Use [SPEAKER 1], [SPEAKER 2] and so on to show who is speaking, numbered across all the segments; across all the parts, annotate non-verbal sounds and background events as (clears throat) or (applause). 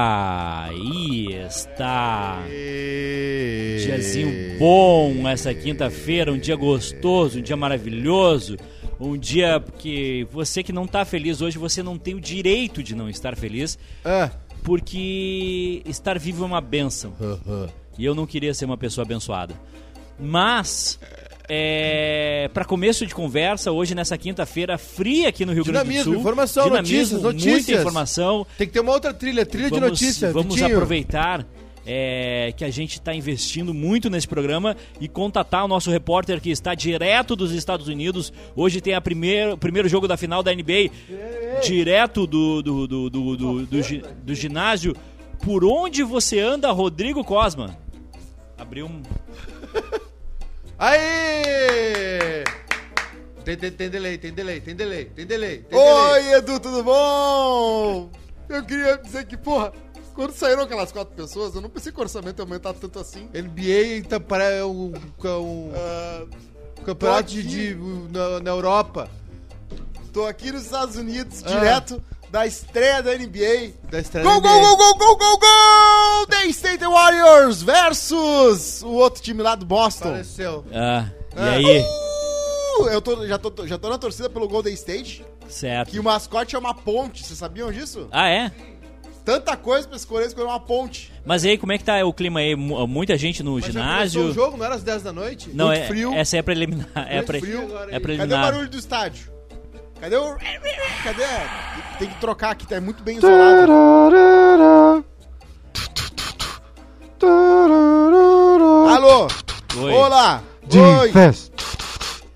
[SPEAKER 1] Aí está. Diazinho bom essa quinta-feira, um dia gostoso, um dia maravilhoso. Um dia que você que não tá feliz hoje, você não tem o direito de não estar feliz,
[SPEAKER 2] Ah.
[SPEAKER 1] porque estar vivo é uma benção. E eu não queria ser uma pessoa abençoada. Mas, é, para começo de conversa, hoje nessa quinta-feira fria aqui no Rio Grande do
[SPEAKER 2] Dinamismo,
[SPEAKER 1] Sul.
[SPEAKER 2] informação, notícias,
[SPEAKER 1] Muita
[SPEAKER 2] notícias.
[SPEAKER 1] informação.
[SPEAKER 2] Tem que ter uma outra trilha, trilha de
[SPEAKER 1] Vamos,
[SPEAKER 2] notícias.
[SPEAKER 1] vamos
[SPEAKER 2] Vitinho.
[SPEAKER 1] aproveitar é, que a gente está investindo muito nesse programa e contatar o nosso repórter que está direto dos Estados Unidos. Hoje tem a primeiro, o primeiro jogo da final da NBA, direto do, do, do, do, do, do gi- do ginásio. Por onde você anda, Rodrigo Cosma? Abriu um.
[SPEAKER 2] Aê! Tem, tem, tem delay, tem delay, tem delay, tem delay. Tem delay.
[SPEAKER 3] Oi, Edu, tudo bom? Eu queria dizer que, porra, quando saíram aquelas quatro pessoas, eu não pensei que o orçamento ia aumentar tanto assim.
[SPEAKER 2] NBA então, para- é um, é um
[SPEAKER 3] Ah,
[SPEAKER 2] campeonato
[SPEAKER 3] tô aqui.
[SPEAKER 2] de, de- na, na Europa.
[SPEAKER 3] tô aqui nos Estados Unidos,
[SPEAKER 2] Ah.
[SPEAKER 3] direto da estreia da NBA.
[SPEAKER 2] Da estrada
[SPEAKER 3] Gol,
[SPEAKER 2] NBA.
[SPEAKER 3] gol, gol, gol, gol, gol, gol! The State Warriors versus o outro time lá do Boston.
[SPEAKER 2] Apareceu.
[SPEAKER 1] Ah,
[SPEAKER 2] É.
[SPEAKER 1] e
[SPEAKER 3] Ah.
[SPEAKER 1] aí?
[SPEAKER 3] Uh, eu tô, já, tô, já tô na torcida pelo Golden State, que
[SPEAKER 1] Certo.
[SPEAKER 3] o mascote é uma ponte, vocês sabiam disso?
[SPEAKER 1] Ah, é?
[SPEAKER 3] Tanta coisa pra escolher, escolher uma ponte.
[SPEAKER 1] Mas e aí, como é que tá o clima aí? Mu- Muita gente no
[SPEAKER 2] Mas já começou o
[SPEAKER 1] ginásio.
[SPEAKER 2] jogo não era às 10 da noite?
[SPEAKER 1] Não,
[SPEAKER 3] muito
[SPEAKER 1] é,
[SPEAKER 3] frio.
[SPEAKER 1] essa é preliminar. É,
[SPEAKER 2] Muito
[SPEAKER 1] pre,
[SPEAKER 2] frio agora
[SPEAKER 1] é
[SPEAKER 2] aí.
[SPEAKER 1] preliminar.
[SPEAKER 3] Cadê o barulho do estádio? Cadê o. Cadê? Tem que trocar aqui, tá muito bem isolado.
[SPEAKER 2] Ah,
[SPEAKER 3] Alô?
[SPEAKER 1] Oi.
[SPEAKER 3] Olá! Oi!
[SPEAKER 4] Defense.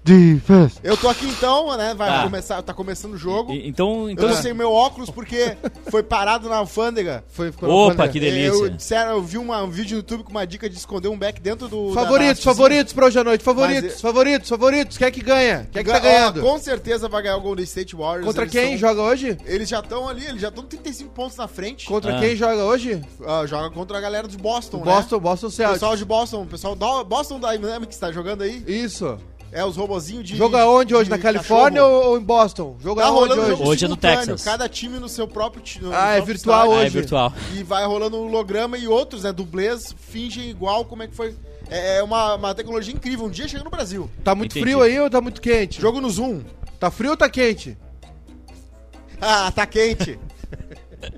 [SPEAKER 4] Defense.
[SPEAKER 3] Eu tô aqui então, né? Vai
[SPEAKER 1] Tá.
[SPEAKER 3] começar, tá começando o jogo.
[SPEAKER 1] E- Então, então
[SPEAKER 3] Eu
[SPEAKER 2] Tá.
[SPEAKER 3] não sei meu óculos porque foi parado na alfândega.
[SPEAKER 2] Foi, ficou na
[SPEAKER 1] Opa,
[SPEAKER 2] alfândega.
[SPEAKER 1] que delícia.
[SPEAKER 3] Eu, disseram, eu vi uma- um vídeo no YouTube com uma dica de esconder um back dentro do. da-
[SPEAKER 2] Favoritos,
[SPEAKER 3] da-
[SPEAKER 2] favoritos pra hoje à noite. Favoritos,
[SPEAKER 3] Mas- é-
[SPEAKER 2] favoritos, favoritos. Quem é que ganha? Quem é que tá
[SPEAKER 3] Ó,
[SPEAKER 2] ganhando?
[SPEAKER 3] com certeza vai ganhar o Golden State Warriors.
[SPEAKER 2] Contra
[SPEAKER 3] eles
[SPEAKER 2] quem
[SPEAKER 3] são-
[SPEAKER 2] joga hoje?
[SPEAKER 3] Eles já estão ali, eles já estão 35 pontos na frente.
[SPEAKER 2] Contra
[SPEAKER 1] Ah.
[SPEAKER 2] quem joga hoje?
[SPEAKER 3] Ah, joga contra a galera de Boston, né?
[SPEAKER 2] Boston, Boston
[SPEAKER 3] O
[SPEAKER 2] Celtics.
[SPEAKER 3] pessoal de Boston, o pessoal da Boston Dynamics tá jogando aí.
[SPEAKER 2] Isso.
[SPEAKER 3] É os robozinhos de.
[SPEAKER 2] Joga onde hoje?
[SPEAKER 3] de
[SPEAKER 2] Na Califórnia
[SPEAKER 3] cachorro.
[SPEAKER 2] ou, ou em Boston? Joga
[SPEAKER 3] Tá
[SPEAKER 2] onde
[SPEAKER 3] rolando
[SPEAKER 2] hoje?
[SPEAKER 3] jogo
[SPEAKER 1] Hoje é no
[SPEAKER 3] simultâneo,
[SPEAKER 1] Texas.
[SPEAKER 3] Cada time no seu próprio time.
[SPEAKER 2] Ah, é virtual
[SPEAKER 1] Ah, é
[SPEAKER 2] hoje.
[SPEAKER 1] virtual.
[SPEAKER 3] E vai rolando um holograma e outros, né? Dublês fingem igual como é que foi. É é uma, uma tecnologia incrível. Um dia chega no Brasil.
[SPEAKER 2] Tá muito
[SPEAKER 1] Entendi.
[SPEAKER 2] frio aí ou tá muito quente?
[SPEAKER 3] Jogo no Zoom. (laughs)
[SPEAKER 2] Tá frio ou tá quente?
[SPEAKER 3] Ah, tá quente.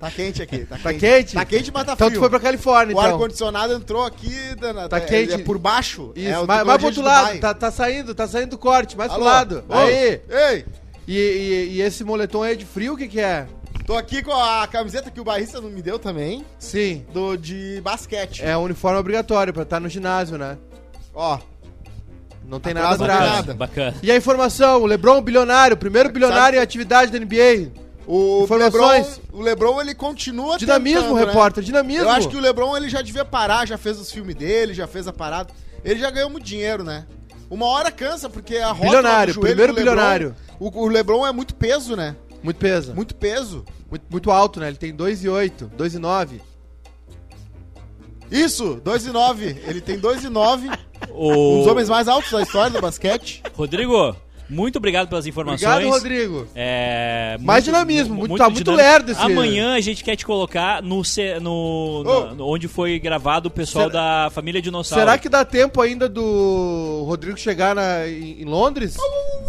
[SPEAKER 3] tá quente aqui. Tá,
[SPEAKER 2] Tá
[SPEAKER 3] quente.
[SPEAKER 2] quente?
[SPEAKER 3] Tá quente, mas tá
[SPEAKER 2] Então tu
[SPEAKER 3] frio.
[SPEAKER 2] foi pra Califórnia,
[SPEAKER 3] O
[SPEAKER 2] então.
[SPEAKER 3] ar-condicionado entrou aqui, Dana.
[SPEAKER 2] Tá
[SPEAKER 3] é-
[SPEAKER 2] quente.
[SPEAKER 3] É por baixo.
[SPEAKER 2] Isso,
[SPEAKER 3] é a
[SPEAKER 2] mas, mas pro
[SPEAKER 3] tecnologia de
[SPEAKER 2] outro lado,
[SPEAKER 3] Dubai.
[SPEAKER 2] tá, tá saindo, tá saindo do corte, mais
[SPEAKER 3] Alô?
[SPEAKER 2] pro lado.
[SPEAKER 3] Ô,
[SPEAKER 2] Aí.
[SPEAKER 3] Ei!
[SPEAKER 2] E, e- e esse moletom aí é de frio, o que que é?
[SPEAKER 3] Tô aqui com a camiseta que o barrista não me deu também,
[SPEAKER 2] Sim.
[SPEAKER 3] do de basquete.
[SPEAKER 2] É um uniforme obrigatório pra estar no ginásio, né?
[SPEAKER 3] Ó,
[SPEAKER 2] Não tem
[SPEAKER 3] Atrás
[SPEAKER 2] nada
[SPEAKER 3] não tem
[SPEAKER 2] atrás.
[SPEAKER 3] nada.
[SPEAKER 1] Bacana, bacana.
[SPEAKER 2] E a informação, o LeBron bilionário, primeiro bilionário em atividade da NBA.
[SPEAKER 3] o Lebron,
[SPEAKER 2] Informações.
[SPEAKER 3] o Lebron ele continua
[SPEAKER 2] Dinamismo,
[SPEAKER 3] tentando, né?
[SPEAKER 2] repórter, dinamismo.
[SPEAKER 3] Eu acho que o Lebron ele já devia parar, já fez os filmes dele, já fez a parada. Ele já ganhou muito dinheiro, né? Uma hora cansa, porque a roda
[SPEAKER 2] Bilionário, primeiro bilionário.
[SPEAKER 3] O, o Lebron é muito peso, né?
[SPEAKER 2] Muito peso. Muito,
[SPEAKER 3] Muito peso.
[SPEAKER 2] muito, alto, né? Ele tem 2,8, 2,9.
[SPEAKER 3] Isso, 2,9. Ele
[SPEAKER 1] (laughs)
[SPEAKER 3] tem 2,9. Um
[SPEAKER 1] O...
[SPEAKER 3] dos homens mais altos da história do basquete.
[SPEAKER 1] Rodrigo, muito obrigado pelas informações.
[SPEAKER 2] Obrigado, Rodrigo.
[SPEAKER 1] É, muito-
[SPEAKER 2] Mais dinamismo, muito- tá muito
[SPEAKER 1] dinâmico.
[SPEAKER 2] lerdo esse- Oh.
[SPEAKER 1] Amanhã a gente quer te colocar no, ce- no,
[SPEAKER 3] Ô.
[SPEAKER 1] no- onde foi gravado o pessoal da família Dinossauro.
[SPEAKER 2] Será que dá tempo ainda do Rodrigo chegar na- em, em Londres?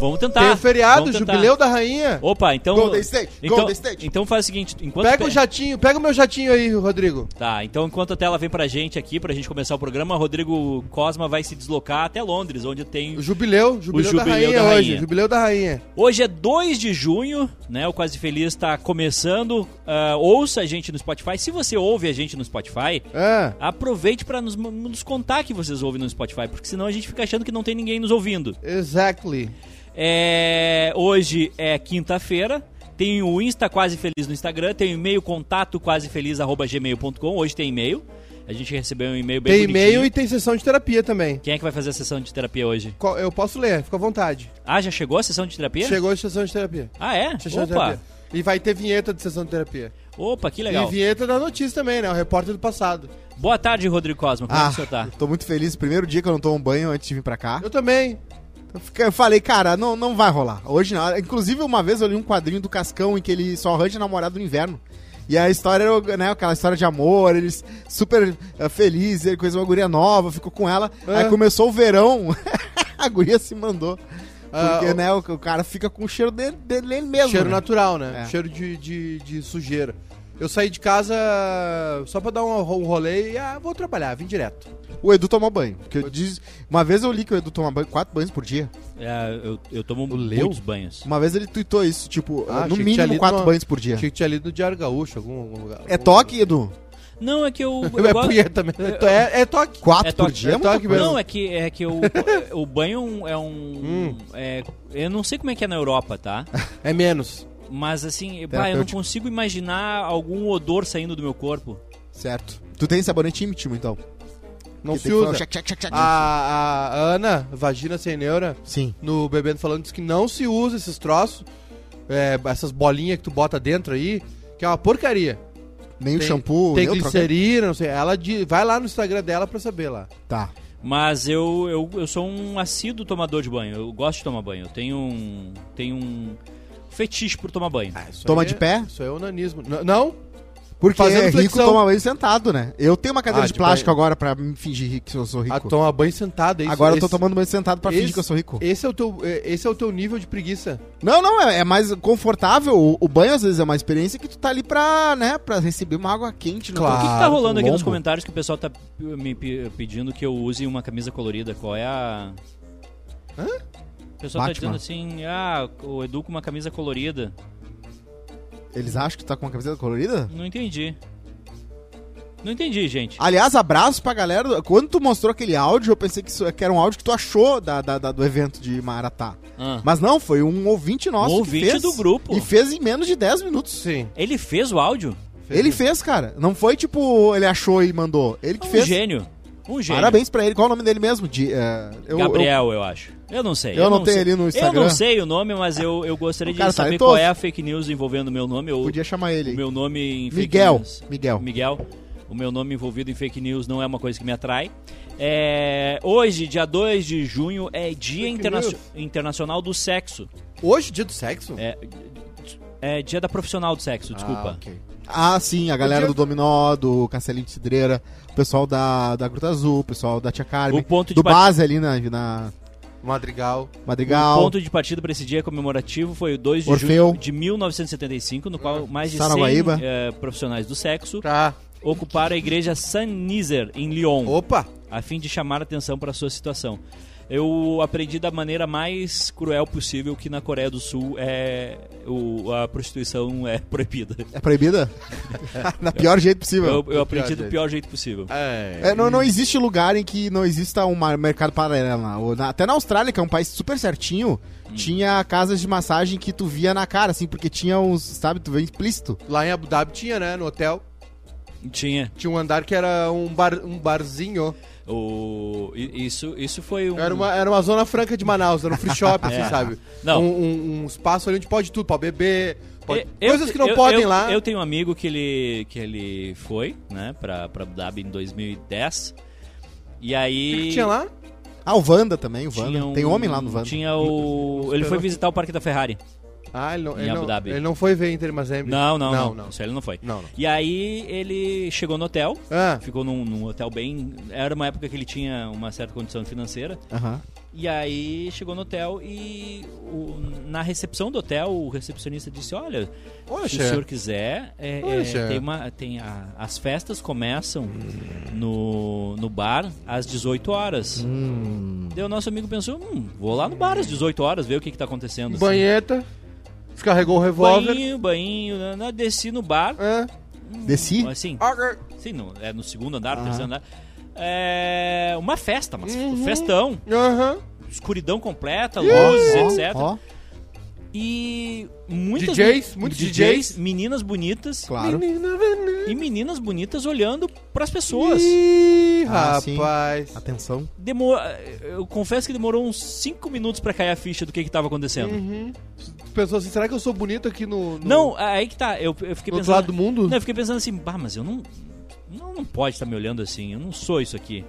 [SPEAKER 1] Vamos
[SPEAKER 3] Tá.
[SPEAKER 1] tentar.
[SPEAKER 2] Tem o feriado,
[SPEAKER 1] vamos tentar.
[SPEAKER 2] jubileu da rainha.
[SPEAKER 1] Opa, então.
[SPEAKER 3] Golden State,
[SPEAKER 1] então,
[SPEAKER 3] Golden State.
[SPEAKER 1] Então faz o seguinte: enquanto.
[SPEAKER 2] Pega o
[SPEAKER 1] pe-
[SPEAKER 2] jatinho, pega o meu jatinho aí, Rodrigo.
[SPEAKER 1] Tá, então enquanto a tela vem pra gente aqui, pra gente começar o programa, Rodrigo Cosma vai se deslocar até Londres, onde tem.
[SPEAKER 2] O jubileu, jubileu, da,
[SPEAKER 1] jubileu
[SPEAKER 2] rainha
[SPEAKER 1] da
[SPEAKER 2] hoje.
[SPEAKER 1] rainha.
[SPEAKER 2] Jubileu da rainha.
[SPEAKER 1] Hoje é 2 de junho, né? O Quase Feliz tá começando. Ah, ouça a gente no Spotify. Se você ouve a gente no Spotify,
[SPEAKER 2] Ah,
[SPEAKER 1] aproveite pra nos, nos contar que vocês ouvem no Spotify, porque senão a gente fica achando que não tem ninguém nos ouvindo.
[SPEAKER 2] exactly.
[SPEAKER 1] É, hoje é quinta-feira. Tem o Insta Quase Feliz no Instagram, tem o e-mail contato quasefeliz@gmail.com. Hoje tem e-mail. A gente recebeu um e-mail bem
[SPEAKER 2] Tem
[SPEAKER 1] bonitinho.
[SPEAKER 2] e-mail e tem sessão de terapia também.
[SPEAKER 1] Quem é que vai fazer a sessão de terapia hoje?
[SPEAKER 2] Co- Eu posso ler, fica à vontade.
[SPEAKER 1] Ah, já chegou a sessão de terapia?
[SPEAKER 2] Chegou a sessão de terapia.
[SPEAKER 1] Ah, é?
[SPEAKER 2] Sessão de
[SPEAKER 1] Opa.
[SPEAKER 2] terapia. E vai ter vinheta de sessão de terapia.
[SPEAKER 1] Opa, que legal.
[SPEAKER 2] E vinheta da notícia também, né? O repórter do passado.
[SPEAKER 1] Boa tarde, Rodrigo Cosma.
[SPEAKER 2] Ah.
[SPEAKER 1] Como é que o senhor tá?
[SPEAKER 3] Ah, tô muito feliz. Primeiro dia que eu não tomo banho antes de vir pra cá.
[SPEAKER 2] Eu também.
[SPEAKER 3] Eu fica- Eu falei, cara, não, não vai rolar. Hoje não. Inclusive, uma vez eu li um quadrinho do Cascão em que ele só arranja namorado no inverno. E a história era né, aquela história de amor, eles super eh, felizes, ele conheceu uma guria nova, ficou com ela. Aí começou o verão, (laughs) a guria se mandou. Porque,
[SPEAKER 2] Ah, o-
[SPEAKER 3] né, o, o cara fica com o cheiro dele, dele mesmo.
[SPEAKER 2] Cheiro
[SPEAKER 3] né?
[SPEAKER 2] natural, né?
[SPEAKER 3] É.
[SPEAKER 2] Cheiro de, de, de sujeira. Eu saí de casa só pra dar um, um rolê e ah, vou trabalhar, vim direto.
[SPEAKER 3] O Edu tomou banho. Porque eu diz- Uma vez eu li que o Edu toma banho, quatro banhos por dia.
[SPEAKER 1] É, eu, eu tomo
[SPEAKER 2] Leo?
[SPEAKER 1] muitos banhos.
[SPEAKER 3] Uma vez ele tweetou isso, tipo,
[SPEAKER 2] Ah, achei
[SPEAKER 3] no
[SPEAKER 2] que tinha
[SPEAKER 3] mínimo
[SPEAKER 2] lido
[SPEAKER 3] quatro
[SPEAKER 2] uma-
[SPEAKER 3] banhos por dia.
[SPEAKER 2] Achei que tinha lido no Diário Gaúcho, algum, algum lugar.
[SPEAKER 3] É toque, Edu?
[SPEAKER 1] Não, é que eu. eu
[SPEAKER 2] (laughs) É
[SPEAKER 1] gosto-
[SPEAKER 2] punheta mesmo. É, to- é- é toque.
[SPEAKER 3] Quatro
[SPEAKER 1] É
[SPEAKER 3] por
[SPEAKER 1] toque.
[SPEAKER 3] dia?
[SPEAKER 2] É
[SPEAKER 3] muita
[SPEAKER 2] toque
[SPEAKER 3] coisa.
[SPEAKER 2] mesmo.
[SPEAKER 1] Não, é que, é que o, o banho é um.
[SPEAKER 2] Hum.
[SPEAKER 1] é- eu não sei como é que é na Europa, tá?
[SPEAKER 2] É menos.
[SPEAKER 1] Mas assim, bah, eu não
[SPEAKER 3] Terapêutico.
[SPEAKER 1] consigo imaginar algum odor saindo do meu corpo.
[SPEAKER 3] Certo. Tu tem sabonete íntimo, então?
[SPEAKER 2] Não
[SPEAKER 3] Que
[SPEAKER 2] se
[SPEAKER 3] um tem que
[SPEAKER 2] usa.
[SPEAKER 3] falar
[SPEAKER 2] Ah,
[SPEAKER 3] tchac, tchac, tchac, tchac. assim.
[SPEAKER 2] A, a Ana, vagina sem neura,
[SPEAKER 3] Sim.
[SPEAKER 2] no Bebendo Falando, disse que não se usa esses troços, é, essas bolinhas que tu bota dentro aí, que é uma porcaria.
[SPEAKER 3] Nem o
[SPEAKER 2] Tem-
[SPEAKER 3] shampoo,
[SPEAKER 2] Tem
[SPEAKER 3] nem o troca-
[SPEAKER 2] glicerina, não sei. Ela di- vai lá no Instagram dela pra saber lá.
[SPEAKER 3] Tá.
[SPEAKER 1] Mas eu, eu, eu sou um assíduo tomador de banho. Eu gosto de tomar banho. Eu tenho um. Tenho um fetiche por tomar banho.
[SPEAKER 2] Isso
[SPEAKER 3] Ah, Toma
[SPEAKER 2] aí
[SPEAKER 3] de
[SPEAKER 2] é-
[SPEAKER 3] pé?
[SPEAKER 2] Isso aí é onanismo. N- não?
[SPEAKER 3] Porque é
[SPEAKER 2] Fazendo
[SPEAKER 3] rico
[SPEAKER 2] flexão.
[SPEAKER 3] toma banho sentado, né? Eu tenho uma cadeira
[SPEAKER 2] Ah,
[SPEAKER 3] de
[SPEAKER 2] de
[SPEAKER 3] plástico
[SPEAKER 2] banho.
[SPEAKER 3] agora pra me fingir rico, que eu sou rico.
[SPEAKER 2] Ah, toma banho sentado. é isso-
[SPEAKER 3] agora eu tô
[SPEAKER 2] esse-
[SPEAKER 3] tomando banho sentado pra fingir
[SPEAKER 2] esse-
[SPEAKER 3] que eu sou rico.
[SPEAKER 2] Esse é, o teu, é- esse é o teu nível de preguiça.
[SPEAKER 3] Não, não, é, é mais confortável. O, o banho, às vezes, é uma experiência que tu tá ali pra, né, pra receber uma água quente. no
[SPEAKER 2] Claro.
[SPEAKER 1] O
[SPEAKER 3] teu-
[SPEAKER 1] que, que tá rolando aqui nos
[SPEAKER 3] lombo.
[SPEAKER 1] comentários que o pessoal tá me pe- pedindo que eu use uma camisa colorida? Qual é a.
[SPEAKER 2] Hã?
[SPEAKER 1] O pessoal
[SPEAKER 3] Batman.
[SPEAKER 1] tá dizendo assim, ah, o Edu com uma camisa colorida.
[SPEAKER 3] Eles acham que tu tá com uma camiseta colorida?
[SPEAKER 1] Não entendi. Não entendi, gente.
[SPEAKER 3] Aliás, abraço pra galera. Quando tu mostrou aquele áudio, eu pensei que, isso, que era um áudio que tu achou da, da- da- do evento de Maratá.
[SPEAKER 1] Ah.
[SPEAKER 3] Mas não, foi um ouvinte nosso.
[SPEAKER 1] Um
[SPEAKER 3] que
[SPEAKER 1] ouvinte
[SPEAKER 3] fez,
[SPEAKER 1] do grupo.
[SPEAKER 3] E fez em menos de 10 minutos.
[SPEAKER 2] Sim.
[SPEAKER 1] Ele fez o áudio?
[SPEAKER 3] Ele fez, cara. Não foi tipo, ele achou e mandou. Ele que
[SPEAKER 1] um
[SPEAKER 3] fez.
[SPEAKER 1] gênio. Um gênio.
[SPEAKER 3] Parabéns pra ele. Qual é o nome dele mesmo? De, eh, eu- eu-
[SPEAKER 1] Gabriel, eu, acho. Eu não sei.
[SPEAKER 3] Eu não tenho
[SPEAKER 1] sei.
[SPEAKER 3] ele no
[SPEAKER 1] Eu
[SPEAKER 3] Instagram.
[SPEAKER 1] não sei o nome, mas eu, eu gostaria
[SPEAKER 3] O
[SPEAKER 1] de
[SPEAKER 3] cara
[SPEAKER 1] saber
[SPEAKER 3] tá
[SPEAKER 1] qual
[SPEAKER 3] talentoso.
[SPEAKER 1] é a fake news envolvendo o meu nome. ou
[SPEAKER 3] podia chamar ele.
[SPEAKER 1] O meu nome em
[SPEAKER 3] Miguel,
[SPEAKER 1] fake news.
[SPEAKER 3] Miguel.
[SPEAKER 1] Miguel. O meu nome envolvido em fake news não é uma coisa que me atrai. É, Hoje, dia 2 de junho, é Dia Interna-
[SPEAKER 2] news.
[SPEAKER 1] Internacional do Sexo.
[SPEAKER 2] Hoje, dia do sexo?
[SPEAKER 1] É... é Dia da Profissional do Sexo, desculpa.
[SPEAKER 2] Ah, ok.
[SPEAKER 3] Ah, sim, a galera
[SPEAKER 2] Podia-
[SPEAKER 3] do Dominó, do Castelinho de Cidreira, o pessoal da, da Gruta Azul, o pessoal da Tia Carmen,
[SPEAKER 1] O ponto de
[SPEAKER 3] do
[SPEAKER 1] bat-
[SPEAKER 3] Base ali na, na
[SPEAKER 2] Madrigal.
[SPEAKER 3] Madrigal.
[SPEAKER 1] O ponto de partida para esse dia comemorativo foi o 2 de
[SPEAKER 3] Orfeu.
[SPEAKER 1] junho de 1975, no qual mais de 100
[SPEAKER 3] Saramaíba.
[SPEAKER 1] eh, profissionais do sexo
[SPEAKER 2] Tá.
[SPEAKER 1] ocuparam a igreja San Nizer, em Lyon,
[SPEAKER 2] Opa!
[SPEAKER 1] a fim de chamar atenção para sua situação. Eu aprendi da maneira mais cruel possível que na Coreia do Sul é o- a prostituição é (laughs) proibida. (laughs)
[SPEAKER 3] É proibida? (laughs) na pior jeito possível.
[SPEAKER 1] Eu, eu aprendi do
[SPEAKER 2] jeito.
[SPEAKER 1] pior jeito possível.
[SPEAKER 2] É.
[SPEAKER 3] É, não, não existe lugar em que não exista um mar- mercado paralelo. lá. Ou na- até na Austrália, que é um país super certinho, tinha casas de massagem que tu via na cara, assim, porque tinha uns, sabe, tu vê explícito.
[SPEAKER 2] Lá em Abu Dhabi tinha, né? No hotel.
[SPEAKER 1] Tinha.
[SPEAKER 2] Tinha um andar que era um, bar, um barzinho.
[SPEAKER 1] O, i- isso, isso foi um.
[SPEAKER 2] Era uma, era uma zona franca de Manaus, era um
[SPEAKER 1] (laughs)
[SPEAKER 2] free shop, assim,
[SPEAKER 1] É.
[SPEAKER 2] sabe?
[SPEAKER 1] Não.
[SPEAKER 2] Um, um- um espaço ali onde pode tudo, pode beber, pode-
[SPEAKER 1] Eu-
[SPEAKER 2] coisas que não
[SPEAKER 1] eu-
[SPEAKER 2] podem
[SPEAKER 1] eu-
[SPEAKER 2] lá.
[SPEAKER 1] Eu tenho um amigo que ele, que ele foi, né, pra, pra Abu Dhabi em 2010. E aí.
[SPEAKER 2] O que que tinha lá?
[SPEAKER 3] Ah, o Wanda também, o
[SPEAKER 1] tinha
[SPEAKER 3] Wanda.
[SPEAKER 1] um-
[SPEAKER 3] Tem homem lá no Wanda.
[SPEAKER 1] Tinha o. Ele foi visitar o parque da Ferrari.
[SPEAKER 2] Ah, ele não,
[SPEAKER 1] Em
[SPEAKER 2] ele
[SPEAKER 1] Abu
[SPEAKER 2] não,
[SPEAKER 1] Dhabi.
[SPEAKER 2] ele não foi ver Inter Mazembe.
[SPEAKER 1] Não, não, não.
[SPEAKER 2] Não, não.
[SPEAKER 1] Isso ele não foi.
[SPEAKER 2] Não, não.
[SPEAKER 1] E aí ele chegou no hotel,
[SPEAKER 2] Ah,
[SPEAKER 1] ficou num, num hotel bem. Era uma época que ele tinha uma certa condição financeira.
[SPEAKER 3] Aham.
[SPEAKER 1] E aí chegou no hotel e o- na recepção do hotel o recepcionista disse: Olha,
[SPEAKER 2] Poxa.
[SPEAKER 1] se o senhor quiser, é, é,
[SPEAKER 2] Poxa.
[SPEAKER 1] tem uma, tem a- as festas começam no, no bar às 18 horas.
[SPEAKER 2] Hum.
[SPEAKER 1] Daí o nosso amigo pensou: hum, vou lá no bar às 18 horas ver o que, que tá acontecendo. assim.
[SPEAKER 2] banheta, descarregou o revólver.
[SPEAKER 1] Banhinho, banhinho, né, né, desci no bar.
[SPEAKER 2] Ah,
[SPEAKER 3] Desci?
[SPEAKER 1] Assim,
[SPEAKER 2] ok.
[SPEAKER 1] sim, não, é no segundo andar, terceiro andar. É uma festa, mas
[SPEAKER 2] Uhum.
[SPEAKER 1] festão,
[SPEAKER 2] Aham.
[SPEAKER 1] escuridão completa,
[SPEAKER 3] Ó,
[SPEAKER 1] luzes,
[SPEAKER 3] ó,
[SPEAKER 1] etc.
[SPEAKER 3] ó.
[SPEAKER 1] E muitas
[SPEAKER 2] DJs, muitos DJs.
[SPEAKER 1] meninas bonitas
[SPEAKER 3] Claro.
[SPEAKER 2] Menina veneno.
[SPEAKER 1] e meninas bonitas olhando pras pessoas.
[SPEAKER 2] Ih,
[SPEAKER 3] Ah, sim.
[SPEAKER 2] rapaz.
[SPEAKER 3] Atenção.
[SPEAKER 1] Demo- eu confesso que demorou uns 5 minutos pra cair a ficha do que que tava acontecendo.
[SPEAKER 2] Uhum. Pensou assim, será que eu sou bonito aqui no... no-
[SPEAKER 1] Não, aí que tá, eu, eu fiquei
[SPEAKER 2] Do outro
[SPEAKER 1] pensando
[SPEAKER 2] lado do mundo?
[SPEAKER 1] tá Não, eu fiquei pensando assim, bah, mas eu não não, não pode estar me olhando assim, eu não sou isso aqui.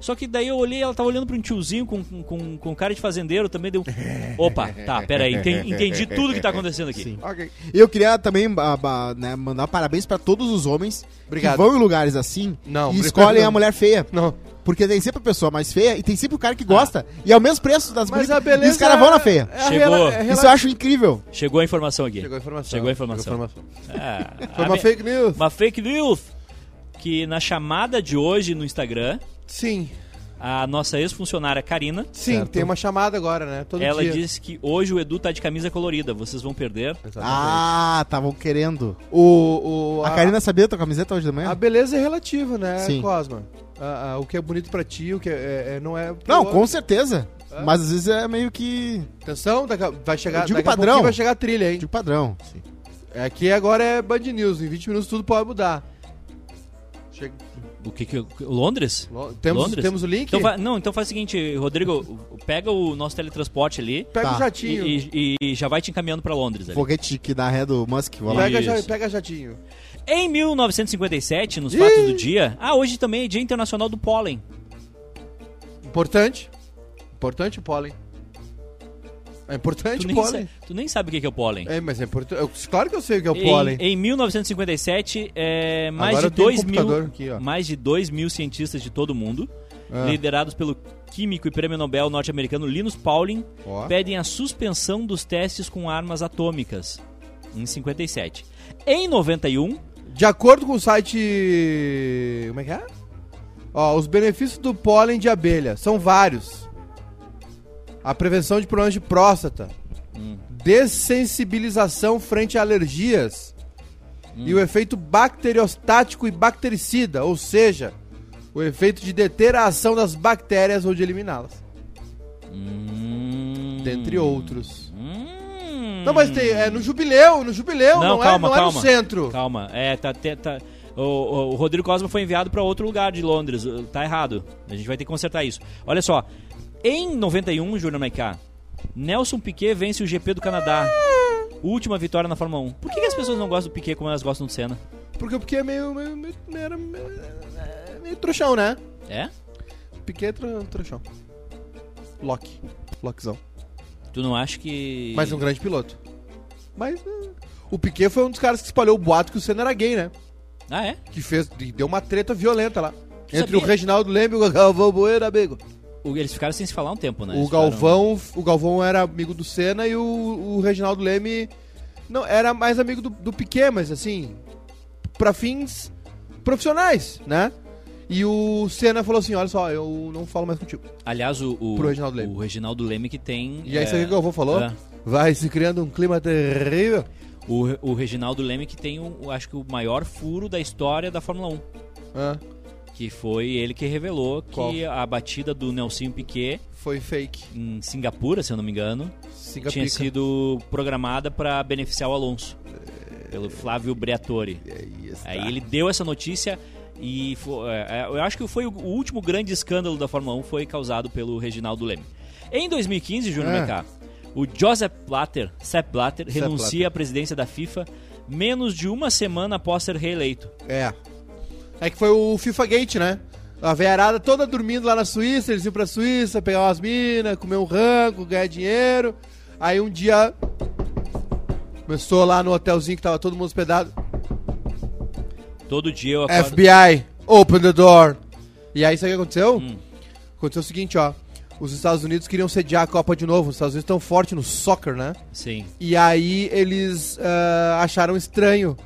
[SPEAKER 1] Só que daí eu olhei, ela tava olhando pra um tiozinho com, com- com, com cara de fazendeiro, também
[SPEAKER 2] (laughs)
[SPEAKER 1] deu. um Opa, tá, peraí, enten- entendi tudo que tá acontecendo aqui.
[SPEAKER 3] Sim.
[SPEAKER 2] Ok.
[SPEAKER 3] E eu queria também ba- ba- né, mandar parabéns pra todos os homens
[SPEAKER 2] Obrigado.
[SPEAKER 3] que vão em lugares assim
[SPEAKER 2] Não,
[SPEAKER 3] e
[SPEAKER 2] obrigado
[SPEAKER 3] escolhem
[SPEAKER 2] não.
[SPEAKER 3] a mulher feia.
[SPEAKER 2] Não.
[SPEAKER 3] Porque tem sempre a pessoa mais feia e tem sempre o cara que gosta. E é o mesmo preço das
[SPEAKER 2] Ah. Mas
[SPEAKER 3] bonitas.
[SPEAKER 2] a beleza.
[SPEAKER 3] E os caras vão na feia.
[SPEAKER 2] é a
[SPEAKER 1] Chegou.
[SPEAKER 2] rela- é
[SPEAKER 3] Isso eu
[SPEAKER 2] rela-
[SPEAKER 3] acho incrível.
[SPEAKER 1] Chegou a informação aqui.
[SPEAKER 2] Chegou a informação.
[SPEAKER 1] Chegou a informação.
[SPEAKER 2] Chegou a informação.
[SPEAKER 1] Ah,
[SPEAKER 2] Foi
[SPEAKER 1] a
[SPEAKER 2] uma
[SPEAKER 1] me-
[SPEAKER 2] fake news?
[SPEAKER 1] uma fake news que na chamada de hoje no Instagram,
[SPEAKER 2] Sim.
[SPEAKER 1] a nossa ex-funcionária Karina,
[SPEAKER 2] Sim,
[SPEAKER 3] Certo.
[SPEAKER 2] tem uma chamada agora, né? Todo
[SPEAKER 1] ela
[SPEAKER 2] dia.
[SPEAKER 1] disse que hoje o Edu tá de camisa colorida, vocês vão perder.
[SPEAKER 2] Exatamente.
[SPEAKER 3] Ah, estavam querendo.
[SPEAKER 2] Tá o, o,
[SPEAKER 3] A Karina sabia da tua camiseta hoje de
[SPEAKER 2] a,
[SPEAKER 3] manhã?
[SPEAKER 2] beleza é relativa, né,
[SPEAKER 3] Sim.
[SPEAKER 2] Cosma? Ah, ah, o que é bonito pra ti, o que é, é- não é. pro
[SPEAKER 3] Não,
[SPEAKER 2] outro.
[SPEAKER 3] com certeza. Mas às vezes é meio que.
[SPEAKER 2] Atenção, daqui a- vai chegar.
[SPEAKER 3] Eu digo
[SPEAKER 2] daqui a
[SPEAKER 3] padrão.
[SPEAKER 2] pouquinho vai chegar a trilha, hein?
[SPEAKER 3] de padrão.
[SPEAKER 2] Aqui agora é Band News, em 20 minutos tudo pode mudar. Chega-
[SPEAKER 1] O que que Londres?
[SPEAKER 2] Lo- Temos,
[SPEAKER 1] Londres?
[SPEAKER 2] temos o link?
[SPEAKER 1] Então fa- não, então faz o seguinte, Rodrigo, o- pega o nosso teletransporte ali
[SPEAKER 2] Pega
[SPEAKER 3] Tá.
[SPEAKER 2] o
[SPEAKER 1] e,
[SPEAKER 2] jatinho.
[SPEAKER 1] e- e já vai te encaminhando pra Londres ali.
[SPEAKER 3] Foguete que dá ré do Musk. Vou lá.
[SPEAKER 2] Pega, ja,
[SPEAKER 1] Isso.
[SPEAKER 2] pega jatinho.
[SPEAKER 1] Em 1957, nos fatos do dia, ah, hoje também é Dia Internacional do Pólen.
[SPEAKER 2] Importante. Importante o pólen. É importante
[SPEAKER 1] Tu
[SPEAKER 2] o
[SPEAKER 1] nem,
[SPEAKER 2] pólen.
[SPEAKER 1] sa- tu nem sabe o que que é o pólen.
[SPEAKER 2] É, mas é importante. Claro que eu sei o que é o
[SPEAKER 1] Em-
[SPEAKER 2] pólen.
[SPEAKER 1] Em, 1957, é, mais,
[SPEAKER 2] Agora
[SPEAKER 1] de
[SPEAKER 2] eu tenho um
[SPEAKER 1] 2 mil,
[SPEAKER 2] computador aqui, ó.
[SPEAKER 1] mais de 2 mil cientistas de todo o mundo,
[SPEAKER 2] Ah.
[SPEAKER 1] liderados pelo químico e prêmio Nobel norte-americano Linus Pauling,
[SPEAKER 2] Ó.
[SPEAKER 1] pedem a suspensão dos testes com armas atômicas, em 57. Em 91,
[SPEAKER 2] De acordo com o site. Como é que é? Ó, os benefícios do pólen de abelha são vários: a prevenção de problemas de próstata, dessensibilização frente a alergias e o efeito bacteriostático e bactericida, ou seja, o efeito de deter a ação das bactérias ou de eliminá-las,
[SPEAKER 1] hum,
[SPEAKER 2] dentre outros.
[SPEAKER 1] hum.
[SPEAKER 2] Não, mas tem, é no jubileu, no jubileu, não,
[SPEAKER 1] Não,
[SPEAKER 2] é-
[SPEAKER 1] calma,
[SPEAKER 2] não é,
[SPEAKER 1] calma.
[SPEAKER 2] no centro.
[SPEAKER 1] Calma, é, tá, te- tá- o, o- o Rodrigo Cosma foi enviado pra outro lugar de Londres, uh, tá errado. A gente vai ter que consertar isso. Olha só, em 91, Júnior Maiká, Nelson Piquet vence o GP do Canadá. Última vitória na Fórmula 1. Por que, que as pessoas não gostam do Piquet como elas gostam do Senna?
[SPEAKER 2] Porque o Piquet é meio, meio, meio, meio, era meio, meio trouxão, né?
[SPEAKER 1] É?
[SPEAKER 2] Piquet é tro- trouxão. Loki. Lockzão.
[SPEAKER 1] Tu não acha que.
[SPEAKER 2] Mas é um grande piloto. Mas eh, o Piquet foi um dos caras que espalhou o boato que o Senna era gay, né?
[SPEAKER 1] Ah, é?
[SPEAKER 2] Que fez, que deu uma treta violenta lá. Entre
[SPEAKER 1] sabia?
[SPEAKER 2] o Reginaldo Leme e o Galvão Bueno, amigo.
[SPEAKER 1] O- eles ficaram sem se falar um tempo, né?
[SPEAKER 2] o
[SPEAKER 1] Eles ficaram-
[SPEAKER 2] Galvão, o Galvão era amigo do Senna e o, o Reginaldo Leme não era mais amigo do, do Piquet, mas assim, pra fins profissionais, né? E o Senna falou assim: "Olha só, eu não falo mais contigo".
[SPEAKER 1] Aliás, o, o,
[SPEAKER 2] Pro Reginaldo Leme.
[SPEAKER 1] o Reginaldo Leme que tem.
[SPEAKER 2] E aí
[SPEAKER 1] é,
[SPEAKER 2] sabe o que o Galvão falou?
[SPEAKER 1] é.
[SPEAKER 2] Vai se criando um clima terrível.
[SPEAKER 1] o, Re- o Reginaldo Leme que tem, o- acho que, o maior furo da história da Fórmula 1.
[SPEAKER 2] Ah,
[SPEAKER 1] Que foi ele que revelou que
[SPEAKER 2] Qual?
[SPEAKER 1] a batida do Nelsinho Piquet
[SPEAKER 2] foi fake.
[SPEAKER 1] em Singapura, se eu não me engano,
[SPEAKER 2] Singa
[SPEAKER 1] tinha
[SPEAKER 2] pica.
[SPEAKER 1] sido programada para beneficiar o Alonso. Pelo Flávio Briatore.
[SPEAKER 2] É,
[SPEAKER 1] Aí ele deu essa notícia e fo- é, é, eu acho que foi o o último grande escândalo da Fórmula 1 foi causado pelo Reginaldo Leme. Em 2015, Júnior Mecá, o Joseph Blatter, Sepp Blatter, renuncia à presidência da FIFA menos de uma semana após ser reeleito.
[SPEAKER 2] É. É que foi o FIFA Gate, né? A veiarada toda dormindo lá na Suíça, eles iam pra Suíça, pegar umas minas, comer um rango, ganhar dinheiro. Aí um dia. Começou lá no hotelzinho que tava todo mundo hospedado.
[SPEAKER 1] Todo dia eu acordo...
[SPEAKER 2] FBI, open the door. E aí, sabe o que aconteceu? Aconteceu o seguinte, ó. Os Estados Unidos queriam sediar a Copa de novo. Os Estados Unidos tão forte no soccer, né?
[SPEAKER 1] Sim.
[SPEAKER 2] E aí eles ah, acharam estranho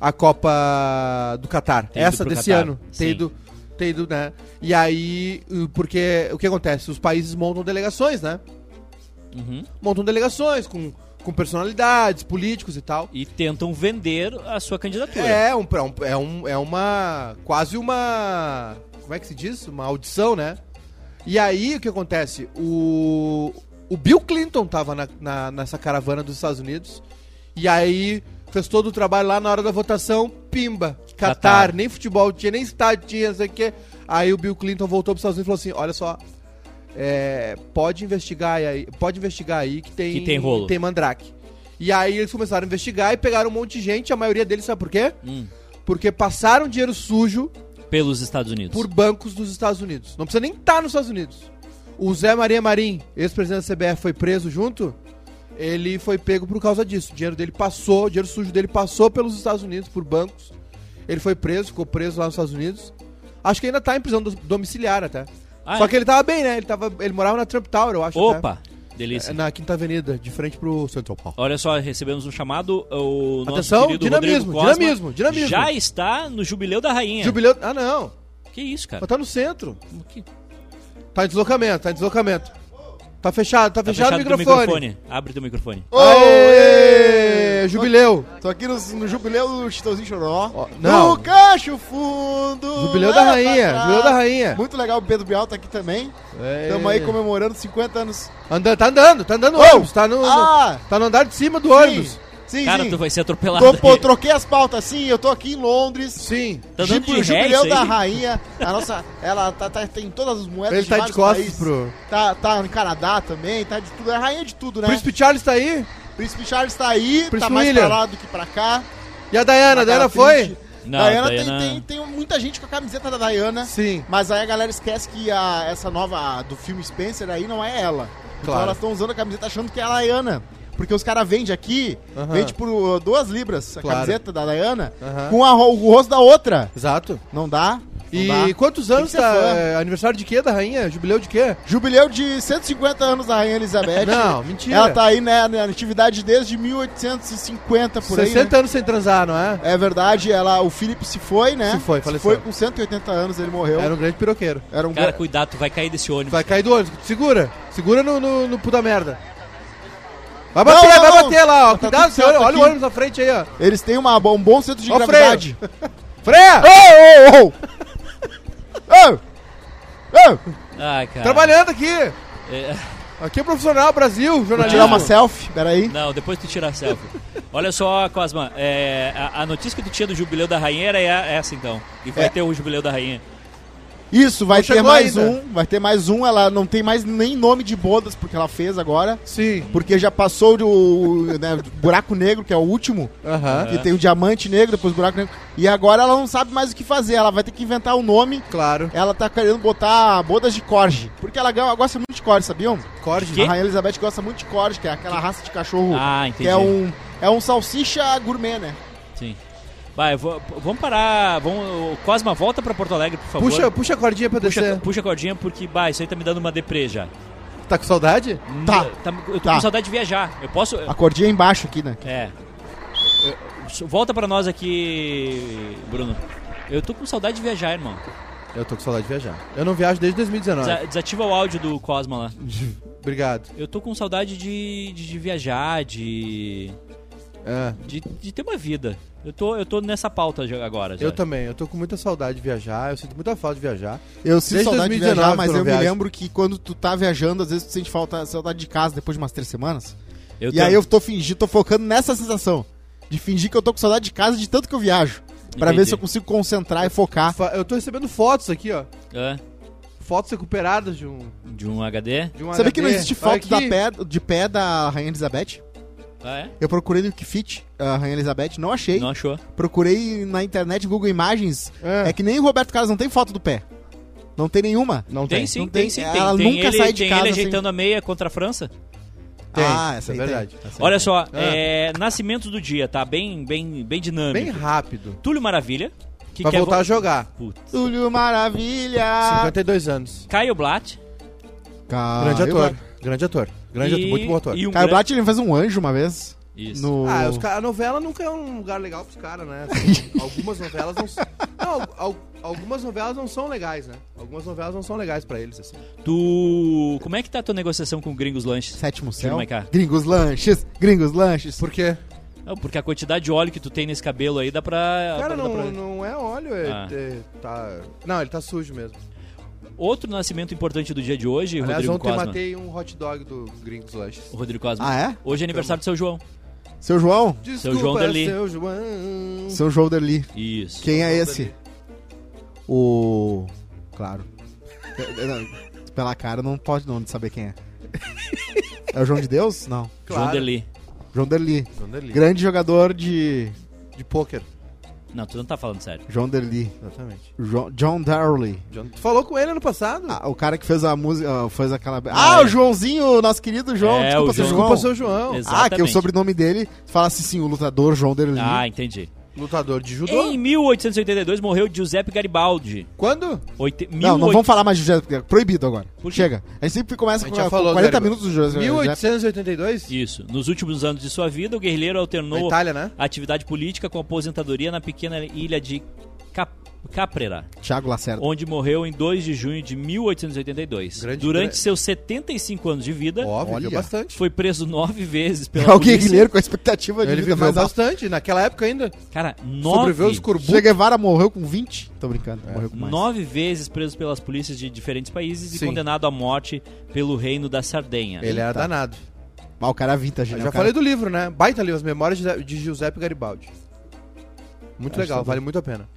[SPEAKER 2] a Copa do Catar.
[SPEAKER 1] Ter ido
[SPEAKER 2] Essa
[SPEAKER 1] pro
[SPEAKER 2] desse
[SPEAKER 1] Catar,
[SPEAKER 2] ano.
[SPEAKER 1] sim.
[SPEAKER 2] Ter ido, ter ido, né? E aí, uh, porque o que acontece? Os países montam delegações, né?
[SPEAKER 1] Uhum.
[SPEAKER 2] Montam delegações com, com personalidades, políticos e tal.
[SPEAKER 1] E tentam vender a sua candidatura.
[SPEAKER 2] É, um, pra- um- é, um, é uma. Quase uma. Como é que se diz? Uma audição, né? E aí o que acontece? O, o Bill Clinton tava na- na- nessa caravana dos Estados Unidos. E aí fez todo o trabalho lá na hora da votação. Pimba, Catar,
[SPEAKER 1] Catar.
[SPEAKER 2] nem futebol tinha, nem estádio tinha, não sei o quê. Aí o Bill Clinton voltou pros Estados Unidos e falou assim: olha só. é, pode investigar aí, pode investigar aí que tem
[SPEAKER 1] Que tem rolo.
[SPEAKER 2] tem mandrake. E aí eles começaram a investigar e pegaram um monte de gente, a maioria deles sabe por quê?
[SPEAKER 1] Hum.
[SPEAKER 2] Porque passaram dinheiro sujo
[SPEAKER 1] pelos Estados Unidos.
[SPEAKER 2] por bancos dos Estados Unidos. Não precisa nem estar nos Estados Unidos. O Zé Maria Marim, ex-presidente da CBF, foi preso junto. Ele foi pego por causa disso. O dinheiro dele passou, o dinheiro sujo dele passou pelos Estados Unidos, por bancos. Ele foi preso, ficou preso lá nos Estados Unidos. Acho que ainda tá em prisão do- domiciliar até.
[SPEAKER 1] Ah,
[SPEAKER 2] Só
[SPEAKER 1] é?
[SPEAKER 2] que ele tava bem, né? Ele, tava, ele morava na Trump Tower, eu acho.
[SPEAKER 1] Opa,
[SPEAKER 2] até.
[SPEAKER 1] delícia.
[SPEAKER 2] É, Na Quinta Avenida, de frente pro Central Park.
[SPEAKER 1] Olha só, recebemos um chamado. O nosso
[SPEAKER 2] Atenção,
[SPEAKER 1] querido
[SPEAKER 2] dinamismo,
[SPEAKER 1] Rodrigo Cosma
[SPEAKER 2] dinamismo, dinamismo.
[SPEAKER 1] Já está no Jubileu da Rainha.
[SPEAKER 2] Jubileu. Ah, não.
[SPEAKER 1] Que isso, cara?
[SPEAKER 2] Mas tá no centro.
[SPEAKER 1] Que-
[SPEAKER 2] Tá em deslocamento, tá em deslocamento. Tá fechado, tá
[SPEAKER 1] Tá
[SPEAKER 2] fechado,
[SPEAKER 1] fechado
[SPEAKER 2] o microfone.
[SPEAKER 1] teu microfone. Abre teu microfone.
[SPEAKER 2] Aê! Jubileu!
[SPEAKER 3] Tô aqui no, no jubileu do Chitãozinho Choró.
[SPEAKER 2] Ó, não.
[SPEAKER 3] No cacho fundo.
[SPEAKER 2] Jubileu da
[SPEAKER 3] lá pra
[SPEAKER 2] rainha!
[SPEAKER 3] trás.
[SPEAKER 2] Jubileu da rainha! É.
[SPEAKER 3] Muito legal, o Pedro Bial tá aqui também. Tamo aí comemorando 50 anos.
[SPEAKER 2] Andando, tá andando, tá andando no
[SPEAKER 3] Oh!
[SPEAKER 2] ônibus, tá no, no-
[SPEAKER 3] Ah!
[SPEAKER 2] tá no andar de cima do
[SPEAKER 3] Sim,
[SPEAKER 2] ônibus.
[SPEAKER 3] sim.
[SPEAKER 1] Cara,
[SPEAKER 3] sim.
[SPEAKER 1] tu vai ser atropelado.
[SPEAKER 3] Tô, pô,
[SPEAKER 1] aí.
[SPEAKER 3] troquei as pautas, sim, eu tô aqui em Londres.
[SPEAKER 2] Sim.
[SPEAKER 1] Tá dando
[SPEAKER 2] Tipo
[SPEAKER 3] Ju-
[SPEAKER 1] de ré
[SPEAKER 3] Jubileu
[SPEAKER 1] isso
[SPEAKER 3] da
[SPEAKER 1] aí?
[SPEAKER 3] Rainha, a nossa, ela tá, tá- tem todas as moedas
[SPEAKER 2] Ele tá de
[SPEAKER 3] vários
[SPEAKER 2] costas
[SPEAKER 3] países.
[SPEAKER 2] pro.
[SPEAKER 3] Tá, tá no Canadá também, tá de tudo, é a rainha de tudo, né? Príncipe,
[SPEAKER 2] Príncipe Charles tá aí?
[SPEAKER 3] Charles tá aí, tá
[SPEAKER 2] Príncipe
[SPEAKER 3] mais
[SPEAKER 2] William.
[SPEAKER 3] pra lá do que pra cá.
[SPEAKER 2] E a Diana? A Diana
[SPEAKER 3] Cara
[SPEAKER 2] foi?
[SPEAKER 3] triste.
[SPEAKER 1] Não,
[SPEAKER 3] Diana, tem-
[SPEAKER 1] Diana-
[SPEAKER 3] Tem, tem, muita gente com a camiseta da Diana,
[SPEAKER 2] Sim.
[SPEAKER 3] mas aí a galera esquece que a- essa nova do filme Spencer aí não é ela. Então
[SPEAKER 2] Claro.
[SPEAKER 3] elas estão usando a camiseta achando que é a Diana. Porque os caras vendem aqui,
[SPEAKER 2] Aham.
[SPEAKER 3] vende por uh, duas libras a
[SPEAKER 2] Claro.
[SPEAKER 3] camiseta da Diana,
[SPEAKER 2] Aham.
[SPEAKER 3] com a ro- o rosto da outra.
[SPEAKER 2] Exato.
[SPEAKER 3] Não dá? Não
[SPEAKER 2] E
[SPEAKER 3] dá.
[SPEAKER 2] quantos
[SPEAKER 3] Tem
[SPEAKER 2] anos
[SPEAKER 3] que ser
[SPEAKER 2] tá?
[SPEAKER 3] fã.
[SPEAKER 2] é, Aniversário de quê da rainha? Jubileu de quê?
[SPEAKER 3] Jubileu de 150 anos da Rainha Elizabeth.
[SPEAKER 2] Não, mentira.
[SPEAKER 3] Ela tá aí né, na atividade desde 1850 por aí.
[SPEAKER 2] 60
[SPEAKER 3] né?
[SPEAKER 2] anos sem transar, não é?
[SPEAKER 3] É verdade, ela, o Felipe se foi, né?
[SPEAKER 2] Se foi, faleceu.
[SPEAKER 3] foi com 180 anos, ele morreu.
[SPEAKER 2] Era um grande piroqueiro.
[SPEAKER 3] Era um
[SPEAKER 1] Cara,
[SPEAKER 3] gra-
[SPEAKER 1] cuidado, tu vai cair desse ônibus.
[SPEAKER 2] Vai cair do ônibus. Segura. Segura no, no, no puta merda. Vai
[SPEAKER 3] Não,
[SPEAKER 2] bater,
[SPEAKER 3] não,
[SPEAKER 2] vai
[SPEAKER 3] não.
[SPEAKER 2] bater lá, ó.
[SPEAKER 3] Tá
[SPEAKER 2] Cuidado,
[SPEAKER 3] tudo
[SPEAKER 2] senhor.
[SPEAKER 3] certo
[SPEAKER 2] Olha
[SPEAKER 3] aqui.
[SPEAKER 2] o ônibus na frente aí, ó.
[SPEAKER 3] Eles têm uma, bo- um bom centro de
[SPEAKER 2] Ó o
[SPEAKER 3] gravidade.
[SPEAKER 2] (laughs) Freia!
[SPEAKER 3] Ô, ô, ô! Ô! Ô!
[SPEAKER 1] Ai, cara.
[SPEAKER 2] Trabalhando aqui.
[SPEAKER 1] É,
[SPEAKER 2] Aqui é profissional, Brasil,
[SPEAKER 3] Vou
[SPEAKER 2] jornalismo.
[SPEAKER 3] tirar uma selfie, peraí.
[SPEAKER 1] não, depois tu tira a selfie. Olha só, Cosma, é, a, a notícia que tu tinha do Jubileu da Rainha era essa, então. E vai
[SPEAKER 3] É.
[SPEAKER 1] ter o Jubileu da Rainha.
[SPEAKER 3] Isso, vai
[SPEAKER 2] Não
[SPEAKER 3] ter
[SPEAKER 2] chegou
[SPEAKER 3] mais
[SPEAKER 2] ainda.
[SPEAKER 3] um. Vai ter mais um. Ela não tem mais nem nome de bodas, porque ela fez agora.
[SPEAKER 2] Sim.
[SPEAKER 3] Porque já passou do né, do buraco negro, que é o último.
[SPEAKER 2] Aham.
[SPEAKER 3] Que tem o diamante negro, depois o buraco negro. E agora ela não sabe mais o que fazer. Ela vai ter que inventar um nome.
[SPEAKER 2] Claro.
[SPEAKER 3] Ela tá querendo botar bodas de corgi. Porque ela ga- gosta muito de corgi, sabiam?
[SPEAKER 2] Corte.
[SPEAKER 1] Que?
[SPEAKER 3] A Rainha Elizabeth gosta muito de corgi, que é aquela raça de cachorro.
[SPEAKER 1] Ah, entendi.
[SPEAKER 3] que é um, é um salsicha gourmet, né?
[SPEAKER 1] Sim. Vai, vou- vamos parar. Vamos, Cosma, volta pra Porto Alegre, por favor.
[SPEAKER 2] Puxa, puxa a cordinha pra
[SPEAKER 1] é? puxa,
[SPEAKER 2] descer.
[SPEAKER 1] puxa a cordinha, porque, bah, isso aí tá me dando uma deprê já.
[SPEAKER 2] Tá com saudade?
[SPEAKER 3] Tá.
[SPEAKER 1] eu tô
[SPEAKER 3] Tá.
[SPEAKER 1] com saudade de viajar. Eu posso.
[SPEAKER 3] A cordinha é embaixo aqui, né?
[SPEAKER 1] É. Eu- volta pra nós aqui, Bruno. Eu tô com saudade de viajar, irmão.
[SPEAKER 2] Eu tô com saudade de viajar. Eu não viajo desde 2019.
[SPEAKER 1] Desa- desativa o áudio do Cosma lá.
[SPEAKER 2] Obrigado.
[SPEAKER 1] Eu tô com saudade de, de, de viajar, de,
[SPEAKER 2] É.
[SPEAKER 1] de. de ter uma vida. Eu tô, eu tô nessa pauta já- agora. Já. é.
[SPEAKER 2] Eu também, eu tô com muita saudade de viajar, eu sinto muita falta de viajar.
[SPEAKER 5] Eu sinto
[SPEAKER 2] Desde
[SPEAKER 5] saudade
[SPEAKER 2] 2019
[SPEAKER 5] de viajar, mas
[SPEAKER 2] que eu não
[SPEAKER 5] eu me
[SPEAKER 2] viajo.
[SPEAKER 5] lembro que quando tu tá viajando, às vezes tu sente falta, saudade de casa depois de umas três semanas.
[SPEAKER 1] Eu
[SPEAKER 5] e
[SPEAKER 1] tô-
[SPEAKER 5] aí eu tô fingindo, tô focando nessa sensação. De fingir que eu tô com saudade de casa de tanto que eu viajo. Pra
[SPEAKER 1] Entendi.
[SPEAKER 5] ver se eu consigo concentrar e
[SPEAKER 3] Ah.
[SPEAKER 5] focar.
[SPEAKER 2] Fa- Eu tô recebendo fotos aqui, ó.
[SPEAKER 1] Hã?
[SPEAKER 2] Fotos recuperadas de um.
[SPEAKER 1] de um HD?
[SPEAKER 2] De um
[SPEAKER 5] Sabia que não
[SPEAKER 2] HD.
[SPEAKER 5] existe
[SPEAKER 2] Olha
[SPEAKER 5] foto da
[SPEAKER 2] aqui.
[SPEAKER 5] pé, de pé da Rainha Elizabeth?
[SPEAKER 1] Ah, é?
[SPEAKER 5] Eu procurei no Kfit, a Rainha Elizabeth, não achei.
[SPEAKER 1] Não achou?
[SPEAKER 5] Procurei na internet, Google Imagens.
[SPEAKER 2] É.
[SPEAKER 5] É. que nem o Roberto Carlos não tem foto do pé. Não tem nenhuma.
[SPEAKER 2] Não
[SPEAKER 1] Tem
[SPEAKER 2] tem.
[SPEAKER 1] sim,
[SPEAKER 5] não
[SPEAKER 1] tem
[SPEAKER 5] tem. É,
[SPEAKER 1] sim, tem.
[SPEAKER 5] Ela
[SPEAKER 1] tem
[SPEAKER 5] nunca
[SPEAKER 1] ele,
[SPEAKER 5] sai de
[SPEAKER 1] tem
[SPEAKER 5] casa assim.
[SPEAKER 1] ele
[SPEAKER 5] sem-
[SPEAKER 1] ajeitando a meia contra a França.
[SPEAKER 2] Tem.
[SPEAKER 5] Ah, essa
[SPEAKER 2] é
[SPEAKER 5] aí
[SPEAKER 2] verdade.
[SPEAKER 1] Olha
[SPEAKER 5] Ah.
[SPEAKER 1] só, é, nascimento do dia, tá? Bem, bem, bem
[SPEAKER 2] Bem
[SPEAKER 1] dinâmico.
[SPEAKER 2] rápido.
[SPEAKER 1] Túlio Maravilha. Que
[SPEAKER 2] Pra
[SPEAKER 1] quer
[SPEAKER 2] voltar
[SPEAKER 1] vo-
[SPEAKER 2] a jogar.
[SPEAKER 1] Putz.
[SPEAKER 5] Túlio
[SPEAKER 2] Ah.
[SPEAKER 5] Maravilha!
[SPEAKER 2] 52 anos.
[SPEAKER 1] Caio Blatt.
[SPEAKER 2] grande
[SPEAKER 5] Caio
[SPEAKER 2] ator.
[SPEAKER 5] Blatt.
[SPEAKER 2] Grande ator. Grande
[SPEAKER 1] e...
[SPEAKER 2] ator. Muito bom ator.
[SPEAKER 1] E um
[SPEAKER 5] Caio
[SPEAKER 1] grande-
[SPEAKER 5] Blatt ele fez um anjo uma vez.
[SPEAKER 1] Isso.
[SPEAKER 5] No...
[SPEAKER 2] Ah, os ca- a novela nunca é um lugar legal pros caras, né?
[SPEAKER 1] (laughs)
[SPEAKER 2] Assim, algumas novelas não. s- não, al- al- algumas novelas não são legais, né? Algumas novelas não são legais pra eles, assim.
[SPEAKER 1] Tu. Como é que tá a tua negociação com o Gringos Lanches?
[SPEAKER 5] Sétimo
[SPEAKER 1] Júlio
[SPEAKER 5] céu.
[SPEAKER 1] Maiká.
[SPEAKER 5] Gringos lanches, gringos lanches.
[SPEAKER 2] Por quê?
[SPEAKER 1] Não, porque a quantidade de óleo que tu tem nesse cabelo aí dá Ah, pra.
[SPEAKER 2] Cara,
[SPEAKER 1] dá
[SPEAKER 2] não,
[SPEAKER 1] pra-
[SPEAKER 2] não é óleo, é,
[SPEAKER 1] Ah.
[SPEAKER 2] é- tá. Não, ele tá sujo mesmo.
[SPEAKER 1] Outro nascimento importante do dia de hoje,
[SPEAKER 2] Aliás,
[SPEAKER 1] Rodrigo
[SPEAKER 2] ontem
[SPEAKER 1] Cosma.
[SPEAKER 2] matei um hot dog do Gringos Lanches.
[SPEAKER 1] O Rodrigo Cosma.
[SPEAKER 5] Ah, é?
[SPEAKER 1] Hoje é aniversário do seu João.
[SPEAKER 5] Seu João?
[SPEAKER 2] Desculpa,
[SPEAKER 1] João Derli.
[SPEAKER 2] seu João.
[SPEAKER 5] Seu João Derli.
[SPEAKER 1] Isso.
[SPEAKER 5] Quem é
[SPEAKER 2] João
[SPEAKER 5] esse?
[SPEAKER 2] Derli.
[SPEAKER 5] O. Claro. É, é, não, Pela cara não pode não saber quem
[SPEAKER 1] (laughs)
[SPEAKER 5] é. É o João de Deus? Não.
[SPEAKER 1] João Deli.
[SPEAKER 5] João Derli.
[SPEAKER 2] João Derli.
[SPEAKER 5] Grande jogador de.
[SPEAKER 2] De pôquer.
[SPEAKER 1] Não, tu não tá falando sério.
[SPEAKER 3] John Derly.
[SPEAKER 2] Exatamente.
[SPEAKER 3] Jo- John Darley.
[SPEAKER 2] John, tu falou com ele ano passado?
[SPEAKER 3] Ah, o cara que fez a música, ah, fez aquela... Ah, o Joãozinho, nosso querido João.
[SPEAKER 1] É, o
[SPEAKER 3] desculpa, seu
[SPEAKER 1] João.
[SPEAKER 3] João.
[SPEAKER 2] Desculpa, seu João.
[SPEAKER 3] Ah, que é o
[SPEAKER 1] Exatamente.
[SPEAKER 3] sobrenome dele. Fala assim, sim, o lutador João
[SPEAKER 2] Uhum.
[SPEAKER 3] Derly.
[SPEAKER 1] Ah, entendi.
[SPEAKER 2] Lutador de judô.
[SPEAKER 1] Em 1882 morreu Giuseppe Garibaldi.
[SPEAKER 2] Quando?
[SPEAKER 1] Oite...
[SPEAKER 3] Não, não
[SPEAKER 1] 1800
[SPEAKER 3] vamos falar mais de José, porque é proibido agora.
[SPEAKER 1] Por quê?
[SPEAKER 3] Chega. A gente sempre começa
[SPEAKER 2] A
[SPEAKER 3] com,
[SPEAKER 2] gente já
[SPEAKER 3] com
[SPEAKER 2] falou,
[SPEAKER 3] 40
[SPEAKER 2] Zerba.
[SPEAKER 3] minutos do José.
[SPEAKER 2] 1882?
[SPEAKER 1] Isso. Nos últimos anos de sua vida, o guerrilheiro
[SPEAKER 2] Na
[SPEAKER 1] alternou
[SPEAKER 2] Itália, né?
[SPEAKER 1] a atividade política com aposentadoria na pequena ilha de Cap... Caprera,
[SPEAKER 3] Thiago Lacerda.
[SPEAKER 1] onde morreu em 2 de junho de 1882.
[SPEAKER 2] Grande-
[SPEAKER 1] Durante
[SPEAKER 2] grande-
[SPEAKER 1] seus 75 anos de vida,
[SPEAKER 2] Óbvio,
[SPEAKER 3] Olha.
[SPEAKER 2] viu bastante.
[SPEAKER 1] foi preso nove vezes
[SPEAKER 3] É
[SPEAKER 1] pela
[SPEAKER 3] (laughs) o
[SPEAKER 1] polícia.
[SPEAKER 3] guerrilheiro com a expectativa de
[SPEAKER 2] Ele viveu
[SPEAKER 3] vida mais alta.
[SPEAKER 2] bastante, naquela época ainda.
[SPEAKER 1] Cara, nove,
[SPEAKER 2] Sobreviveu os corbutos.
[SPEAKER 3] Che Guevara morreu com 20. Tô brincando,
[SPEAKER 2] É.
[SPEAKER 3] morreu com mais.
[SPEAKER 1] nove vezes preso pelas polícias de diferentes países
[SPEAKER 2] Sim.
[SPEAKER 1] e condenado à morte pelo reino da Sardenha.
[SPEAKER 2] Ele
[SPEAKER 3] é
[SPEAKER 2] era danado.
[SPEAKER 3] Ah, o cara é vintage,
[SPEAKER 2] Eu
[SPEAKER 3] né?
[SPEAKER 2] já
[SPEAKER 3] o cara...
[SPEAKER 2] falei do livro, né? Baita livro, As Memórias de- de Giuseppe Garibaldi. Muito legal, vale muito a pena.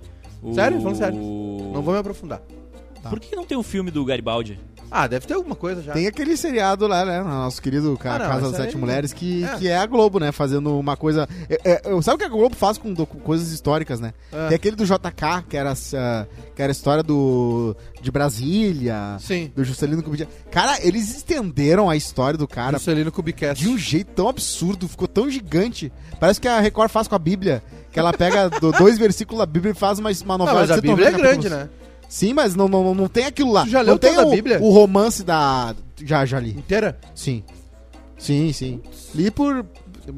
[SPEAKER 1] O-
[SPEAKER 2] Sério? Falando sério. Não vou me aprofundar.
[SPEAKER 1] Por que não tem um filme do Garibaldi?
[SPEAKER 2] Ah, deve ter alguma coisa já.
[SPEAKER 3] Tem aquele seriado lá, né? Nosso querido ca-
[SPEAKER 2] Ah, não,
[SPEAKER 3] Casa
[SPEAKER 2] essa
[SPEAKER 3] das Sete
[SPEAKER 2] aí-
[SPEAKER 3] Mulheres, que
[SPEAKER 2] É.
[SPEAKER 3] é. que é a Globo, né? Fazendo uma coisa. É, é, eu- sabe o que a Globo faz com docu- coisas históricas, né?
[SPEAKER 2] É.
[SPEAKER 3] Tem aquele do JK, que era, essa- que era a história do. de Brasília,
[SPEAKER 2] Sim.
[SPEAKER 3] do Juscelino Kubitschek. Cara, eles estenderam a história do cara
[SPEAKER 2] Juscelino Kubicast.
[SPEAKER 3] de um jeito tão absurdo, ficou tão gigante. Parece que a Record faz com a Bíblia. Que ela pega
[SPEAKER 2] (laughs)
[SPEAKER 3] do- dois versículos da Bíblia e faz uma, uma
[SPEAKER 2] Não,
[SPEAKER 3] novela.
[SPEAKER 2] mas
[SPEAKER 3] de
[SPEAKER 2] a
[SPEAKER 3] 190
[SPEAKER 2] Bíblia é grande,
[SPEAKER 3] capítulos.
[SPEAKER 2] né?
[SPEAKER 3] Sim, mas não, não, não tem aquilo lá.
[SPEAKER 2] Tu já
[SPEAKER 3] não
[SPEAKER 2] leu
[SPEAKER 3] tem
[SPEAKER 2] toda a
[SPEAKER 3] o,
[SPEAKER 2] Bíblia?
[SPEAKER 3] o romance da. Já, já li.
[SPEAKER 2] Inteira?
[SPEAKER 3] Sim. Sim, sim. Li por.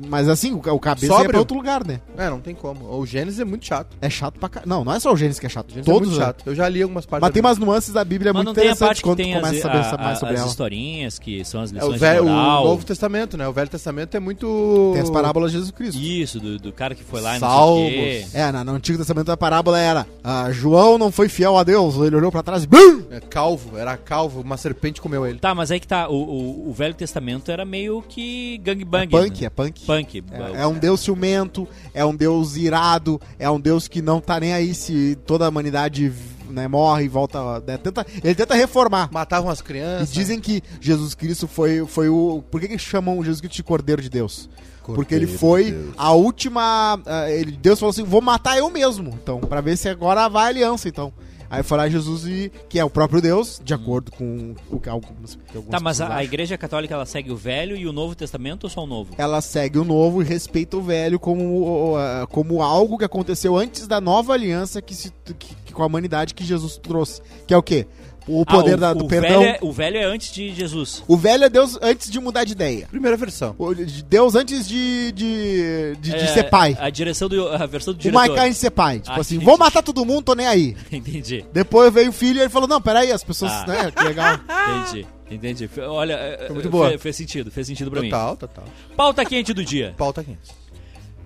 [SPEAKER 3] Mas assim, o, ca- o cabeça
[SPEAKER 2] Sóbrio?
[SPEAKER 3] é pra outro lugar, né?
[SPEAKER 2] É, não tem como. O Gênesis é muito chato.
[SPEAKER 3] É chato pra caralho. Não, não é só o Gênesis que é chato.
[SPEAKER 2] O Gênesis
[SPEAKER 3] Todos
[SPEAKER 2] é muito
[SPEAKER 3] né?
[SPEAKER 2] chato. Eu já li algumas partes.
[SPEAKER 3] Mas tem
[SPEAKER 2] da
[SPEAKER 3] umas nuances da Bíblia
[SPEAKER 1] Mas
[SPEAKER 3] É muito
[SPEAKER 1] não tem a
[SPEAKER 3] interessantes
[SPEAKER 1] parte que
[SPEAKER 3] quando tu
[SPEAKER 1] tem as,
[SPEAKER 3] começa a saber
[SPEAKER 1] a-
[SPEAKER 3] mais sobre
[SPEAKER 1] as
[SPEAKER 3] ela.
[SPEAKER 1] historinhas, que são as
[SPEAKER 2] Bíblia. É,
[SPEAKER 1] lições
[SPEAKER 2] o, velho,
[SPEAKER 1] de
[SPEAKER 2] o
[SPEAKER 1] moral.
[SPEAKER 2] Novo Testamento, né? O Velho Testamento é muito.
[SPEAKER 3] Tem as parábolas de Jesus Cristo.
[SPEAKER 1] Isso, do, do cara que foi lá e não
[SPEAKER 2] Salmos.
[SPEAKER 1] sei o quê.
[SPEAKER 3] É, na- no Antigo Testamento a parábola era ah, João não foi fiel a Deus, ele olhou pra trás e BUM!
[SPEAKER 2] É calvo, era calvo, uma serpente comeu ele.
[SPEAKER 1] Tá, mas aí que tá, o, o, o Velho Testamento era meio que gangbang.
[SPEAKER 3] Punk,
[SPEAKER 1] né?
[SPEAKER 3] é punk.
[SPEAKER 1] Punk.
[SPEAKER 3] É, é um deus ciumento, é um deus irado, é um deus que não tá nem aí se toda a humanidade né, morre e volta. né, tenta, ele tenta reformar.
[SPEAKER 2] Matavam as
[SPEAKER 3] E
[SPEAKER 2] crianças.
[SPEAKER 3] dizem que Jesus Cristo foi, foi o. Por que, que chamam Jesus Cristo de Cordeiro de Deus? Porque ele foi a última. ah, ele, Deus falou assim: vou matar eu mesmo. Então, pra ver se agora vai a aliança. Então. Aí foi lá Jesus, e, que é o próprio Deus, de acordo com o que algumas. que algumas
[SPEAKER 1] Hum. Tá, mas
[SPEAKER 3] pessoas
[SPEAKER 1] a, a
[SPEAKER 3] acham.
[SPEAKER 1] Igreja Católica ela segue o Velho e o Novo Testamento ou só o Novo?
[SPEAKER 3] ela segue o novo e respeita o velho como, o- o- a- como algo que aconteceu antes da nova aliança que se, que- que- com a humanidade que Jesus trouxe. Que é o quê? O poder
[SPEAKER 1] Ah, o,
[SPEAKER 3] da- do
[SPEAKER 1] o
[SPEAKER 3] perdão.
[SPEAKER 1] Velho é, o Velho é antes de Jesus.
[SPEAKER 3] O velho é Deus antes de mudar de ideia.
[SPEAKER 2] Primeira versão.
[SPEAKER 3] O- de- Deus antes de, de, de, de
[SPEAKER 1] É,
[SPEAKER 3] ser pai.
[SPEAKER 1] A direção do a versão do
[SPEAKER 3] O
[SPEAKER 1] diretor.
[SPEAKER 3] Mike antes de ser pai. Tipo
[SPEAKER 1] Ah,
[SPEAKER 3] assim,
[SPEAKER 1] entendi.
[SPEAKER 3] vou matar todo mundo, tô nem aí.
[SPEAKER 1] (laughs) Entendi.
[SPEAKER 3] Depois veio o filho e ele falou, não, peraí, as pessoas,
[SPEAKER 1] Ah.
[SPEAKER 3] né,
[SPEAKER 1] (laughs)
[SPEAKER 3] que legal.
[SPEAKER 1] Entendi. Entendi. Fe- Olha, é,
[SPEAKER 2] muito
[SPEAKER 1] é,
[SPEAKER 2] boa.
[SPEAKER 1] fe- Fez sentido, fez sentido pra
[SPEAKER 2] Total, total.
[SPEAKER 1] mim. Pauta quente do dia.
[SPEAKER 2] Pauta quente.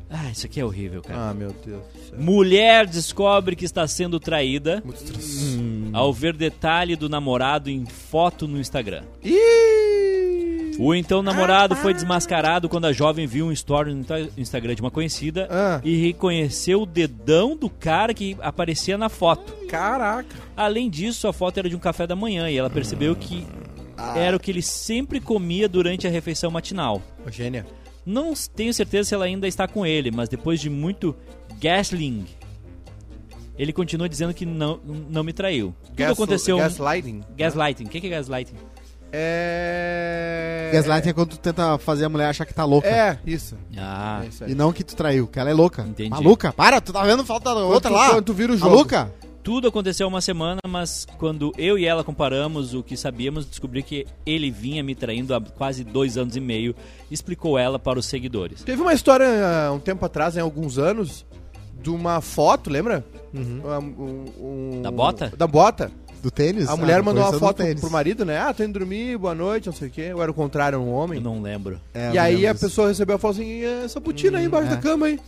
[SPEAKER 1] Ah, isso aqui é horrível, cara.
[SPEAKER 2] Ah, meu Deus. do céu.
[SPEAKER 1] Mulher descobre que está sendo traída
[SPEAKER 2] Muito
[SPEAKER 3] Hum.
[SPEAKER 1] ao ver detalhe do namorado em foto no Instagram.
[SPEAKER 2] Ih!
[SPEAKER 1] O então namorado foi desmascarado quando a jovem viu um story no insta- Instagram de uma conhecida
[SPEAKER 2] Ah.
[SPEAKER 1] e reconheceu o dedão do cara que aparecia na foto.
[SPEAKER 2] Caraca.
[SPEAKER 1] Além disso, a foto era de um café da manhã e ela percebeu que era o que ele sempre comia durante a refeição matinal.
[SPEAKER 2] Ô, Gênia.
[SPEAKER 1] Não tenho certeza se ela ainda está com ele, mas depois de muito gasling, ele continua dizendo que não, não me traiu. Tudo
[SPEAKER 2] Gasl-
[SPEAKER 1] aconteceu.
[SPEAKER 2] Gaslighting.
[SPEAKER 1] Gaslighting. O que que é gaslighting?
[SPEAKER 2] É.
[SPEAKER 3] Gaslighting é quando tu tenta fazer a mulher achar que tá louca.
[SPEAKER 2] É, isso.
[SPEAKER 1] Ah,
[SPEAKER 2] É isso aí.
[SPEAKER 3] E não que tu traiu, que ela é louca.
[SPEAKER 1] Entendi.
[SPEAKER 3] Maluca, para, tu tá vendo falta da outra
[SPEAKER 2] Quando-
[SPEAKER 3] lá. Tá
[SPEAKER 2] Quando tu vira o jogo.
[SPEAKER 3] Maluca?
[SPEAKER 1] tudo aconteceu há uma semana, mas quando eu e ela comparamos o que sabíamos, descobri que ele vinha me traindo há quase dois anos e meio, explicou ela para os seguidores.
[SPEAKER 2] Teve uma história ah, um tempo atrás, em alguns anos, de uma foto, lembra? Ah,
[SPEAKER 3] Uhum.
[SPEAKER 2] Um- um- um-
[SPEAKER 1] Da bota?
[SPEAKER 2] Da bota.
[SPEAKER 3] Do tênis?
[SPEAKER 2] A mulher
[SPEAKER 3] Ah,
[SPEAKER 2] mandou uma
[SPEAKER 3] conversando
[SPEAKER 2] foto
[SPEAKER 3] do tênis.
[SPEAKER 2] pro marido, né? Ah, tô indo dormir, boa noite, não sei o quê. Ou era o contrário, um homem.
[SPEAKER 1] Eu não lembro.
[SPEAKER 3] É, eu
[SPEAKER 2] e aí
[SPEAKER 3] lembro
[SPEAKER 2] a
[SPEAKER 3] disso.
[SPEAKER 2] pessoa recebeu a foto assim, "É, essa botina aí embaixo
[SPEAKER 3] é.
[SPEAKER 2] da cama aí.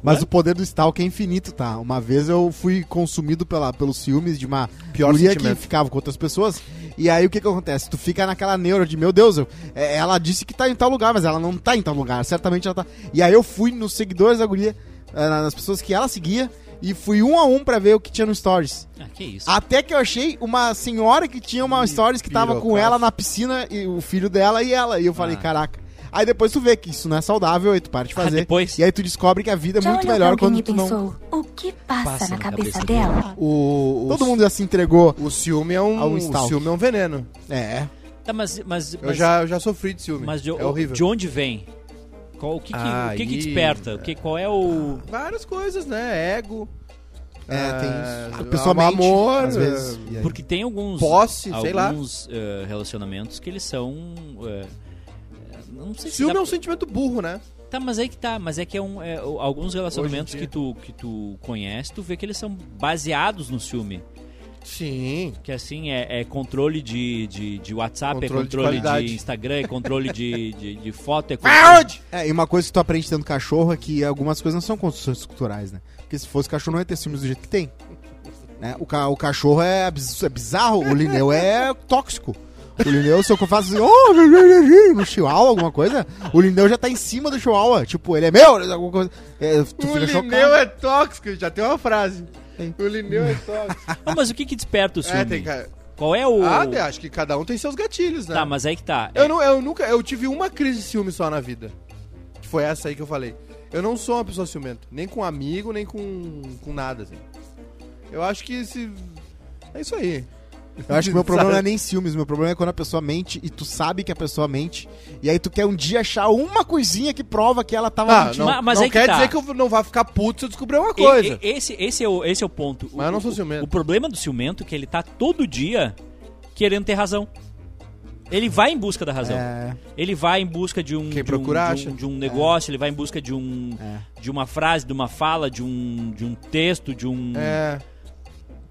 [SPEAKER 3] Mas o poder do stalk é infinito, tá? Uma vez eu fui consumido pela, pelos ciúmes de uma
[SPEAKER 2] Pior
[SPEAKER 3] guria
[SPEAKER 2] sentimento.
[SPEAKER 3] que ficava com outras pessoas. E aí o que que acontece? Tu fica naquela neura de, meu Deus, eu- é, ela disse que tá em tal lugar, mas ela não tá em tal lugar. Certamente ela tá. E aí eu fui nos seguidores da guria, eh, nas pessoas que ela seguia, e fui um a um pra ver o que tinha no stories.
[SPEAKER 1] Ah, que isso.
[SPEAKER 3] Até que eu achei uma senhora que tinha uma stories que tava com
[SPEAKER 2] pirocaço.
[SPEAKER 3] ela na piscina, e o filho dela e ela. E eu falei,
[SPEAKER 1] Ah.
[SPEAKER 3] caraca. Aí depois tu vê que isso não é saudável, aí tu para de
[SPEAKER 1] Ah,
[SPEAKER 3] fazer.
[SPEAKER 1] depois?
[SPEAKER 3] E aí tu descobre que a vida é
[SPEAKER 6] Já
[SPEAKER 3] muito
[SPEAKER 6] olhou
[SPEAKER 3] melhor
[SPEAKER 6] pra alguém
[SPEAKER 3] quando
[SPEAKER 6] e
[SPEAKER 3] tu não.
[SPEAKER 6] pensou, O que passa,
[SPEAKER 1] Passa
[SPEAKER 6] na, cabeça, dela?
[SPEAKER 2] O, o,
[SPEAKER 3] Todo mundo já se entregou.
[SPEAKER 2] O ciúme é
[SPEAKER 3] Ao
[SPEAKER 2] um, o
[SPEAKER 3] stalk.
[SPEAKER 2] ciúme é um veneno.
[SPEAKER 3] É.
[SPEAKER 1] Tá, mas, mas,
[SPEAKER 2] Eu,
[SPEAKER 1] mas-
[SPEAKER 2] já, eu já sofri de ciúme.
[SPEAKER 1] mas de,
[SPEAKER 2] é horrível.
[SPEAKER 1] de onde vem? Qual, o que, que, o que, que
[SPEAKER 2] Aí,
[SPEAKER 1] desperta? O que, qual é o.
[SPEAKER 2] Várias coisas, né? Ego.
[SPEAKER 3] É, tem
[SPEAKER 2] ah,
[SPEAKER 3] isso. A pessoa mente,
[SPEAKER 2] amor,
[SPEAKER 3] às vezes. E aí?
[SPEAKER 1] Porque tem alguns.
[SPEAKER 2] Posse,
[SPEAKER 1] alguns,
[SPEAKER 2] sei lá.
[SPEAKER 1] eh, relacionamentos que eles são. eh, não sei se
[SPEAKER 2] Ciúme
[SPEAKER 1] dá-
[SPEAKER 2] é um sentimento burro, né?
[SPEAKER 1] Tá, mas aí que tá. Mas é que é um, é, o- alguns relacionamentos
[SPEAKER 2] dia.
[SPEAKER 1] que tu, que tu conhece, tu vê que eles são baseados no ciúme.
[SPEAKER 2] Sim.
[SPEAKER 1] Que assim, é, é controle de, de, de WhatsApp,
[SPEAKER 2] Controle
[SPEAKER 1] é
[SPEAKER 2] de
[SPEAKER 1] controle de,
[SPEAKER 2] qualidade.
[SPEAKER 1] Instagram, é controle de, de, de
[SPEAKER 2] (laughs)
[SPEAKER 1] foto, é controle...
[SPEAKER 3] É, e uma coisa que tu aprende tendo cachorro é que algumas coisas não são construções culturais, né? Porque se fosse cachorro, não ia ter ciúmes do jeito que tem. Né? O, ca- o cachorro é, abs- é bizarro, o Lineu é tóxico. O Lineu, se eu faço assim, oh, no chihuahua, alguma coisa, o Lineu já tá em cima do chihuahua. Tipo, ele é meu, alguma coisa. É, tu
[SPEAKER 7] O
[SPEAKER 3] fica
[SPEAKER 7] Lineu
[SPEAKER 3] chocado.
[SPEAKER 7] é tóxico, já tem uma frase. O Lineu é tóxico.
[SPEAKER 1] Ah, mas o que que desperta o ciúme?
[SPEAKER 2] É, tem cara.
[SPEAKER 1] Qual é o...
[SPEAKER 2] Ah, de- acho que cada um tem seus gatilhos, né?
[SPEAKER 1] Tá, mas aí que tá.
[SPEAKER 2] Eu, não, eu nunca. Eu tive uma crise de ciúme só na vida. Que foi essa aí que eu falei. Eu não sou uma pessoa ciumenta. Nem com amigo, nem com, com nada, assim. Eu acho que se. É isso aí.
[SPEAKER 3] Eu acho que meu problema não é nem ciúmes, meu problema é quando a pessoa mente e tu sabe que a pessoa mente. E aí tu quer um dia achar uma coisinha que prova que ela tava
[SPEAKER 2] Ah,
[SPEAKER 3] mentindo.
[SPEAKER 2] não,
[SPEAKER 1] mas- mas
[SPEAKER 2] não
[SPEAKER 1] aí que
[SPEAKER 2] quer
[SPEAKER 1] tá.
[SPEAKER 2] dizer que eu não vá ficar puto se eu descobrir uma
[SPEAKER 1] E-
[SPEAKER 2] coisa.
[SPEAKER 1] e- esse, esse, é o, esse é o ponto.
[SPEAKER 2] Mas
[SPEAKER 1] o,
[SPEAKER 2] eu não sou
[SPEAKER 1] o-
[SPEAKER 2] ciumento.
[SPEAKER 1] O problema do ciumento é que ele tá todo dia querendo ter razão. Ele vai em busca da razão.
[SPEAKER 3] É.
[SPEAKER 1] Ele vai em busca de um,
[SPEAKER 2] Quem
[SPEAKER 1] de um-
[SPEAKER 2] procura,
[SPEAKER 1] de,
[SPEAKER 2] acha. É.
[SPEAKER 1] um, de um negócio, ele vai em busca de um de uma frase, de uma fala, de um de um texto, de um
[SPEAKER 2] É,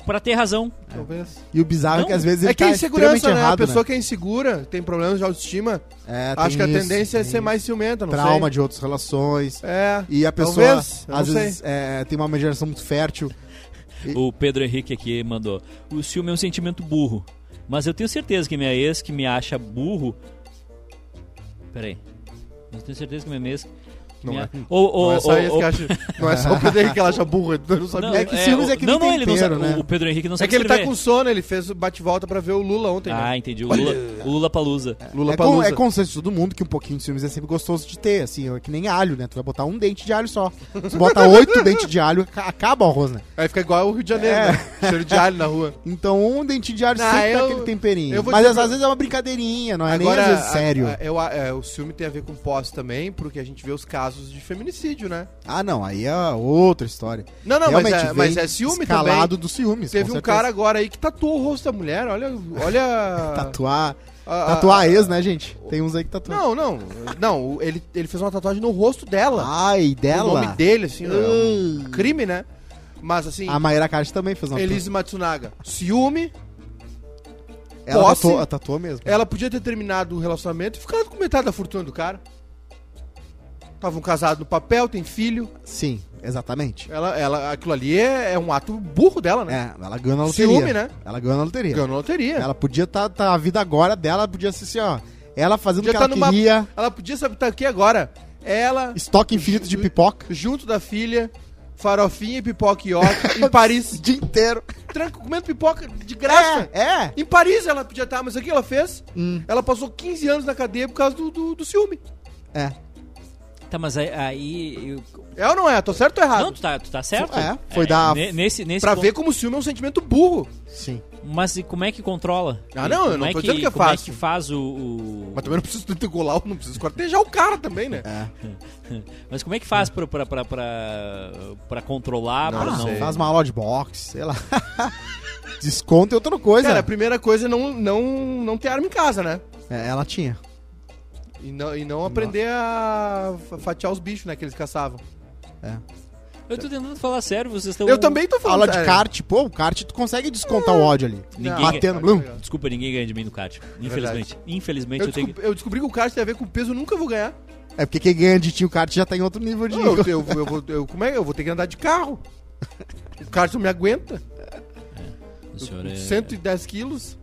[SPEAKER 1] Pra ter razão.
[SPEAKER 2] talvez.
[SPEAKER 3] E o bizarro é que
[SPEAKER 1] Não,
[SPEAKER 3] às vezes ele
[SPEAKER 2] É que a
[SPEAKER 3] tá
[SPEAKER 2] insegurança, né?
[SPEAKER 3] extremamente errado,
[SPEAKER 2] a pessoa
[SPEAKER 3] né?
[SPEAKER 2] que é insegura, tem problemas de autoestima,
[SPEAKER 3] É,
[SPEAKER 2] acho que
[SPEAKER 3] tem
[SPEAKER 2] a
[SPEAKER 3] isso,
[SPEAKER 2] tendência é
[SPEAKER 3] tem
[SPEAKER 2] ser mais ciumenta, não
[SPEAKER 3] trauma
[SPEAKER 2] sei.
[SPEAKER 3] de outras relações.
[SPEAKER 2] É.
[SPEAKER 3] E a pessoa,
[SPEAKER 2] Talvez, eu
[SPEAKER 3] às
[SPEAKER 2] não
[SPEAKER 3] vezes, é, tem uma geração muito fértil.
[SPEAKER 1] O Pedro Henrique aqui mandou. O ciúme é um sentimento burro. Mas eu tenho certeza que minha ex que me acha burro. Peraí. Eu tenho certeza que minha ex. que
[SPEAKER 2] Não
[SPEAKER 1] me
[SPEAKER 2] é.
[SPEAKER 1] a- Ou, ou,
[SPEAKER 2] não é só
[SPEAKER 1] ou-
[SPEAKER 2] isso que
[SPEAKER 1] ou-
[SPEAKER 2] acha. Não é
[SPEAKER 3] (laughs)
[SPEAKER 2] só o Pedro Henrique que ela acha burro, eu não sabia.
[SPEAKER 1] Não,
[SPEAKER 3] É que ciúmes
[SPEAKER 1] o-
[SPEAKER 3] é que
[SPEAKER 1] não,
[SPEAKER 3] nem
[SPEAKER 1] não, ele não
[SPEAKER 3] tempero,
[SPEAKER 1] sabe,
[SPEAKER 3] né?
[SPEAKER 1] o- O Pedro Henrique não
[SPEAKER 2] É
[SPEAKER 1] sabe
[SPEAKER 2] que ele tá com
[SPEAKER 1] escrever.
[SPEAKER 2] sono, ele fez o bate-volta pra ver o Lula ontem, né?
[SPEAKER 1] Ah, entendi. O Lula, o Lula Palusa.
[SPEAKER 2] Lula
[SPEAKER 3] é,
[SPEAKER 2] pra
[SPEAKER 3] con,
[SPEAKER 2] Lula.
[SPEAKER 3] é consenso de todo mundo que um pouquinho de ciúmes é sempre gostoso de ter, assim, é que nem alho, né? Tu vai botar um dente de alho só. Tu bota oito dentes de alho, ca- acaba o arroz, né?
[SPEAKER 2] Aí fica igual o Rio de Janeiro,
[SPEAKER 3] É.
[SPEAKER 2] né? Cheiro de alho na
[SPEAKER 3] (laughs)
[SPEAKER 2] rua.
[SPEAKER 3] Então um dentinho de alho
[SPEAKER 2] Não,
[SPEAKER 3] sempre dá
[SPEAKER 2] Ah, eu-
[SPEAKER 3] aquele temperinho.
[SPEAKER 2] eu vou
[SPEAKER 3] Mas
[SPEAKER 2] te
[SPEAKER 3] às,
[SPEAKER 2] dizer-
[SPEAKER 3] às vezes é uma brincadeirinha, não é nem às vezes
[SPEAKER 2] a-
[SPEAKER 3] sério.
[SPEAKER 2] a- eu, a- é, o ciúme tem a ver com posse também, porque a gente vê os casos de feminicídio, né?
[SPEAKER 3] Ah, não, aí é outra história.
[SPEAKER 2] Não, não, mas
[SPEAKER 3] Realmente,
[SPEAKER 2] é,
[SPEAKER 3] vem
[SPEAKER 2] mas é ciúme
[SPEAKER 3] escalado
[SPEAKER 2] também.
[SPEAKER 3] dos ciúmes.
[SPEAKER 2] Teve
[SPEAKER 3] com
[SPEAKER 2] um
[SPEAKER 3] certeza.
[SPEAKER 2] cara agora aí que tatuou o rosto da mulher, olha...
[SPEAKER 3] (laughs)
[SPEAKER 2] olha
[SPEAKER 3] Tatuar.
[SPEAKER 2] a- a-
[SPEAKER 3] Tatuar ex, né, gente? Tem uns aí que tatuam.
[SPEAKER 2] ah, Não, não. Não, o- ele, ele fez uma tatuagem no rosto dela.
[SPEAKER 3] Ai,
[SPEAKER 2] O nome
[SPEAKER 3] dela.
[SPEAKER 2] dele, assim, né?
[SPEAKER 3] Hum.
[SPEAKER 2] Um crime, né? Mas assim,
[SPEAKER 3] A Mayra Card também fez uma
[SPEAKER 2] Elise Matsunaga, ciúme,
[SPEAKER 3] tatu- Ela
[SPEAKER 2] posse.
[SPEAKER 3] tatuou, tatuou mesmo.
[SPEAKER 2] ela podia ter terminado o relacionamento e ficado com metade da fortuna do cara. Estavam casados no papel, tem filho.
[SPEAKER 3] Sim, exatamente.
[SPEAKER 2] Ela, ela, aquilo ali é, é um ato burro dela, né?
[SPEAKER 3] É, ela ganhou na loteria.
[SPEAKER 2] Ciúme, né?
[SPEAKER 3] Ela ganhou na loteria.
[SPEAKER 2] Ganhou na loteria. Ela,
[SPEAKER 3] É. Ela podia estar. a vida agora dela podia ser assim, ó. Ela fazendo o
[SPEAKER 2] Podia
[SPEAKER 3] que
[SPEAKER 2] tá
[SPEAKER 3] ela
[SPEAKER 2] numa-
[SPEAKER 3] queria.
[SPEAKER 2] podia saber estar aqui agora. Ela,
[SPEAKER 3] Estoque infinito de
[SPEAKER 2] (laughs)
[SPEAKER 3] pipoca.
[SPEAKER 2] junto da filha, farofinha e pipoca e óculos, em Paris.
[SPEAKER 3] O dia inteiro.
[SPEAKER 2] Tranco, comendo pipoca de graça.
[SPEAKER 3] É, é.
[SPEAKER 2] Em Paris ela podia estar, mas o que ela fez?
[SPEAKER 3] Hum.
[SPEAKER 2] Ela passou 15 anos na cadeia por causa do, do, do ciúme.
[SPEAKER 3] É.
[SPEAKER 1] Tá, mas aí. aí eu-
[SPEAKER 2] É ou não é? Tô certo ou errado?
[SPEAKER 1] Não, tu tá, tu tá certo?
[SPEAKER 3] É, foi da-
[SPEAKER 1] ne- Nesse, nesse
[SPEAKER 2] pra
[SPEAKER 1] ponto-
[SPEAKER 2] ver como o ciúme é um sentimento burro.
[SPEAKER 3] Sim.
[SPEAKER 1] Mas e como é que controla?
[SPEAKER 2] Ah,
[SPEAKER 1] E
[SPEAKER 2] não, eu
[SPEAKER 1] como
[SPEAKER 2] não
[SPEAKER 1] é
[SPEAKER 2] tô dizendo que é
[SPEAKER 1] como
[SPEAKER 2] fácil.
[SPEAKER 1] é que faz o. o-
[SPEAKER 2] Mas também não preciso degolar, não preciso cortejar o cara também, né?
[SPEAKER 1] Mas como é que faz pra, pra, pra, pra, pra controlar? pra
[SPEAKER 3] Ah,
[SPEAKER 1] não...
[SPEAKER 2] sei.
[SPEAKER 3] faz uma aula de boxe, sei lá. (laughs) Desconto e outra coisa.
[SPEAKER 2] Cara, a primeira coisa é não, não, não ter arma em casa, né?
[SPEAKER 3] É, ela tinha.
[SPEAKER 2] E não, e não aprender a fa- fatiar os bichos, né? Que eles caçavam.
[SPEAKER 1] Eu tô tentando falar sério, vocês estão.
[SPEAKER 2] Eu também tô falando.
[SPEAKER 3] aula de
[SPEAKER 2] sério. Ah,
[SPEAKER 3] kart, pô, o kart tu consegue descontar o ódio ali.
[SPEAKER 1] Ninguém-
[SPEAKER 3] Batendo.
[SPEAKER 2] Não,
[SPEAKER 3] blum.
[SPEAKER 1] Desculpa, ninguém ganha de mim no kart. Infelizmente. Infelizmente
[SPEAKER 2] É Eu,
[SPEAKER 1] eu, tenho que.
[SPEAKER 2] descobri, eu descobri que o kart tem a ver com o peso, eu nunca vou
[SPEAKER 3] (laughs)
[SPEAKER 2] ganhar.
[SPEAKER 3] É porque quem ganha de ti o kart já tá em outro nível de.
[SPEAKER 2] Eu, eu, eu, vou, eu, como é? eu vou ter que andar de carro. O kart não me aguenta.
[SPEAKER 1] O senhor é-
[SPEAKER 2] 110 quilos.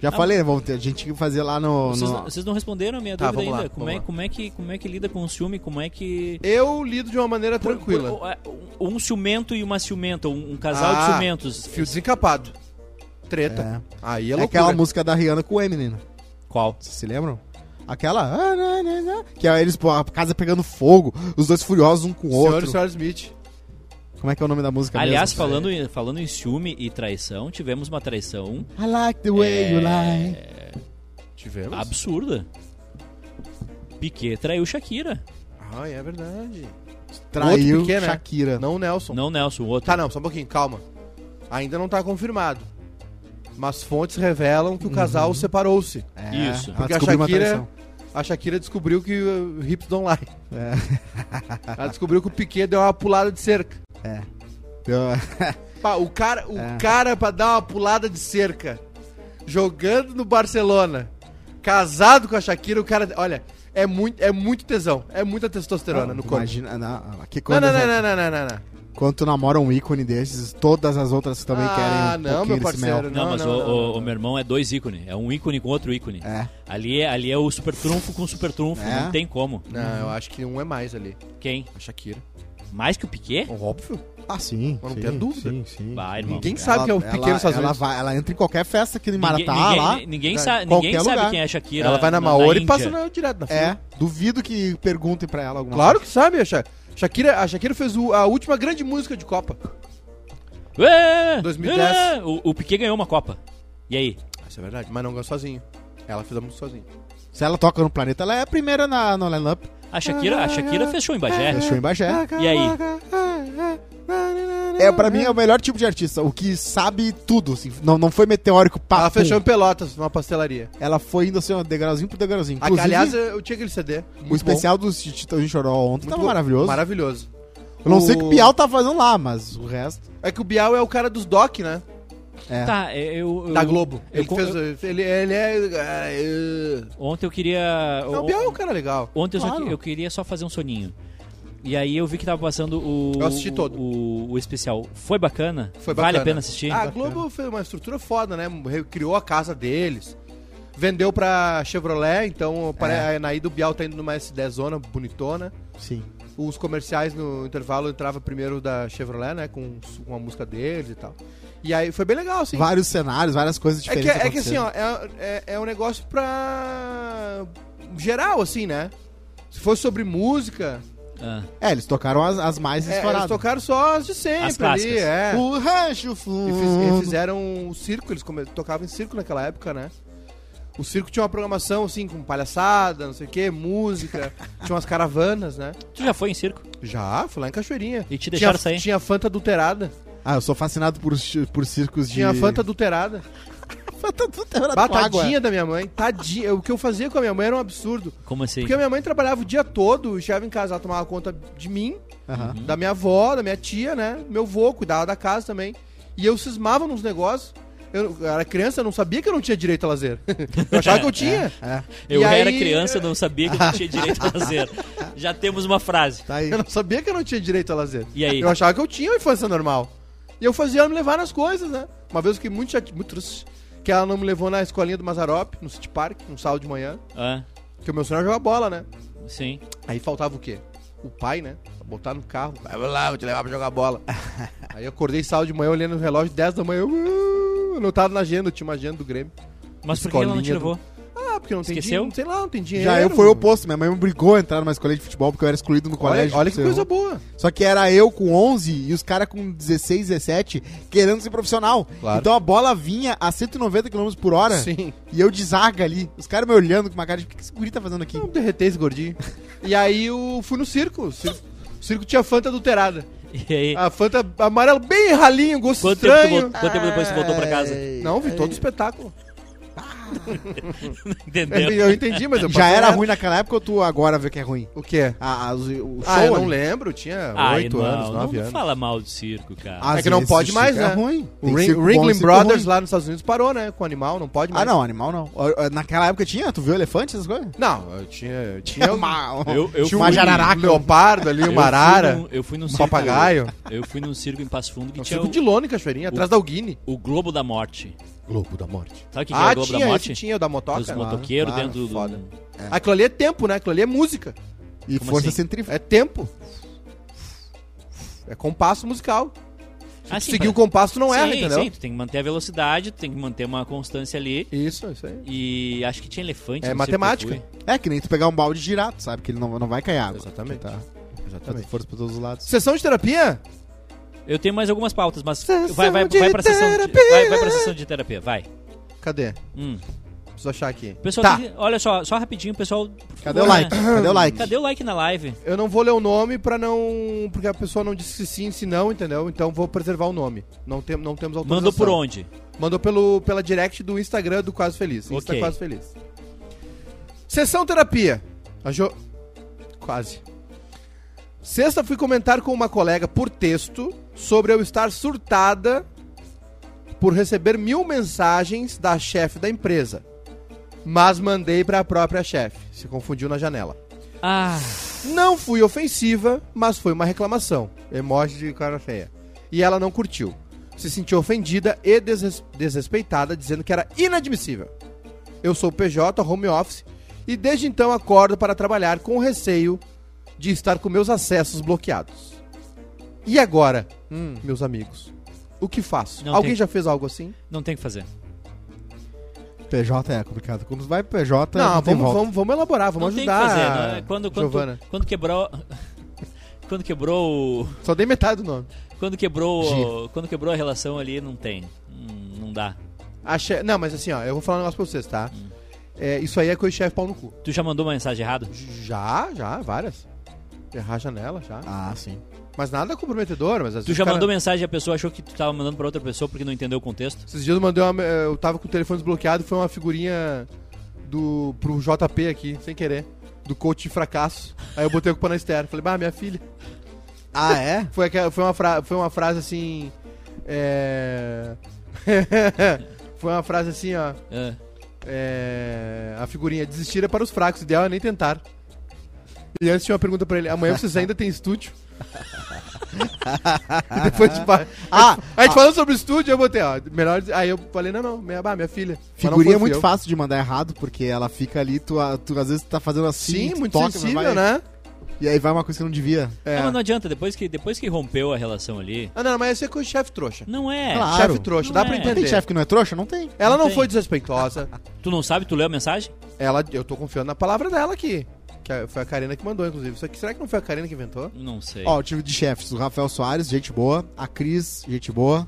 [SPEAKER 3] Já falei, né? Vamos ter, a gente que fazer lá no.
[SPEAKER 1] Vocês,
[SPEAKER 3] no- é,
[SPEAKER 1] não, vocês não responderam a minha
[SPEAKER 2] Tá,
[SPEAKER 1] dúvida
[SPEAKER 2] vamos lá,
[SPEAKER 1] ainda. Como
[SPEAKER 2] vamos
[SPEAKER 1] é,
[SPEAKER 2] lá.
[SPEAKER 1] como, é que, como é que lida com o ciúme? Como é que.
[SPEAKER 2] Eu lido de uma maneira tranquila.
[SPEAKER 1] Um ciumento e uma ciumenta, um, um casal
[SPEAKER 2] Ah,
[SPEAKER 1] de ciumentos.
[SPEAKER 2] Fio desencapado. Treta.
[SPEAKER 3] É.
[SPEAKER 2] Aí é
[SPEAKER 3] É
[SPEAKER 1] tá-
[SPEAKER 2] loucura.
[SPEAKER 3] aquela música da Rihanna com o Eminem. né?
[SPEAKER 1] Qual?
[SPEAKER 3] Vocês se lembram? Aquela. ah, né, né, né, Que é eles, pô, a casa pegando fogo, os dois furiosos um com o
[SPEAKER 2] Senhor e
[SPEAKER 3] outro.
[SPEAKER 2] senhora Smith.
[SPEAKER 3] Como é que é o nome da música
[SPEAKER 1] Aliás,
[SPEAKER 3] mesmo?
[SPEAKER 1] falando em, falando em ciúme e traição, tivemos uma traição
[SPEAKER 3] I like the way
[SPEAKER 2] É.
[SPEAKER 3] you lie.
[SPEAKER 2] Tivemos?
[SPEAKER 1] absurda. Piquet traiu Shakira.
[SPEAKER 2] Ah, é verdade.
[SPEAKER 3] Traiu
[SPEAKER 2] Outro Piquet, né?
[SPEAKER 3] Shakira.
[SPEAKER 2] Não o Nelson.
[SPEAKER 1] Não, Nelson, o outro.
[SPEAKER 2] Tá, não, só um pouquinho, calma. Ainda não tá confirmado. Mas fontes revelam que o casal
[SPEAKER 3] Uhum.
[SPEAKER 2] separou-se.
[SPEAKER 3] É,
[SPEAKER 1] Isso.
[SPEAKER 3] ela
[SPEAKER 2] Porque a
[SPEAKER 3] descobriu uma
[SPEAKER 2] Shakira,
[SPEAKER 3] traição.
[SPEAKER 2] a Shakira descobriu que uh, hips don't lie.
[SPEAKER 3] É.
[SPEAKER 2] Ela descobriu que o Piquet deu uma pulada de cerca.
[SPEAKER 3] Eu-
[SPEAKER 2] Pá, o cara, o
[SPEAKER 3] É.
[SPEAKER 2] cara pra dar uma pulada de cerca, jogando no Barcelona, casado com a Shakira, o cara. Olha, é muito, é muito tesão. É muita testosterona
[SPEAKER 3] (laughs)
[SPEAKER 2] no corpo.
[SPEAKER 3] Ah, Imagina, não, que
[SPEAKER 2] Não,
[SPEAKER 3] coisa,
[SPEAKER 2] não, não,
[SPEAKER 3] né?
[SPEAKER 2] não, não, não, não, não.
[SPEAKER 3] Quando tu namora um ícone desses, todas as outras também
[SPEAKER 2] Ah,
[SPEAKER 3] querem um
[SPEAKER 2] não,
[SPEAKER 3] pouquinho
[SPEAKER 2] meu
[SPEAKER 3] desse
[SPEAKER 2] parceiro,
[SPEAKER 3] mel.
[SPEAKER 1] Não,
[SPEAKER 2] Não,
[SPEAKER 1] mas
[SPEAKER 2] não,
[SPEAKER 1] o,
[SPEAKER 2] não,
[SPEAKER 1] o-
[SPEAKER 2] não.
[SPEAKER 1] o meu irmão é dois ícones. É um ícone com outro ícone.
[SPEAKER 3] É.
[SPEAKER 1] Ali, é, ali é o super trunfo com super trunfo.
[SPEAKER 3] É.
[SPEAKER 1] Não tem como.
[SPEAKER 2] Não, eu acho que um é mais ali.
[SPEAKER 1] Quem?
[SPEAKER 2] A Shakira.
[SPEAKER 1] Mais que o Piquet?
[SPEAKER 2] Um Óbvio.
[SPEAKER 3] Ah, sim.
[SPEAKER 2] Mas não
[SPEAKER 3] sim,
[SPEAKER 2] tem dúvida.
[SPEAKER 3] Sim, sim.
[SPEAKER 1] Vai, irmão.
[SPEAKER 2] Ninguém sabe que é o pequeno
[SPEAKER 3] ela,
[SPEAKER 2] Estados
[SPEAKER 3] ela,
[SPEAKER 2] Unidos.
[SPEAKER 3] vai, ela entra em qualquer festa aqui em
[SPEAKER 1] Ninguém,
[SPEAKER 2] tá
[SPEAKER 3] Maratá
[SPEAKER 1] ninguém,
[SPEAKER 3] lá.
[SPEAKER 1] ni- ninguém sa-
[SPEAKER 3] qualquer
[SPEAKER 1] ninguém sabe
[SPEAKER 3] lugar.
[SPEAKER 1] quem é a Shakira.
[SPEAKER 2] Ela vai na
[SPEAKER 1] Maori
[SPEAKER 2] Maori e passa na- direto na fila.
[SPEAKER 3] É, duvido que perguntem pra ela alguma
[SPEAKER 2] Claro que sabe, a Sha- Shakira, a Shakira fez o- a última grande música de Copa.
[SPEAKER 1] É, Ué,
[SPEAKER 2] 2010.
[SPEAKER 1] ué, É, O, o Piquet ganhou uma Copa. E aí?
[SPEAKER 2] Isso é verdade, mas não ganhou sozinho. Ela fez a música sozinha.
[SPEAKER 3] coisa. Se ela toca no planeta, ela é a primeira na, no line-up.
[SPEAKER 1] A Shakira, a Shakira fechou em
[SPEAKER 2] É.
[SPEAKER 1] Bagé.
[SPEAKER 3] Fechou em Bagé.
[SPEAKER 2] Ah,
[SPEAKER 1] E aí?
[SPEAKER 3] É, pra mim é o melhor tipo de artista, o que sabe tudo, assim, não, não foi meteórico, pá,
[SPEAKER 2] Ela
[SPEAKER 3] Ah, pum.
[SPEAKER 2] fechou em Pelotas, numa pastelaria.
[SPEAKER 3] Ela foi indo assim, ó, degrauzinho por degrauzinho.
[SPEAKER 2] Ah, que,
[SPEAKER 3] Inclusive,
[SPEAKER 2] aliás, eu eu tinha aquele CD.
[SPEAKER 3] o especial do Titãozinho Choró ontem tava maravilhoso.
[SPEAKER 2] Maravilhoso.
[SPEAKER 3] Eu não sei o que o
[SPEAKER 2] O-
[SPEAKER 3] Bial tá fazendo lá, mas o resto...
[SPEAKER 2] É que o Bial é o cara dos doc, né?
[SPEAKER 3] É.
[SPEAKER 1] Tá, eu. eu-
[SPEAKER 2] Da Globo.
[SPEAKER 1] eu
[SPEAKER 2] Ele,
[SPEAKER 1] con-
[SPEAKER 2] fez, ele, ele é... ah, é-
[SPEAKER 1] Ontem eu queria.
[SPEAKER 2] Não, o Bial é um cara legal.
[SPEAKER 1] Ontem eu só
[SPEAKER 3] Claro.
[SPEAKER 1] que- eu queria só fazer um soninho. E aí eu vi que tava passando o.
[SPEAKER 2] Eu assisti todo.
[SPEAKER 1] O, o especial. Foi bacana?
[SPEAKER 2] Foi
[SPEAKER 1] Vale a
[SPEAKER 2] bacana.
[SPEAKER 1] pena assistir?
[SPEAKER 2] Ah, a Globo fez uma estrutura foda, né? Criou a casa deles. Vendeu pra Chevrolet, então pare- na ida o Bial tá indo numa S10 zona bonitona.
[SPEAKER 3] Sim.
[SPEAKER 2] Os comerciais no intervalo entrava primeiro da Chevrolet, né? Com, s- com a música deles e tal. E aí foi bem legal, assim.
[SPEAKER 3] Vários cenários, várias coisas
[SPEAKER 2] É que,
[SPEAKER 3] diferentes
[SPEAKER 2] é que assim,
[SPEAKER 3] acontecendo.
[SPEAKER 2] ó, é, é, é um negócio pra. geral, assim, né? Se fosse sobre música,
[SPEAKER 1] Ah.
[SPEAKER 3] É, eles tocaram as, as mais
[SPEAKER 2] assim, é, eles
[SPEAKER 3] estouradas.
[SPEAKER 2] tocaram só as de sempre
[SPEAKER 1] As
[SPEAKER 2] ali,
[SPEAKER 1] clássicas.
[SPEAKER 2] é.
[SPEAKER 3] O rancho
[SPEAKER 2] E,
[SPEAKER 3] fundo.
[SPEAKER 2] fiz- e fizeram o circo, eles come- tocavam em circo naquela época, né? O circo tinha uma programação, assim, com palhaçada, não sei o
[SPEAKER 1] (laughs)
[SPEAKER 2] quê, música, tinha umas caravanas, né?
[SPEAKER 1] Tu já foi em circo?
[SPEAKER 2] Já, fui lá em Cachoeirinha.
[SPEAKER 1] E te
[SPEAKER 2] Tinha,
[SPEAKER 1] deixaram sair?
[SPEAKER 2] tinha Fanta adulterada.
[SPEAKER 3] Ah, eu sou fascinado por, ci- por circos de...
[SPEAKER 2] Tinha tá, Fanta adulterada.
[SPEAKER 3] Fanta tudo era
[SPEAKER 2] Bah,
[SPEAKER 3] com água.
[SPEAKER 2] tadinha tá da minha mãe. Tadinha. O que eu fazia com a minha mãe era um absurdo.
[SPEAKER 1] Como assim?
[SPEAKER 2] Porque a minha mãe trabalhava o dia todo, chegava em casa, ela tomava conta de mim,
[SPEAKER 3] Aham.
[SPEAKER 2] da minha avó, da minha tia, né? Meu vô cuidava da casa também. E eu cismava nos negócios. Eu, eu era criança, eu não sabia que eu não tinha direito a lazer. (laughs) Eu achava que eu tinha.
[SPEAKER 1] Eu
[SPEAKER 2] E
[SPEAKER 1] era
[SPEAKER 2] aí-
[SPEAKER 1] criança, não sabia que eu
[SPEAKER 2] (laughs)
[SPEAKER 1] não tinha direito a lazer. Já temos uma frase.
[SPEAKER 3] Tá aí.
[SPEAKER 2] Eu não sabia que eu não tinha direito a lazer.
[SPEAKER 1] E aí?
[SPEAKER 2] Eu achava que eu tinha uma infância normal. E eu fazia ela me levar nas coisas, né? Uma vez eu fiquei muito chateado, muito triste, que ela não me levou na escolinha do Mazarop, no City Park, num sábado de manhã.
[SPEAKER 1] Ah,
[SPEAKER 2] Porque o meu sonho era jogar bola, né?
[SPEAKER 1] sim.
[SPEAKER 2] Aí faltava o quê? O pai, né? Pra botar no carro. Vai lá, vou te levar pra jogar bola.
[SPEAKER 3] (laughs)
[SPEAKER 2] Aí eu acordei sábado de manhã, olhando o relógio, 10 da manhã. Eu, "Uh", anotado na agenda, eu tinha uma agenda do Grêmio.
[SPEAKER 1] Mas por que ela não te
[SPEAKER 2] Escolinha do-
[SPEAKER 1] levou?
[SPEAKER 2] Ah, porque não tem
[SPEAKER 1] Esqueceu?
[SPEAKER 2] dinheiro. Sei lá, não tem dinheiro.
[SPEAKER 3] Já eu foi o oposto, minha mãe me brigou a entrar numa escolinha de futebol porque eu era excluído no
[SPEAKER 2] Olha,
[SPEAKER 3] colégio.
[SPEAKER 2] olha que
[SPEAKER 3] Você-
[SPEAKER 2] coisa boa.
[SPEAKER 3] Só que era eu com 11 e os caras com 16, 17 querendo ser profissional.
[SPEAKER 2] Claro.
[SPEAKER 3] Então a bola vinha a 190 km por hora
[SPEAKER 2] Sim.
[SPEAKER 3] e eu de zaga ali. Os caras me olhando com uma cara de o que que esse guri tá fazendo aqui?
[SPEAKER 2] Não derretei esse gordinho. e aí eu fui no circo. O circo, o circo tinha Fanta adulterada.
[SPEAKER 1] (laughs) E aí?
[SPEAKER 2] A Fanta amarela bem ralinho, gosto
[SPEAKER 1] quanto, tempo tu
[SPEAKER 2] estranho.
[SPEAKER 1] vol- quanto tempo depois tu voltou pra casa?
[SPEAKER 2] Não, vi todo o espetáculo.
[SPEAKER 1] (laughs) Entendeu?
[SPEAKER 2] Eu entendi, mas é. eu
[SPEAKER 3] Já
[SPEAKER 2] passei
[SPEAKER 3] era
[SPEAKER 2] reto.
[SPEAKER 3] ruim naquela época ou tu agora vê que é ruim?
[SPEAKER 2] O quê?
[SPEAKER 3] A, as- o show
[SPEAKER 2] Ah, eu não
[SPEAKER 3] ali.
[SPEAKER 2] lembro. Tinha
[SPEAKER 1] Ai,
[SPEAKER 2] 8
[SPEAKER 1] não,
[SPEAKER 2] anos, 9
[SPEAKER 1] não
[SPEAKER 2] anos.
[SPEAKER 1] fala mal do circo, cara.
[SPEAKER 3] Às
[SPEAKER 2] É que não
[SPEAKER 3] vezes
[SPEAKER 2] pode
[SPEAKER 3] circo
[SPEAKER 2] mais,
[SPEAKER 3] é
[SPEAKER 2] né?
[SPEAKER 3] ruim. Tem
[SPEAKER 2] O Ring,
[SPEAKER 3] circo bom,
[SPEAKER 2] Ringling
[SPEAKER 3] circo
[SPEAKER 2] Brothers
[SPEAKER 3] ruim.
[SPEAKER 2] lá nos Estados Unidos parou, né? Com animal, não pode mais.
[SPEAKER 3] Ah, não, animal não. Ó, ó, Naquela época tinha? Tu viu elefante, essas coisas?
[SPEAKER 2] Não, eu tinha.
[SPEAKER 1] (laughs)
[SPEAKER 2] Eu tinha um
[SPEAKER 3] uma,
[SPEAKER 1] Eu- eu
[SPEAKER 3] tinha
[SPEAKER 1] fui-
[SPEAKER 3] uma jararaca.
[SPEAKER 2] um leopardo ali, uma
[SPEAKER 1] Eu fui
[SPEAKER 2] arara,
[SPEAKER 1] num, eu fui num
[SPEAKER 2] um
[SPEAKER 1] circo.
[SPEAKER 2] papagaio.
[SPEAKER 1] Eu fui num circo em Passo Fundo que
[SPEAKER 2] Um
[SPEAKER 1] tinha
[SPEAKER 2] circo
[SPEAKER 1] o,
[SPEAKER 2] de lona em Cachoeirinha, atrás da Alguine.
[SPEAKER 1] o Globo da Morte.
[SPEAKER 2] Globo da Morte.
[SPEAKER 1] Sabe o que, que é
[SPEAKER 2] Ah,
[SPEAKER 1] o Globo
[SPEAKER 2] tinha,
[SPEAKER 1] da
[SPEAKER 2] esse
[SPEAKER 1] Morte?
[SPEAKER 2] tinha, o da motoca.
[SPEAKER 1] Os
[SPEAKER 2] né?
[SPEAKER 1] motoqueiros
[SPEAKER 2] claro,
[SPEAKER 1] dentro do.
[SPEAKER 2] foda. Aquilo ali é tempo, né? Aquilo ali é música.
[SPEAKER 3] E
[SPEAKER 1] Como
[SPEAKER 3] força
[SPEAKER 1] assim?
[SPEAKER 3] centrífuga.
[SPEAKER 2] É tempo. É compasso musical.
[SPEAKER 1] Assim,
[SPEAKER 2] Seguir o
[SPEAKER 1] pra-
[SPEAKER 2] compasso tu não erra,
[SPEAKER 1] sim,
[SPEAKER 2] entendeu?
[SPEAKER 1] Sim, tu tem que manter a velocidade, tu tem que manter uma constância ali.
[SPEAKER 2] Isso, isso aí.
[SPEAKER 1] E acho que tinha elefante. não
[SPEAKER 2] É
[SPEAKER 1] sei
[SPEAKER 2] matemática.
[SPEAKER 1] qual foi.
[SPEAKER 3] É que nem tu pegar um balde e girar, tu sabe que ele não, não vai cair água.
[SPEAKER 2] Exatamente.
[SPEAKER 3] Tá.
[SPEAKER 2] Exatamente.
[SPEAKER 3] força pra todos os lados.
[SPEAKER 2] Sessão de terapia?
[SPEAKER 1] Eu tenho mais algumas pautas, mas
[SPEAKER 2] Sessão
[SPEAKER 1] vai, vai,
[SPEAKER 2] de
[SPEAKER 1] vai, pra sessão de,
[SPEAKER 2] terapia.
[SPEAKER 1] vai, vai pra sessão de terapia, vai.
[SPEAKER 2] Cadê?
[SPEAKER 1] Hum.
[SPEAKER 2] Preciso achar aqui.
[SPEAKER 1] O Pessoal,
[SPEAKER 2] Tá.
[SPEAKER 1] tem que- olha só, só rapidinho, pessoal. por
[SPEAKER 3] Cadê
[SPEAKER 1] favor,
[SPEAKER 2] (clears throat)
[SPEAKER 3] o like?
[SPEAKER 1] né?
[SPEAKER 3] Cadê o like?
[SPEAKER 1] Cadê o like na live?
[SPEAKER 2] Eu não vou ler o nome pra não. Porque a pessoa não disse se sim, se não, entendeu? Então vou preservar o nome. Não, tem, não temos autorização.
[SPEAKER 1] Mandou por onde?
[SPEAKER 2] Mandou pelo, pela direct do Instagram do Quase Feliz. Insta
[SPEAKER 1] Ok.
[SPEAKER 2] Quase Feliz. Sessão terapia. A Jo- Quase. Sexta fui comentar com uma colega por texto sobre eu estar surtada por receber mil mensagens da chefe da empresa. Mas mandei pra própria chefe. Se confundiu na janela.
[SPEAKER 1] Ah,
[SPEAKER 2] Não fui ofensiva, mas foi uma reclamação. Emoji de cara feia. E ela não curtiu. Se sentiu ofendida e desres- desrespeitada, dizendo que era inadmissível. Eu sou PJ, home office, e desde então acordo para trabalhar com o receio de estar com meus acessos bloqueados. E agora, meus amigos? O que faço?
[SPEAKER 1] Hum. Não
[SPEAKER 2] Alguém
[SPEAKER 1] tem-
[SPEAKER 2] já fez algo assim?
[SPEAKER 1] não tem o que fazer.
[SPEAKER 3] PJ é complicado. Quando vai pro PJ,
[SPEAKER 2] não,
[SPEAKER 3] tem
[SPEAKER 2] vamos,
[SPEAKER 3] volta.
[SPEAKER 2] vamos, vamos elaborar, vamos
[SPEAKER 1] não
[SPEAKER 2] ajudar.
[SPEAKER 1] tem o que fazer. né? Quando, quando,
[SPEAKER 2] Giovana.
[SPEAKER 1] quando quebrou. (laughs) quando quebrou o.
[SPEAKER 2] Só dei metade do nome.
[SPEAKER 1] Quando quebrou. Quando quebrou a relação ali, não tem. Hum, não dá.
[SPEAKER 2] A che- Não, mas assim, ó, eu vou falar um negócio pra vocês, tá?
[SPEAKER 1] Hum.
[SPEAKER 2] É, isso aí é coisa de chefe pau no cu.
[SPEAKER 1] Tu já mandou uma mensagem errada?
[SPEAKER 2] Já, já, várias. Errar a janela, já.
[SPEAKER 3] Ah, sim.
[SPEAKER 2] Mas nada comprometedor, mas às
[SPEAKER 1] Tu
[SPEAKER 2] vezes
[SPEAKER 1] já
[SPEAKER 2] o cara-
[SPEAKER 1] mandou mensagem e a pessoa achou que tu tava mandando pra outra pessoa porque não entendeu o contexto?
[SPEAKER 2] Esses dias eu mandei uma. eh, Eu tava com o telefone desbloqueado, foi uma figurinha do. pro JP aqui, sem querer. Do coach de fracasso. Aí eu botei a culpa na Esther. Falei, bah, minha filha.
[SPEAKER 3] Ah, é?
[SPEAKER 2] Foi, aquela, foi, uma, fra- foi uma frase assim. É. (laughs) foi uma frase assim, ó.
[SPEAKER 1] É.
[SPEAKER 2] É, a figurinha desistir é para os fracos, o ideal é nem tentar. E antes tinha uma pergunta pra ele: amanhã vocês ainda tem estúdio? (laughs) E depois de ba-
[SPEAKER 3] Ah,
[SPEAKER 2] a gente falando sobre estúdio, eu botei, ó, melhor. Aí eu falei: não, não, minha, bah, minha filha. Mas não
[SPEAKER 3] figurinha é
[SPEAKER 2] foi
[SPEAKER 3] muito
[SPEAKER 2] eu.
[SPEAKER 3] fácil de mandar errado, porque ela fica ali, tu, tu às vezes tá fazendo assim,
[SPEAKER 2] Sim,
[SPEAKER 3] tu
[SPEAKER 2] muito
[SPEAKER 3] toca, mas
[SPEAKER 2] sensível,
[SPEAKER 3] vai-
[SPEAKER 2] né?
[SPEAKER 3] E aí vai uma coisa que não devia.
[SPEAKER 2] É.
[SPEAKER 1] Não, mas não adianta, depois que, depois que rompeu a relação ali.
[SPEAKER 2] Ah, não, mas isso é coisa de chefe trouxa.
[SPEAKER 1] Não é.
[SPEAKER 3] Claro.
[SPEAKER 2] Chefe trouxa,
[SPEAKER 1] Não
[SPEAKER 2] dá
[SPEAKER 1] é.
[SPEAKER 2] pra
[SPEAKER 3] Não
[SPEAKER 2] entender.
[SPEAKER 3] tem chefe que não é trouxa? Não tem.
[SPEAKER 2] Ela não,
[SPEAKER 1] Não tem.
[SPEAKER 2] foi desrespeitosa.
[SPEAKER 1] Tu não sabe, tu leu a mensagem?
[SPEAKER 2] Ela, eu tô confiando na palavra dela aqui. Que a- foi a Karina que mandou, inclusive. Isso aqui, será que não foi a Karina que inventou?
[SPEAKER 1] Não sei.
[SPEAKER 3] Ó, o time de chefes, o Rafael Soares, gente boa, a Cris, gente boa.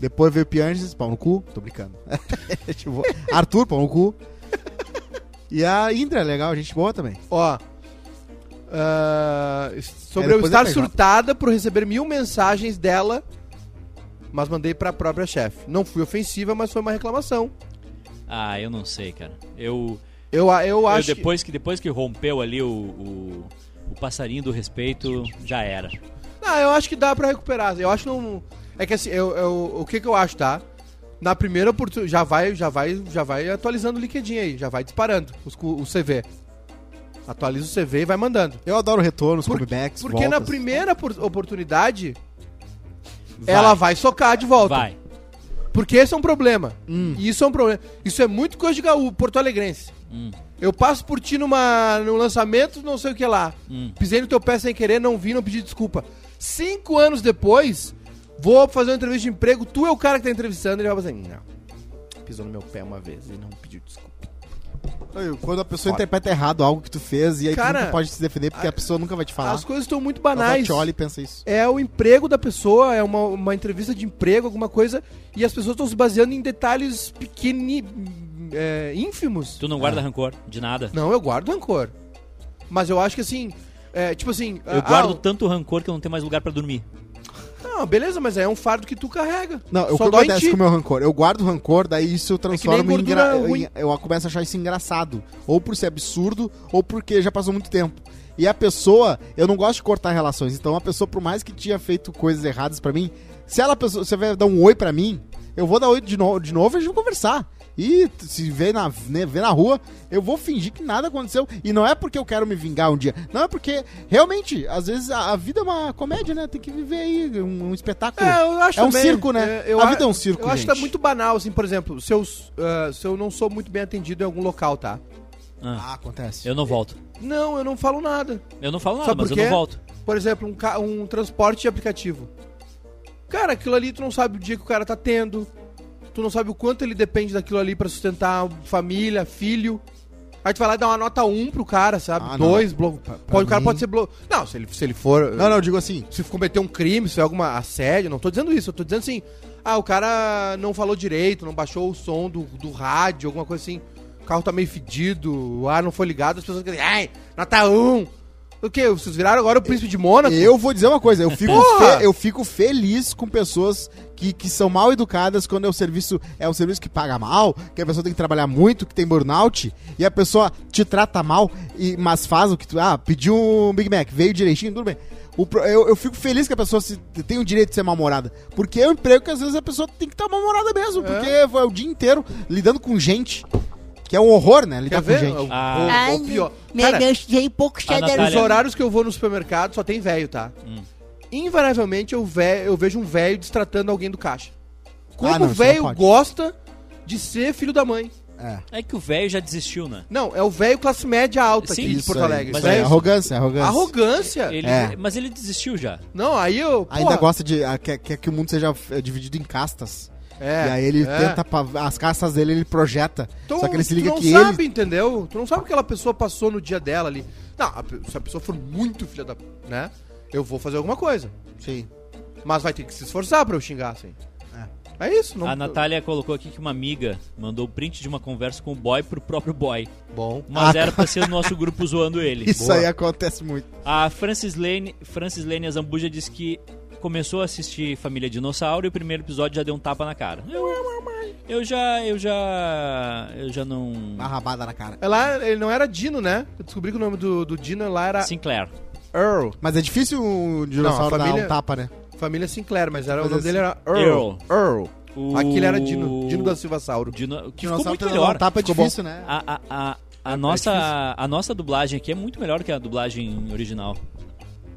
[SPEAKER 3] Depois veio o Pianges, pau no cu, tô brincando. (laughs) gente boa. Arthur, pau no cu. E a Indra, é legal, gente boa também.
[SPEAKER 2] Ó. ah, sobre
[SPEAKER 3] É,
[SPEAKER 2] eu
[SPEAKER 3] depois
[SPEAKER 2] estar
[SPEAKER 3] eu pego.
[SPEAKER 2] surtada por receber mil mensagens dela, mas mandei pra própria chefe. Não fui ofensiva, mas foi uma reclamação.
[SPEAKER 1] Ah, eu não sei, cara. Eu.
[SPEAKER 2] Eu, a- eu
[SPEAKER 1] Eu
[SPEAKER 2] acho. que-
[SPEAKER 1] depois que... depois que rompeu ali o, o, o passarinho do respeito, já era.
[SPEAKER 2] Não, eu acho que dá pra recuperar. Eu acho que não. É que assim, eu, eu- o que, que eu acho, tá? Na primeira oportunidade. Já vai, já vai, já vai atualizando o LinkedIn aí, já vai disparando os cu- o CV. Atualiza o CV e vai mandando.
[SPEAKER 3] Eu adoro retornos,
[SPEAKER 2] Por-
[SPEAKER 3] comebacks,
[SPEAKER 2] Porque na
[SPEAKER 3] voltas.
[SPEAKER 2] primeira por- oportunidade,
[SPEAKER 1] Vai,
[SPEAKER 2] ela vai socar de volta.
[SPEAKER 1] Vai.
[SPEAKER 2] Porque esse é um problema. E isso é um problema. Isso é muito coisa de gaú, porto alegrense.
[SPEAKER 1] Hum.
[SPEAKER 2] Eu passo por ti numa, num lançamento, não sei o que lá.
[SPEAKER 1] Hum.
[SPEAKER 2] Pisei no teu pé sem querer, não vi, não pedi desculpa. Cinco anos depois, vou fazer uma entrevista de emprego, tu é o cara que tá entrevistando, ele vai fazer, não, pisou no meu pé uma vez e não pediu desculpa.
[SPEAKER 3] Oi, Quando a pessoa interpreta errado algo que tu fez, e aí
[SPEAKER 2] Cara,
[SPEAKER 3] tu nunca pode se defender, porque a, pessoa nunca vai te
[SPEAKER 1] Tá
[SPEAKER 3] falar.
[SPEAKER 2] As coisas estão muito
[SPEAKER 3] Ela só
[SPEAKER 2] banais.
[SPEAKER 3] te olha e pensa isso.
[SPEAKER 2] É o emprego da pessoa, é uma, uma entrevista de emprego, alguma coisa, e as pessoas estão se baseando em detalhes pequeni... é, ínfimos.
[SPEAKER 1] Tu não guarda rancor de nada.
[SPEAKER 2] Não, eu guardo rancor. Mas eu acho que assim. é, tipo assim.
[SPEAKER 1] Eu
[SPEAKER 2] ah,
[SPEAKER 1] guardo
[SPEAKER 2] ah,
[SPEAKER 1] tanto rancor que eu não tenho mais lugar pra dormir.
[SPEAKER 2] Não, beleza, mas é um fardo que tu carrega.
[SPEAKER 3] Não, eu
[SPEAKER 2] Só
[SPEAKER 3] o que
[SPEAKER 2] dói em
[SPEAKER 3] acontece
[SPEAKER 2] ti. É
[SPEAKER 3] com o meu rancor? Eu guardo o rancor, daí isso eu transformo em,
[SPEAKER 2] gordura
[SPEAKER 3] engra...
[SPEAKER 2] ruim.
[SPEAKER 3] em- Eu começo a achar isso engraçado. Ou por ser absurdo, ou porque já passou muito tempo. E a pessoa, eu não gosto de cortar relações. Então a pessoa, por mais que tinha feito coisas erradas pra mim, se ela pessoa, você vai dar um oi pra mim, eu vou dar oi de, no... de novo e a gente vai conversar. E t- se vê na, né, vê na rua, eu vou fingir que nada aconteceu. E não é porque eu quero me vingar um dia. Não é porque, realmente, às vezes a, a vida é uma comédia, né? Tem que viver aí um, um espetáculo.
[SPEAKER 2] É, eu acho
[SPEAKER 3] É um
[SPEAKER 2] também,
[SPEAKER 3] circo, né?
[SPEAKER 2] é, eu
[SPEAKER 3] a
[SPEAKER 2] a-
[SPEAKER 3] vida é um circo,
[SPEAKER 2] Eu acho que
[SPEAKER 3] gente.
[SPEAKER 2] tá muito banal, assim, por exemplo, se eu, s- ah, se eu não sou muito bem atendido em algum local, tá?
[SPEAKER 1] Ah,
[SPEAKER 3] Ah, acontece.
[SPEAKER 1] eu não volto.
[SPEAKER 2] Não, eu não falo nada.
[SPEAKER 1] Eu não falo nada,
[SPEAKER 2] Sabe por
[SPEAKER 1] mas eu
[SPEAKER 2] quê?
[SPEAKER 1] não volto.
[SPEAKER 2] Por exemplo, um, ca- um transporte de aplicativo. Cara, aquilo ali tu não sabe o dia que o cara tá tendo. Tu não sabe o quanto ele depende daquilo ali pra sustentar família, filho. Aí tu vai lá e dá uma nota 1 pro cara, sabe?
[SPEAKER 3] Ah, não.
[SPEAKER 2] Dois, bloco. Pode, o cara
[SPEAKER 3] mim-
[SPEAKER 2] pode ser bloco. Não, se ele, se ele for.
[SPEAKER 3] Não, não, eu digo assim.
[SPEAKER 2] Se cometer um crime, se é alguma assédio, não tô dizendo isso, eu tô dizendo assim, ah, o cara não falou direito, não baixou o som do, do rádio, alguma coisa assim, o carro tá meio fedido, o ar não foi ligado, as pessoas dizem, ai, nota um. O quê? Vocês viraram agora o príncipe de Mônaco?
[SPEAKER 3] Eu vou dizer uma coisa, eu fico,
[SPEAKER 2] Porra!
[SPEAKER 3] fe- eu fico feliz com pessoas que, que são mal educadas quando é o serviço é um serviço que paga mal, que a pessoa tem que trabalhar muito, que tem burnout, e a pessoa te trata mal, e, mas faz o que tu. Ah, pediu um Big Mac, veio direitinho, tudo bem. O pro- eu, eu fico feliz que a pessoa se- tem o direito de ser mal-humorada. Porque é um emprego que às vezes a pessoa tem que estar mal-humorada mesmo, É. porque foi o dia inteiro lidando com gente. Que é um horror, né? Lidar
[SPEAKER 2] Quer
[SPEAKER 3] com
[SPEAKER 2] ver?
[SPEAKER 3] gente.
[SPEAKER 2] O- o-
[SPEAKER 1] Ah.
[SPEAKER 2] o
[SPEAKER 8] Ai,
[SPEAKER 2] pior.
[SPEAKER 8] Meu
[SPEAKER 2] Cara,
[SPEAKER 8] Deus, tem pouco
[SPEAKER 1] a
[SPEAKER 8] cheddar.
[SPEAKER 1] Natália-
[SPEAKER 2] Os horários que eu vou no supermercado só tem velho, tá?
[SPEAKER 1] Hum.
[SPEAKER 2] Invariavelmente eu, ve- eu vejo um velho destratando alguém do caixa.
[SPEAKER 3] Ah,
[SPEAKER 2] Como
[SPEAKER 3] não,
[SPEAKER 2] o
[SPEAKER 3] isso não
[SPEAKER 2] velho
[SPEAKER 3] pode.
[SPEAKER 2] gosta de ser filho da mãe?
[SPEAKER 1] É que o velho já desistiu, né?
[SPEAKER 2] Não, é o velho classe média alta
[SPEAKER 1] Sim,
[SPEAKER 2] aqui de
[SPEAKER 1] isso
[SPEAKER 2] Porto
[SPEAKER 3] aí,
[SPEAKER 2] Alegre.
[SPEAKER 3] isso
[SPEAKER 1] Mas
[SPEAKER 3] aí,
[SPEAKER 1] é
[SPEAKER 2] Velho-
[SPEAKER 1] isso.
[SPEAKER 3] arrogância, arrogância.
[SPEAKER 2] Arrogância.
[SPEAKER 1] Ele-
[SPEAKER 3] É.
[SPEAKER 1] Mas ele desistiu já.
[SPEAKER 2] Não, aí eu.
[SPEAKER 3] Ainda
[SPEAKER 2] porra,
[SPEAKER 3] gosta de. ah, quer, quer que o mundo seja eh, dividido em castas.
[SPEAKER 2] É,
[SPEAKER 3] e aí ele
[SPEAKER 2] é.
[SPEAKER 3] tenta. pa- As castas dele ele projeta.
[SPEAKER 2] Então,
[SPEAKER 3] só que ele se
[SPEAKER 2] tu
[SPEAKER 3] liga
[SPEAKER 2] não
[SPEAKER 3] que
[SPEAKER 2] sabe,
[SPEAKER 3] ele.
[SPEAKER 2] entendeu? Tu não sabe o que aquela pessoa passou no dia dela ali. Não, a pe- se a pessoa for muito filha da. né? Eu vou fazer alguma coisa.
[SPEAKER 3] Sim.
[SPEAKER 2] Mas vai ter que se esforçar pra eu xingar, assim. É, isso, não.
[SPEAKER 1] A Natália colocou aqui que uma amiga mandou o print de uma conversa com o boy pro próprio boy.
[SPEAKER 2] Bom.
[SPEAKER 1] Mas
[SPEAKER 3] Ah,
[SPEAKER 1] era pra ser o nosso grupo zoando
[SPEAKER 2] (laughs)
[SPEAKER 1] ele.
[SPEAKER 3] Isso aí acontece muito.
[SPEAKER 1] A Francis Lane, Francis Lane Azambuja disse que começou a assistir Família Dinossauro e o primeiro episódio já deu um tapa na cara. Eu, eu já. Eu já. Eu já não.
[SPEAKER 2] Ah.
[SPEAKER 3] Uma rabada na cara.
[SPEAKER 2] É Lá, ele não era Dino, né? Eu descobri que o nome do, do Dino lá era
[SPEAKER 1] Sinclair.
[SPEAKER 2] Earl.
[SPEAKER 3] Mas é difícil um
[SPEAKER 2] Não,
[SPEAKER 3] dinossauro
[SPEAKER 2] a família-
[SPEAKER 3] dar um tapa, né?
[SPEAKER 2] Família Sinclair, mas era, o
[SPEAKER 3] Mas é
[SPEAKER 2] nome
[SPEAKER 3] esse-
[SPEAKER 2] dele era Earl. Earl.
[SPEAKER 1] O-
[SPEAKER 2] Aquele era Dino. Dino da Silva Sauro.
[SPEAKER 1] Dino- que ficou
[SPEAKER 3] Dinossauro
[SPEAKER 1] muito
[SPEAKER 3] tentar
[SPEAKER 1] melhor.
[SPEAKER 3] dar um tapa é
[SPEAKER 2] Ficou
[SPEAKER 3] difícil, É, né?
[SPEAKER 1] A, a, a, a nossa, a nossa dublagem aqui é muito melhor que a dublagem original.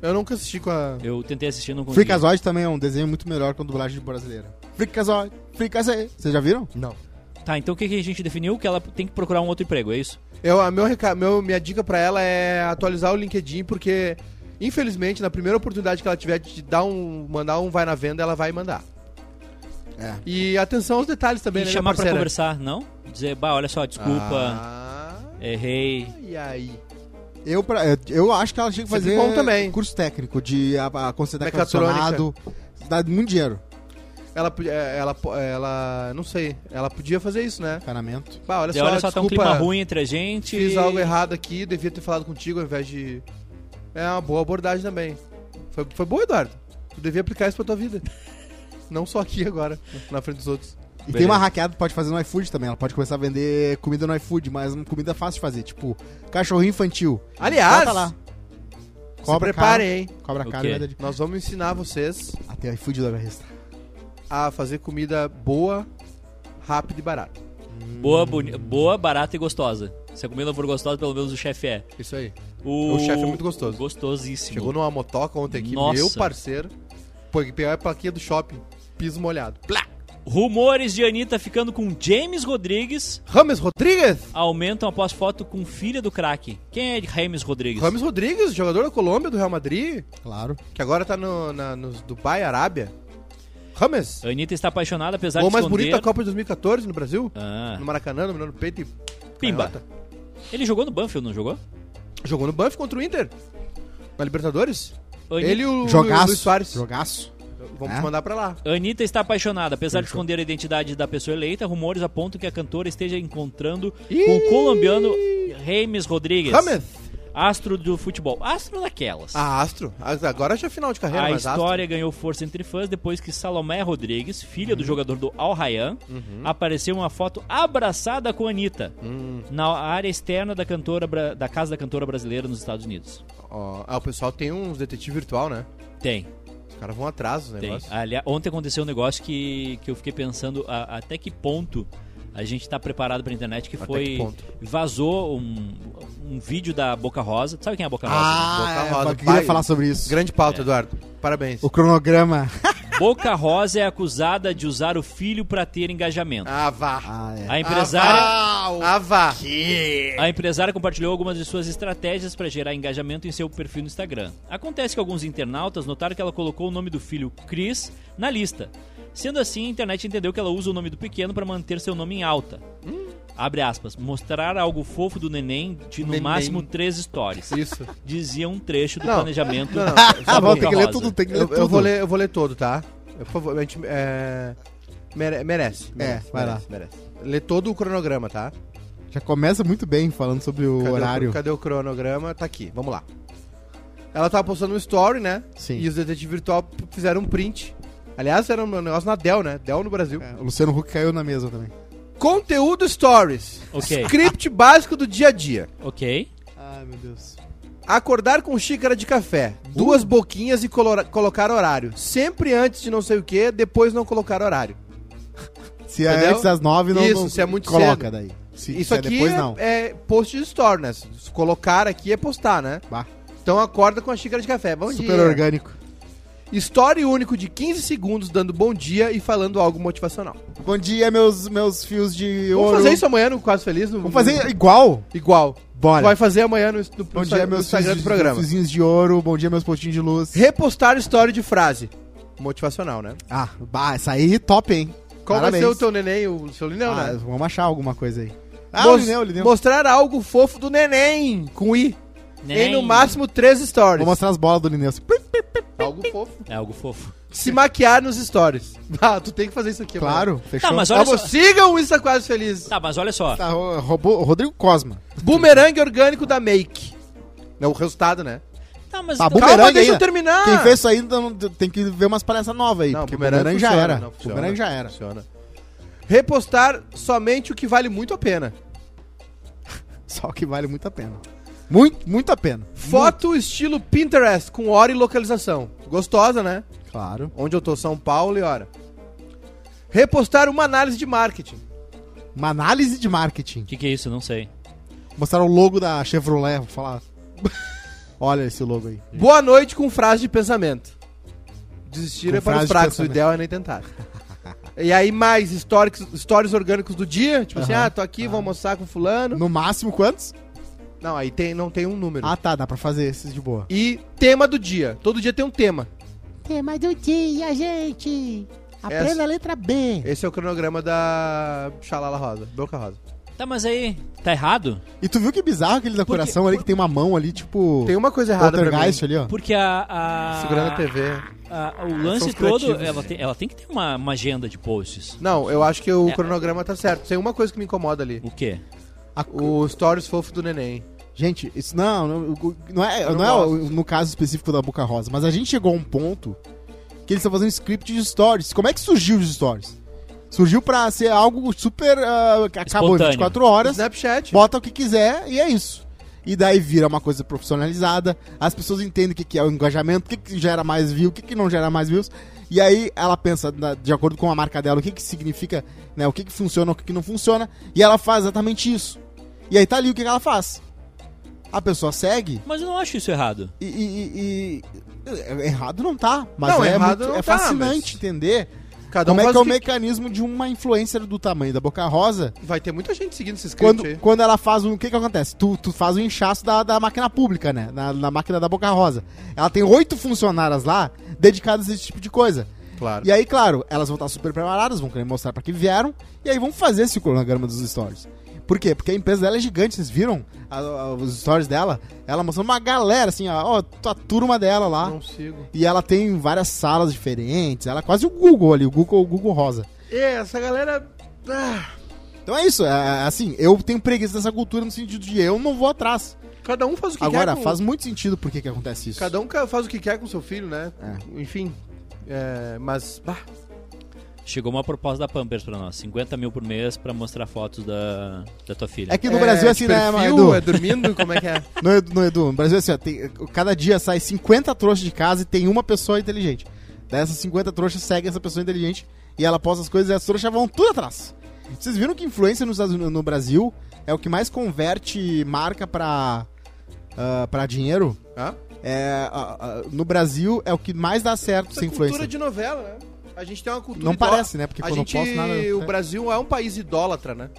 [SPEAKER 2] Eu nunca assisti com a.
[SPEAKER 1] Eu tentei assistir e não consegui.
[SPEAKER 3] Freakazoid também é um desenho muito melhor que a dublagem brasileira. Freakazoid, Freakazoid. Vocês já viram?
[SPEAKER 2] Não.
[SPEAKER 1] Tá, então o que, que a gente definiu? Que ela tem que procurar um outro emprego, é isso?
[SPEAKER 2] Eu, a meu, reca- meu- minha dica pra ela é atualizar o LinkedIn, porque, infelizmente, na primeira oportunidade que ela tiver de dar um, mandar um vai na venda, ela vai mandar.
[SPEAKER 3] É.
[SPEAKER 2] E atenção aos detalhes também,
[SPEAKER 1] e
[SPEAKER 2] né,
[SPEAKER 1] chamar
[SPEAKER 2] minha
[SPEAKER 1] pra
[SPEAKER 2] parceira?
[SPEAKER 1] conversar, não? Dizer, bah, olha só, desculpa,
[SPEAKER 2] Ah,
[SPEAKER 1] errei.
[SPEAKER 2] e aí?
[SPEAKER 3] Eu, pra, eu- eu acho que ela tinha que
[SPEAKER 2] Sempre
[SPEAKER 3] fazer
[SPEAKER 2] bom também.
[SPEAKER 3] curso técnico de a, a consertar
[SPEAKER 2] Mecatrônica.
[SPEAKER 3] condicionado. Dá muito dinheiro.
[SPEAKER 2] Ela, po- é, ela, po- ela, não sei, ela podia fazer isso, né?
[SPEAKER 3] Encanamento.
[SPEAKER 2] Bah, olha
[SPEAKER 1] Dizer,
[SPEAKER 2] só,
[SPEAKER 1] olha só, tá um clima
[SPEAKER 2] desculpa,
[SPEAKER 1] ruim entre a gente.
[SPEAKER 2] fiz algo errado aqui, devia ter falado contigo ao invés de... É uma boa abordagem também. Foi, foi boa, Eduardo. Tu devia aplicar isso pra tua
[SPEAKER 3] (laughs)
[SPEAKER 2] vida. Não só aqui agora, na frente dos outros.
[SPEAKER 3] E
[SPEAKER 1] Beleza.
[SPEAKER 3] tem uma hackeada que pode fazer no iFood também. Ela pode começar a vender comida no iFood, mas é uma comida fácil de fazer. Tipo, cachorrinho infantil.
[SPEAKER 2] Aliás,
[SPEAKER 3] Bota lá. Cobra
[SPEAKER 2] se preparem, hein?
[SPEAKER 3] cara. Cobra cara
[SPEAKER 1] Ok.
[SPEAKER 3] e vai dar de...
[SPEAKER 2] Nós vamos ensinar vocês
[SPEAKER 3] Até o iFood da resta.
[SPEAKER 2] a fazer comida boa, rápida e barata.
[SPEAKER 1] Boa, boni- boa, barata e gostosa. Se a comida for gostosa, pelo menos o chefe é.
[SPEAKER 2] Isso aí.
[SPEAKER 1] O,
[SPEAKER 2] O chefe é muito gostoso.
[SPEAKER 1] Gostosíssimo.
[SPEAKER 2] Chegou numa motoca ontem aqui,
[SPEAKER 1] Nossa.
[SPEAKER 2] meu parceiro. Pô, é que pegar a plaquinha do shopping, piso molhado. Plá!
[SPEAKER 1] Rumores de Anitta ficando com James Rodrigues
[SPEAKER 2] Rames Rodrigues!
[SPEAKER 1] aumentam após foto com filha do craque. Quem é James Rodrigues?
[SPEAKER 2] Rames Rodrigues, jogador da Colômbia, do Real Madrid,
[SPEAKER 3] Claro.
[SPEAKER 2] que agora tá no, na, nos Dubai, Arábia. Rames,
[SPEAKER 1] Anitta está apaixonada, apesar
[SPEAKER 2] gol
[SPEAKER 1] de
[SPEAKER 2] mais
[SPEAKER 1] esconder...
[SPEAKER 2] bonito da Copa de 2014 no Brasil.
[SPEAKER 1] Ah.
[SPEAKER 2] No Maracanã, dominando o peito e...
[SPEAKER 1] Pimba.
[SPEAKER 2] canhota.
[SPEAKER 1] Ele jogou no Banfield, não jogou?
[SPEAKER 2] Jogou no Banff contra o Inter. Na Libertadores.
[SPEAKER 1] Ani-
[SPEAKER 2] Ele e o
[SPEAKER 3] Jogaço.
[SPEAKER 2] Uh, Luiz Soares.
[SPEAKER 3] Jogaço.
[SPEAKER 2] Vamos
[SPEAKER 3] É?
[SPEAKER 2] mandar pra lá.
[SPEAKER 1] Anitta está apaixonada. Apesar de esconder a identidade da pessoa eleita, rumores apontam que a cantora esteja encontrando com o colombiano James Rodrigues,
[SPEAKER 2] Rames.
[SPEAKER 1] astro do futebol. Astro daquelas.
[SPEAKER 2] Ah, Astro. As- Agora já é final de carreira,
[SPEAKER 1] a
[SPEAKER 2] mas
[SPEAKER 1] história ganhou força entre fãs depois que Salomé Rodrigues, filha
[SPEAKER 2] Uhum.
[SPEAKER 1] do jogador do Al Rayyan, apareceu em uma foto abraçada com a Anitta
[SPEAKER 2] Hum.
[SPEAKER 1] na área externa da cantora bra- da casa da cantora brasileira nos Estados Unidos.
[SPEAKER 2] Astro. Ó, ah, o pessoal tem uns detetives virtual, né?
[SPEAKER 1] Tem,
[SPEAKER 2] Os caras vão atrás dos
[SPEAKER 1] tem.
[SPEAKER 2] negócios.
[SPEAKER 1] Aliás, ontem aconteceu um negócio que, que eu fiquei pensando a- até que ponto a gente tá preparado pra internet, que
[SPEAKER 2] Até
[SPEAKER 1] foi...
[SPEAKER 2] que ponto?
[SPEAKER 1] Vazou um, um vídeo da Boca Rosa. Tu Sabe quem é a Boca Rosa? né?
[SPEAKER 3] Ah,
[SPEAKER 2] Boca
[SPEAKER 3] é,
[SPEAKER 2] rosa,
[SPEAKER 3] eu queria
[SPEAKER 2] pai.
[SPEAKER 3] falar sobre isso.
[SPEAKER 2] Grande
[SPEAKER 1] É.
[SPEAKER 2] pauta, Eduardo. Parabéns.
[SPEAKER 3] O cronograma.
[SPEAKER 1] Boca Rosa é acusada de usar o filho pra ter engajamento.
[SPEAKER 2] Ah, vá.
[SPEAKER 3] Ah, é.
[SPEAKER 1] A empresária,
[SPEAKER 9] pau.
[SPEAKER 2] Ava.
[SPEAKER 1] A empresária compartilhou algumas de suas estratégias para gerar engajamento em seu perfil no Instagram. Acontece que alguns internautas notaram que ela colocou o nome do filho Chris na lista. Sendo assim, a internet entendeu que ela usa o nome do pequeno para manter seu nome em alta. Abre aspas. Mostrar algo fofo do neném de no
[SPEAKER 2] Neném.
[SPEAKER 1] máximo três stories.
[SPEAKER 2] Isso.
[SPEAKER 1] Dizia um trecho do
[SPEAKER 2] Não.
[SPEAKER 1] planejamento.
[SPEAKER 2] Não, não,
[SPEAKER 3] Ah,
[SPEAKER 2] só
[SPEAKER 3] bom,
[SPEAKER 2] um
[SPEAKER 3] tem que
[SPEAKER 2] pouquinho.
[SPEAKER 3] ler
[SPEAKER 1] Rosa.
[SPEAKER 3] tudo, tem que ler
[SPEAKER 2] eu,
[SPEAKER 3] tudo.
[SPEAKER 2] eu vou ler, eu vou ler todo, tá? Eu, por favor, a gente é, mere- merece, merece.
[SPEAKER 3] É, vai
[SPEAKER 2] merece, Merece. Lê todo o cronograma, tá?
[SPEAKER 3] Já começa muito bem falando sobre o
[SPEAKER 2] Cadê
[SPEAKER 3] horário.
[SPEAKER 2] cadê o cronograma? Tá aqui, vamos lá. Ela tava postando um story, né?
[SPEAKER 3] Sim.
[SPEAKER 2] E os detetives virtual p- fizeram um print. Aliás, era um negócio na Dell, né? Dell no Brasil.
[SPEAKER 3] É, o Luciano Huck caiu na mesa também.
[SPEAKER 2] Conteúdo stories.
[SPEAKER 1] Ok.
[SPEAKER 2] Script básico do dia a dia.
[SPEAKER 1] Ok.
[SPEAKER 3] Ai, meu Deus.
[SPEAKER 2] Acordar com xícara de café,
[SPEAKER 3] Uh.
[SPEAKER 2] duas boquinhas e colora- colocar horário. Sempre antes de não sei o que, depois não colocar horário.
[SPEAKER 3] Se é
[SPEAKER 2] Entendeu?
[SPEAKER 3] antes das nove, não,
[SPEAKER 2] Isso,
[SPEAKER 3] não
[SPEAKER 2] se é muito
[SPEAKER 3] coloca
[SPEAKER 2] cedo.
[SPEAKER 3] daí. Se,
[SPEAKER 2] Isso
[SPEAKER 3] se é
[SPEAKER 2] aqui
[SPEAKER 3] depois,
[SPEAKER 2] é,
[SPEAKER 3] não.
[SPEAKER 2] é post de store, né? Se se colocar aqui é postar, né?
[SPEAKER 3] Bah.
[SPEAKER 2] Então acorda com a xícara de café. Bom
[SPEAKER 3] Super
[SPEAKER 2] dia.
[SPEAKER 3] orgânico.
[SPEAKER 2] Story único de 15 segundos dando bom dia e falando algo motivacional.
[SPEAKER 3] Bom dia, meus, meus fios de
[SPEAKER 2] Vamos
[SPEAKER 3] ouro.
[SPEAKER 2] fazer isso amanhã no Quase Feliz? No,
[SPEAKER 3] Vamos fazer igual?
[SPEAKER 2] igual. Tu
[SPEAKER 3] Bora.
[SPEAKER 2] vai fazer amanhã no, no,
[SPEAKER 3] Bom
[SPEAKER 2] no
[SPEAKER 3] dia,
[SPEAKER 2] Insta- no
[SPEAKER 3] meus
[SPEAKER 2] Instagram
[SPEAKER 3] fios
[SPEAKER 2] do
[SPEAKER 3] de,
[SPEAKER 2] programa.
[SPEAKER 3] fiozinhos de ouro. Bom dia, meus pontinhos de luz.
[SPEAKER 2] Repostar story de frase. Motivacional, né?
[SPEAKER 3] Ah, bah, essa aí top, hein?
[SPEAKER 2] Qual
[SPEAKER 3] Parabéns.
[SPEAKER 2] vai ser o teu neném, o seu Lineu,
[SPEAKER 3] Ah,
[SPEAKER 2] né?
[SPEAKER 3] Vamos achar alguma coisa aí. Ah,
[SPEAKER 2] Mos-
[SPEAKER 3] o Lineu, o Lineu.
[SPEAKER 2] Mostrar algo fofo do neném, com I. Em no máximo três stories.
[SPEAKER 3] Vou mostrar as bolas do Lineu. assim.
[SPEAKER 2] Algo fofo.
[SPEAKER 1] É algo fofo.
[SPEAKER 2] Se maquiar nos stories. (laughs) Ah, tu tem que fazer isso aqui,
[SPEAKER 3] Claro, fechou.
[SPEAKER 1] Tá, mas
[SPEAKER 2] Mano.
[SPEAKER 1] olha
[SPEAKER 2] Vamos,
[SPEAKER 1] só.
[SPEAKER 2] sigam o Insta Quase Feliz.
[SPEAKER 1] Tá, mas olha só.
[SPEAKER 3] Tá, ro- robô, Rodrigo Cosma.
[SPEAKER 2] Bumerangue orgânico da Make. É o resultado, né?
[SPEAKER 1] Tá, mas
[SPEAKER 3] Tá,
[SPEAKER 1] então-
[SPEAKER 3] bumerangue
[SPEAKER 2] Calma, deixa eu
[SPEAKER 3] ainda.
[SPEAKER 2] terminar.
[SPEAKER 3] Quem fez isso aí então, tem que ver umas palhaças novas aí.
[SPEAKER 2] Ah. Não,
[SPEAKER 3] porque
[SPEAKER 2] bumerangue
[SPEAKER 3] bumerangue já
[SPEAKER 2] funciona,
[SPEAKER 3] era.
[SPEAKER 2] não funciona.
[SPEAKER 3] Bumerangue já era.
[SPEAKER 2] Funciona. Repostar somente o que vale muito a pena.
[SPEAKER 3] Só que vale muito a pena. Muito, muito a pena.
[SPEAKER 2] Foto estilo Pinterest com hora e localização. Gostosa, né?
[SPEAKER 3] Muito, Claro.
[SPEAKER 2] Onde eu tô, São Paulo e hora. Repostar uma análise de marketing.
[SPEAKER 3] Uma análise de marketing.
[SPEAKER 1] O que, que é isso? Não sei.
[SPEAKER 3] Mostraram o logo da Chevrolet, vou falar. (laughs) Olha esse logo aí.
[SPEAKER 2] Boa noite com frase de pensamento. Desistir
[SPEAKER 3] Com
[SPEAKER 2] é para
[SPEAKER 3] frase
[SPEAKER 2] os
[SPEAKER 3] de
[SPEAKER 2] fracos, o
[SPEAKER 3] pensamento.
[SPEAKER 2] ideal é nem tentar. e aí mais stories, stories orgânicos do dia, tipo assim,
[SPEAKER 3] Aham.
[SPEAKER 2] ah, tô aqui, vou almoçar com fulano.
[SPEAKER 3] No máximo quantos?
[SPEAKER 2] Não, aí tem, não tem um número.
[SPEAKER 3] Ah, tá, dá pra fazer esses de boa.
[SPEAKER 2] E tema do dia. Todo dia tem um tema.
[SPEAKER 8] Tema do dia, gente. Aprenda
[SPEAKER 2] Essa-
[SPEAKER 8] a letra B.
[SPEAKER 2] Esse é o cronograma da Xalala Rosa, Boca Rosa.
[SPEAKER 1] Tá, mas aí. Tá errado?
[SPEAKER 3] E tu viu que bizarro aquele da coração ali que tem uma mão ali, tipo.
[SPEAKER 2] Tem uma coisa errada pra mim.
[SPEAKER 3] poltergeist tá ali, ó.
[SPEAKER 1] Porque a. a
[SPEAKER 2] Segurando a TV.
[SPEAKER 1] a- o
[SPEAKER 2] São
[SPEAKER 1] lance
[SPEAKER 2] os
[SPEAKER 1] todo,
[SPEAKER 2] criativos.
[SPEAKER 1] ela tem, ela tem que ter uma, uma agenda de posts.
[SPEAKER 2] Não, eu acho que o
[SPEAKER 1] É.
[SPEAKER 2] cronograma tá certo. Tem uma coisa que me incomoda ali.
[SPEAKER 1] O quê?
[SPEAKER 2] O stories fofo do neném.
[SPEAKER 3] Gente, isso não, não, o- não é,
[SPEAKER 2] Eu
[SPEAKER 3] não
[SPEAKER 2] não
[SPEAKER 3] é
[SPEAKER 2] gosto.
[SPEAKER 3] o- no caso específico da Boca Rosa, mas a gente chegou a um ponto que eles estão fazendo script de stories. Como é que surgiu os stories? Surgiu pra ser algo super. ah, que acabou em
[SPEAKER 1] Espontâneo.
[SPEAKER 3] 24 horas,
[SPEAKER 2] Snapchat.
[SPEAKER 3] bota o que quiser e é isso. E daí vira uma coisa profissionalizada, as pessoas entendem o que, que é o engajamento, o que, que gera mais views, o que, que não gera mais views. E aí ela pensa, na- de acordo com a marca dela, o que, que significa, né? O que, que funciona, o que, que não funciona, e ela faz exatamente isso. E aí tá ali o que, que ela faz. A pessoa segue
[SPEAKER 1] Mas eu não acho isso errado.
[SPEAKER 3] e. e- e- e- é- Errado não tá, mas
[SPEAKER 2] Não,
[SPEAKER 3] é,
[SPEAKER 2] errado
[SPEAKER 3] muito-
[SPEAKER 2] não
[SPEAKER 3] é
[SPEAKER 2] tá,
[SPEAKER 3] fascinante
[SPEAKER 2] mas-
[SPEAKER 3] entender
[SPEAKER 2] Cada um
[SPEAKER 3] como é
[SPEAKER 2] faz
[SPEAKER 3] que é
[SPEAKER 2] o
[SPEAKER 3] o
[SPEAKER 2] que...
[SPEAKER 3] mecanismo de uma influencer do tamanho da Boca Rosa
[SPEAKER 2] Vai ter muita gente seguindo esse script
[SPEAKER 3] quando,
[SPEAKER 2] aí.
[SPEAKER 3] quando ela faz um. O que que acontece? Tu, tu faz um inchaço da, da máquina pública, né? Na, na máquina da Boca Rosa. Ela tem oito funcionárias lá dedicadas a esse tipo de coisa.
[SPEAKER 2] Claro.
[SPEAKER 3] E aí, claro, elas vão estar super preparadas, vão querer mostrar pra que vieram, e aí vão fazer esse cronograma dos stories. Por quê? Porque a empresa dela é gigante, vocês viram a- a- os stories dela? Ela mostrou uma galera, assim, ó, ó, a turma dela lá.
[SPEAKER 2] Não sigo.
[SPEAKER 3] E ela tem várias salas diferentes, ela é quase o Google ali, o Google, o Google Rosa.
[SPEAKER 2] É, essa galera. ah,
[SPEAKER 3] Então é isso, é- assim, eu tenho preguiça dessa cultura no sentido de eu não vou atrás.
[SPEAKER 2] cada um faz o que
[SPEAKER 3] Agora,
[SPEAKER 2] quer. com-
[SPEAKER 3] faz muito sentido por que que acontece isso.
[SPEAKER 2] Cada um ca- faz o que quer com seu filho, né? Enfim. é, mas. bah,
[SPEAKER 1] Chegou uma proposta da Pampers pra nós: 50 mil por mês pra mostrar fotos da, da tua filha.
[SPEAKER 3] É que no Brasil é assim,
[SPEAKER 2] de
[SPEAKER 3] né,
[SPEAKER 2] perfil,
[SPEAKER 3] Edu?
[SPEAKER 2] É dormindo? Como é
[SPEAKER 3] (laughs)
[SPEAKER 2] que é?
[SPEAKER 3] No, Edu- no Edu, no Brasil é assim, ó, tem- cada dia sai 50 trouxas de casa e tem uma pessoa inteligente. Dessas 50 trouxas segue essa pessoa inteligente e ela posta as coisas e as trouxas vão tudo atrás. Vocês viram que influência nos Estados Unidos- no Brasil é o que mais converte marca pra, ah, pra dinheiro?
[SPEAKER 2] Hã?
[SPEAKER 3] É, ah, ah, no Brasil é o que mais dá certo
[SPEAKER 2] Essa
[SPEAKER 3] ser
[SPEAKER 2] é cultura
[SPEAKER 3] influencer.
[SPEAKER 2] de novela, né? A gente tem uma cultura.
[SPEAKER 3] Não
[SPEAKER 2] idó-
[SPEAKER 3] parece, né? Porque
[SPEAKER 2] A
[SPEAKER 3] quando
[SPEAKER 2] gente,
[SPEAKER 3] eu posto nada.
[SPEAKER 2] o Brasil é um país idólatra, né?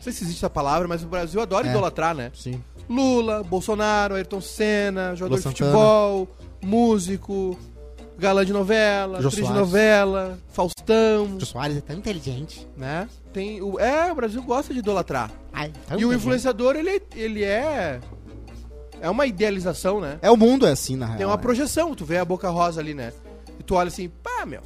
[SPEAKER 2] sei se existe essa palavra, mas o Brasil adora
[SPEAKER 3] É.
[SPEAKER 2] idolatrar, né?
[SPEAKER 3] Sim.
[SPEAKER 2] Lula, Bolsonaro, Ayrton Senna, jogador
[SPEAKER 3] Lua
[SPEAKER 2] de
[SPEAKER 3] Santana.
[SPEAKER 2] futebol, músico, galã de novela,
[SPEAKER 3] Jô
[SPEAKER 2] atriz de
[SPEAKER 3] Soares.
[SPEAKER 2] novela, Faustão,
[SPEAKER 3] O Soares é tão
[SPEAKER 8] Inteligente.
[SPEAKER 2] né? Tem o, é, o Brasil gosta de idolatrar.
[SPEAKER 8] Ai,
[SPEAKER 3] tão
[SPEAKER 2] e o
[SPEAKER 3] inteligente.
[SPEAKER 2] influenciador, ele, ele é... É uma idealização, né?
[SPEAKER 3] É o mundo, é assim, na real.
[SPEAKER 2] Tem uma
[SPEAKER 3] né?
[SPEAKER 2] projeção, tu vê a Boca Rosa ali, né? E tu olha assim, pá, meu...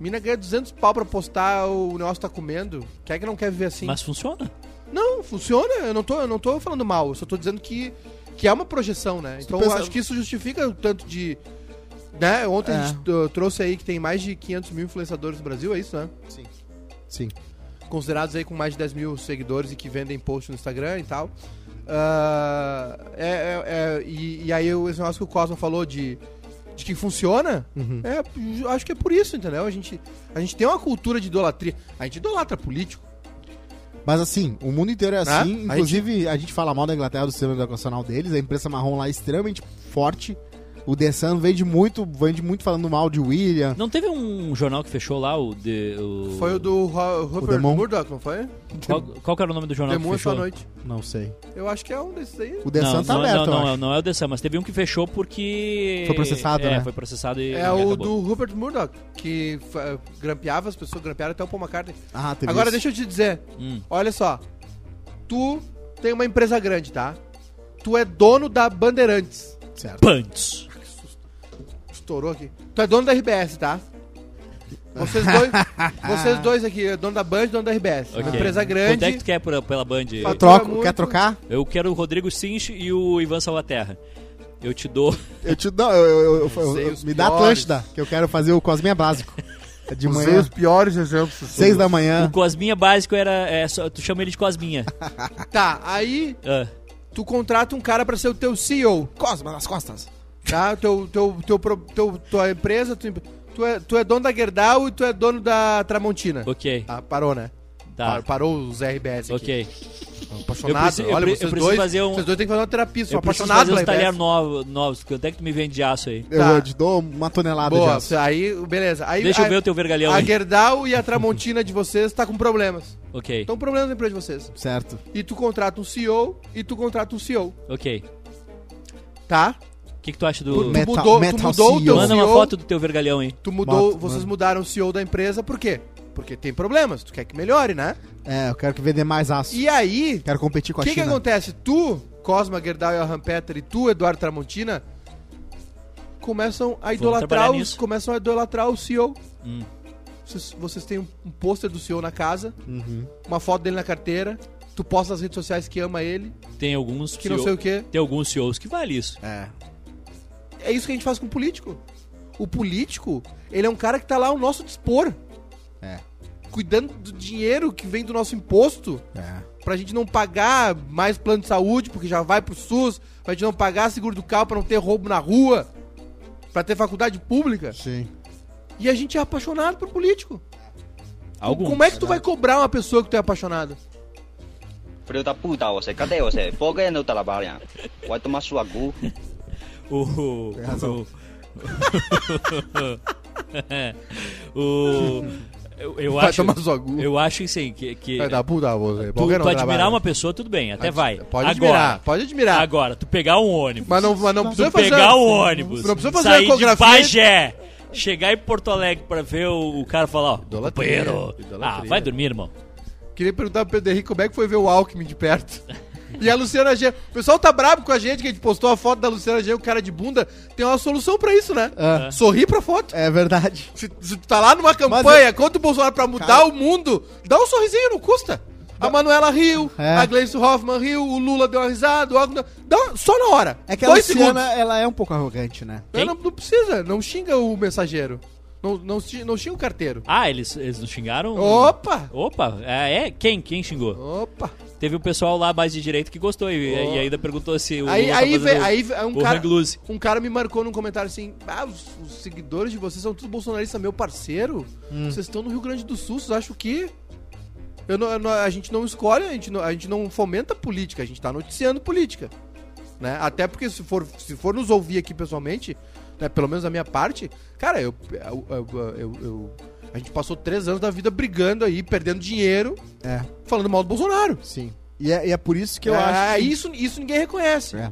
[SPEAKER 2] Mina ganha 200 pau pra postar o negócio que tá comendo. Quer que não quer viver assim?
[SPEAKER 1] Mas funciona.
[SPEAKER 2] Não, funciona. Eu não tô, eu não tô falando mal. Eu só tô dizendo que, que é uma projeção, né? Então eu
[SPEAKER 3] pensa-
[SPEAKER 2] acho que isso justifica o tanto de. Né? Ontem a
[SPEAKER 3] É.
[SPEAKER 2] gente uh, trouxe aí que tem mais de 500 mil influenciadores no Brasil, é isso, né?
[SPEAKER 3] Sim.
[SPEAKER 2] Considerados aí com mais de 10 mil seguidores e que vendem posts no Instagram e tal. Ah, é, é- é- e, e aí eu- esse negócio que o Cosmo falou de, de que funciona,
[SPEAKER 3] Uhum.
[SPEAKER 2] é, eu acho que é por isso, entendeu? A gente, a gente tem uma cultura de idolatria. A gente idolatra político.
[SPEAKER 3] Mas assim, o mundo inteiro é
[SPEAKER 2] Né?
[SPEAKER 3] assim.
[SPEAKER 2] A
[SPEAKER 3] Inclusive, a gente fala mal da Inglaterra do sistema educacional deles. A imprensa marrom lá é extremamente forte. O The Sun vende muito, vende muito falando mal de William.
[SPEAKER 1] Não teve um jornal que fechou lá, o... De, o...
[SPEAKER 2] Foi o do Ro- Rupert
[SPEAKER 3] Demon.
[SPEAKER 2] Murdoch, não foi?
[SPEAKER 1] Qual, qual que era o nome do jornal que
[SPEAKER 2] Demônio
[SPEAKER 1] fechou?
[SPEAKER 2] só à noite.
[SPEAKER 3] Não sei.
[SPEAKER 2] Eu acho que é um desses aí.
[SPEAKER 3] O The Sun tá
[SPEAKER 1] não,
[SPEAKER 3] aberto,
[SPEAKER 1] não,
[SPEAKER 3] eu
[SPEAKER 1] não,
[SPEAKER 3] acho.
[SPEAKER 1] não é o The Sun, mas teve um que fechou porque...
[SPEAKER 3] Foi processado,
[SPEAKER 1] é,
[SPEAKER 3] né?
[SPEAKER 1] foi processado e...
[SPEAKER 2] É
[SPEAKER 1] e
[SPEAKER 2] o
[SPEAKER 1] acabou.
[SPEAKER 2] do Rupert Murdoch, que fa- grampeava as pessoas, grampearam até o Paul McCartney.
[SPEAKER 3] Ah, teve
[SPEAKER 2] Agora
[SPEAKER 3] isso.
[SPEAKER 2] deixa eu te dizer,
[SPEAKER 1] Hum.
[SPEAKER 2] olha só. Tu tem uma empresa grande, tá? Tu é dono da Bandeirantes.
[SPEAKER 3] Certo.
[SPEAKER 1] Pants.
[SPEAKER 2] Estourou aqui. Tu é dono da RBS, tá? Vocês
[SPEAKER 3] (laughs)
[SPEAKER 2] dois, vocês dois aqui, dono da Band e dono da RBS. Uma
[SPEAKER 1] Ok.
[SPEAKER 2] empresa
[SPEAKER 1] Quanto é que
[SPEAKER 2] grande.
[SPEAKER 1] tu quer por- pela Band?
[SPEAKER 3] Eu
[SPEAKER 2] Fatura
[SPEAKER 3] troco-
[SPEAKER 2] muito.
[SPEAKER 3] quer trocar?
[SPEAKER 1] Eu quero o Rodrigo Sinch e o Ivan Salvaterra. Eu te
[SPEAKER 2] (laughs)
[SPEAKER 1] dou...
[SPEAKER 3] Eu te dou. eu- eu- eu- eu-
[SPEAKER 2] sei
[SPEAKER 3] eu-
[SPEAKER 2] os
[SPEAKER 3] me dá
[SPEAKER 2] piores.
[SPEAKER 3] Atlântida, que eu quero fazer o Cosminha Básico. É De
[SPEAKER 7] Usei
[SPEAKER 3] manhã,
[SPEAKER 7] os piores exemplos.
[SPEAKER 3] seis da
[SPEAKER 1] O
[SPEAKER 2] Ah.
[SPEAKER 3] manhã.
[SPEAKER 1] Cosminha básico era... é só- tu chama ele de
[SPEAKER 2] (laughs)
[SPEAKER 1] Cosminha.
[SPEAKER 2] Tá, aí
[SPEAKER 1] Ah,
[SPEAKER 2] tu contrata um cara pra ser o teu CEO.
[SPEAKER 3] Cosma nas costas.
[SPEAKER 2] Tá? Teu, teu, teu, pro- teu, tua empresa, tu, tu, é, tu é dono da Gerdau e tu é dono da Tramontina.
[SPEAKER 1] ok,
[SPEAKER 2] Ah, parou, né?
[SPEAKER 1] tá.
[SPEAKER 2] Par- Parou os RBS aqui.
[SPEAKER 1] Ok.
[SPEAKER 2] Apaixonado.
[SPEAKER 1] Eu preciso- eu
[SPEAKER 2] Olha,
[SPEAKER 1] pre- eu
[SPEAKER 2] vocês
[SPEAKER 1] preciso
[SPEAKER 2] dois,
[SPEAKER 1] fazer um-
[SPEAKER 2] vocês dois têm que fazer uma terapia. São
[SPEAKER 1] Eu preciso
[SPEAKER 2] apaixonados
[SPEAKER 1] fazer
[SPEAKER 2] pela
[SPEAKER 1] uns talher
[SPEAKER 2] RBS.
[SPEAKER 1] novo- novos, quanto é que tu me vende de aço aí?
[SPEAKER 2] Tá.
[SPEAKER 3] Eu te dou uma tonelada de
[SPEAKER 2] Boa,
[SPEAKER 3] aço.
[SPEAKER 2] aí, beleza. Aí,
[SPEAKER 1] Deixa
[SPEAKER 2] a,
[SPEAKER 1] eu ver o teu vergalhão
[SPEAKER 2] A
[SPEAKER 1] aí.
[SPEAKER 2] Gerdau e a Tramontina de vocês tá com problemas.
[SPEAKER 1] Ok,
[SPEAKER 2] Estão problemas na empresa de vocês.
[SPEAKER 3] Certo.
[SPEAKER 2] E tu contrata um CEO e tu contrata um CEO,
[SPEAKER 1] ok.
[SPEAKER 2] tá?
[SPEAKER 1] O que, que tu acha
[SPEAKER 2] Tu,
[SPEAKER 1] do...
[SPEAKER 3] Metal-
[SPEAKER 2] tu mudou, tu
[SPEAKER 3] Metal
[SPEAKER 2] mudou o teu
[SPEAKER 3] CEO.
[SPEAKER 1] Manda uma
[SPEAKER 2] CEO,
[SPEAKER 1] foto do teu vergalhão aí.
[SPEAKER 2] Tu mudou,
[SPEAKER 3] Bota,
[SPEAKER 2] vocês
[SPEAKER 3] manda.
[SPEAKER 2] mudaram o CEO da empresa, por quê? Porque tem problemas, tu quer que melhore, né?
[SPEAKER 3] É, eu quero que vender mais aço.
[SPEAKER 2] E aí,
[SPEAKER 3] Quero competir com
[SPEAKER 2] o
[SPEAKER 3] a
[SPEAKER 2] que, que
[SPEAKER 3] China.
[SPEAKER 2] acontece? Tu, Cosma Gerdau e Johan Peter, e tu, Eduardo Tramontina, começam a idolatrar
[SPEAKER 1] trabalhar
[SPEAKER 2] os,
[SPEAKER 1] nisso.
[SPEAKER 2] começam a idolatrar o CEO.
[SPEAKER 1] Hum.
[SPEAKER 2] Vocês, vocês têm um, um pôster do CEO na casa,
[SPEAKER 3] Uhum.
[SPEAKER 2] uma foto dele na carteira, tu posta nas redes sociais que ama ele,
[SPEAKER 1] Tem alguns
[SPEAKER 2] que não sei o quê.
[SPEAKER 1] Tem alguns CEOs que vale isso.
[SPEAKER 2] É isso que a gente faz com o político. O político, ele é um cara que tá lá ao nosso dispor.
[SPEAKER 3] É.
[SPEAKER 2] Cuidando do dinheiro que vem do nosso imposto.
[SPEAKER 3] É.
[SPEAKER 2] pra gente não pagar mais plano de saúde, porque já vai pro SUS, pra gente não pagar seguro do carro, pra não ter roubo na rua, pra ter faculdade pública.
[SPEAKER 3] Sim.
[SPEAKER 2] E a gente é apaixonado por político.
[SPEAKER 1] Alguns.
[SPEAKER 2] Como é que tu vai cobrar uma pessoa que tu é apaixonado?
[SPEAKER 10] Filho da puta, você, cadê você? Por que não trabalha? Vai tomar sua cu.
[SPEAKER 2] é-
[SPEAKER 1] O, o, o, o- (laughs)
[SPEAKER 2] (laughs)
[SPEAKER 1] eu, eu
[SPEAKER 2] Vai
[SPEAKER 1] acho,
[SPEAKER 2] tomar zogu.
[SPEAKER 1] eu acho assim, que, que
[SPEAKER 2] Vai dar puta você.
[SPEAKER 1] tu, tu admirar uma pessoa, tudo bem, até vai.
[SPEAKER 2] Pode
[SPEAKER 1] agora,
[SPEAKER 2] admirar, pode admirar.
[SPEAKER 1] Agora, tu pegar um ônibus,
[SPEAKER 2] Mas não, mas não precisa
[SPEAKER 1] tu
[SPEAKER 2] fazer... assim.
[SPEAKER 1] pegar o ônibus,
[SPEAKER 2] Não precisa fazer uma
[SPEAKER 1] sair de
[SPEAKER 2] ecografia.
[SPEAKER 1] Bagé, chegar em Porto Alegre pra ver o, o cara falar, ó,
[SPEAKER 2] Idolatria,
[SPEAKER 1] companheiro, ah,
[SPEAKER 2] idolatria.
[SPEAKER 1] vai dormir, irmão.
[SPEAKER 2] Queria perguntar pro Pedro Henrique como é que foi ver o Alckmin de perto. E a Luciana G. O pessoal tá brabo com a gente, que a gente postou a foto da Luciana G, o cara de bunda. Tem uma solução pra isso, né?
[SPEAKER 3] É.
[SPEAKER 2] Sorrir pra foto.
[SPEAKER 3] É verdade.
[SPEAKER 2] Se, se tu tá lá numa campanha contra o Bolsonaro pra mudar o mundo, dá um sorrisinho, não custa. A Manuela riu,
[SPEAKER 3] É.
[SPEAKER 2] a Gleice Hoffman riu, o Lula deu uma risada, o Alckmin... Dá uma- só na hora.
[SPEAKER 3] É que a
[SPEAKER 2] Dois
[SPEAKER 3] Luciana,
[SPEAKER 2] segundos.
[SPEAKER 3] ela é um pouco arrogante, né?
[SPEAKER 1] Quem?
[SPEAKER 2] Não, não precisa, não xinga o mensageiro. Não, não, xi- não xinga o carteiro.
[SPEAKER 1] Ah, eles, eles não xingaram?
[SPEAKER 2] Opa!
[SPEAKER 1] Opa, é, é? Quem? Quem xingou?
[SPEAKER 2] Opa!
[SPEAKER 1] Teve um pessoal lá mais de direito que gostou e, e ainda perguntou se o
[SPEAKER 2] Aí,
[SPEAKER 1] Lula tá
[SPEAKER 2] aí,
[SPEAKER 1] fazendo
[SPEAKER 2] vê, aí vê- um
[SPEAKER 1] o
[SPEAKER 2] cara...
[SPEAKER 1] hang loose.
[SPEAKER 2] Um cara me marcou num comentário assim: Ah, os, os seguidores de vocês são tudo bolsonarista, meu parceiro.
[SPEAKER 1] Hum.
[SPEAKER 2] Vocês estão no Rio Grande do Sul, vocês acham o quê? Eu não- eu não- a gente não escolhe, a gente não, a gente não fomenta política, a gente tá noticiando política. Né? Até porque se for, se for nos ouvir aqui pessoalmente, né, pelo menos da minha parte, cara, eu, eu, eu, eu- eu- A gente passou três anos da vida brigando aí, perdendo dinheiro,
[SPEAKER 3] É.
[SPEAKER 2] falando mal do Bolsonaro.
[SPEAKER 3] Sim. E é, e é por isso que eu
[SPEAKER 2] é,
[SPEAKER 3] acho. que-
[SPEAKER 2] Isso, isso ninguém reconhece.
[SPEAKER 3] É.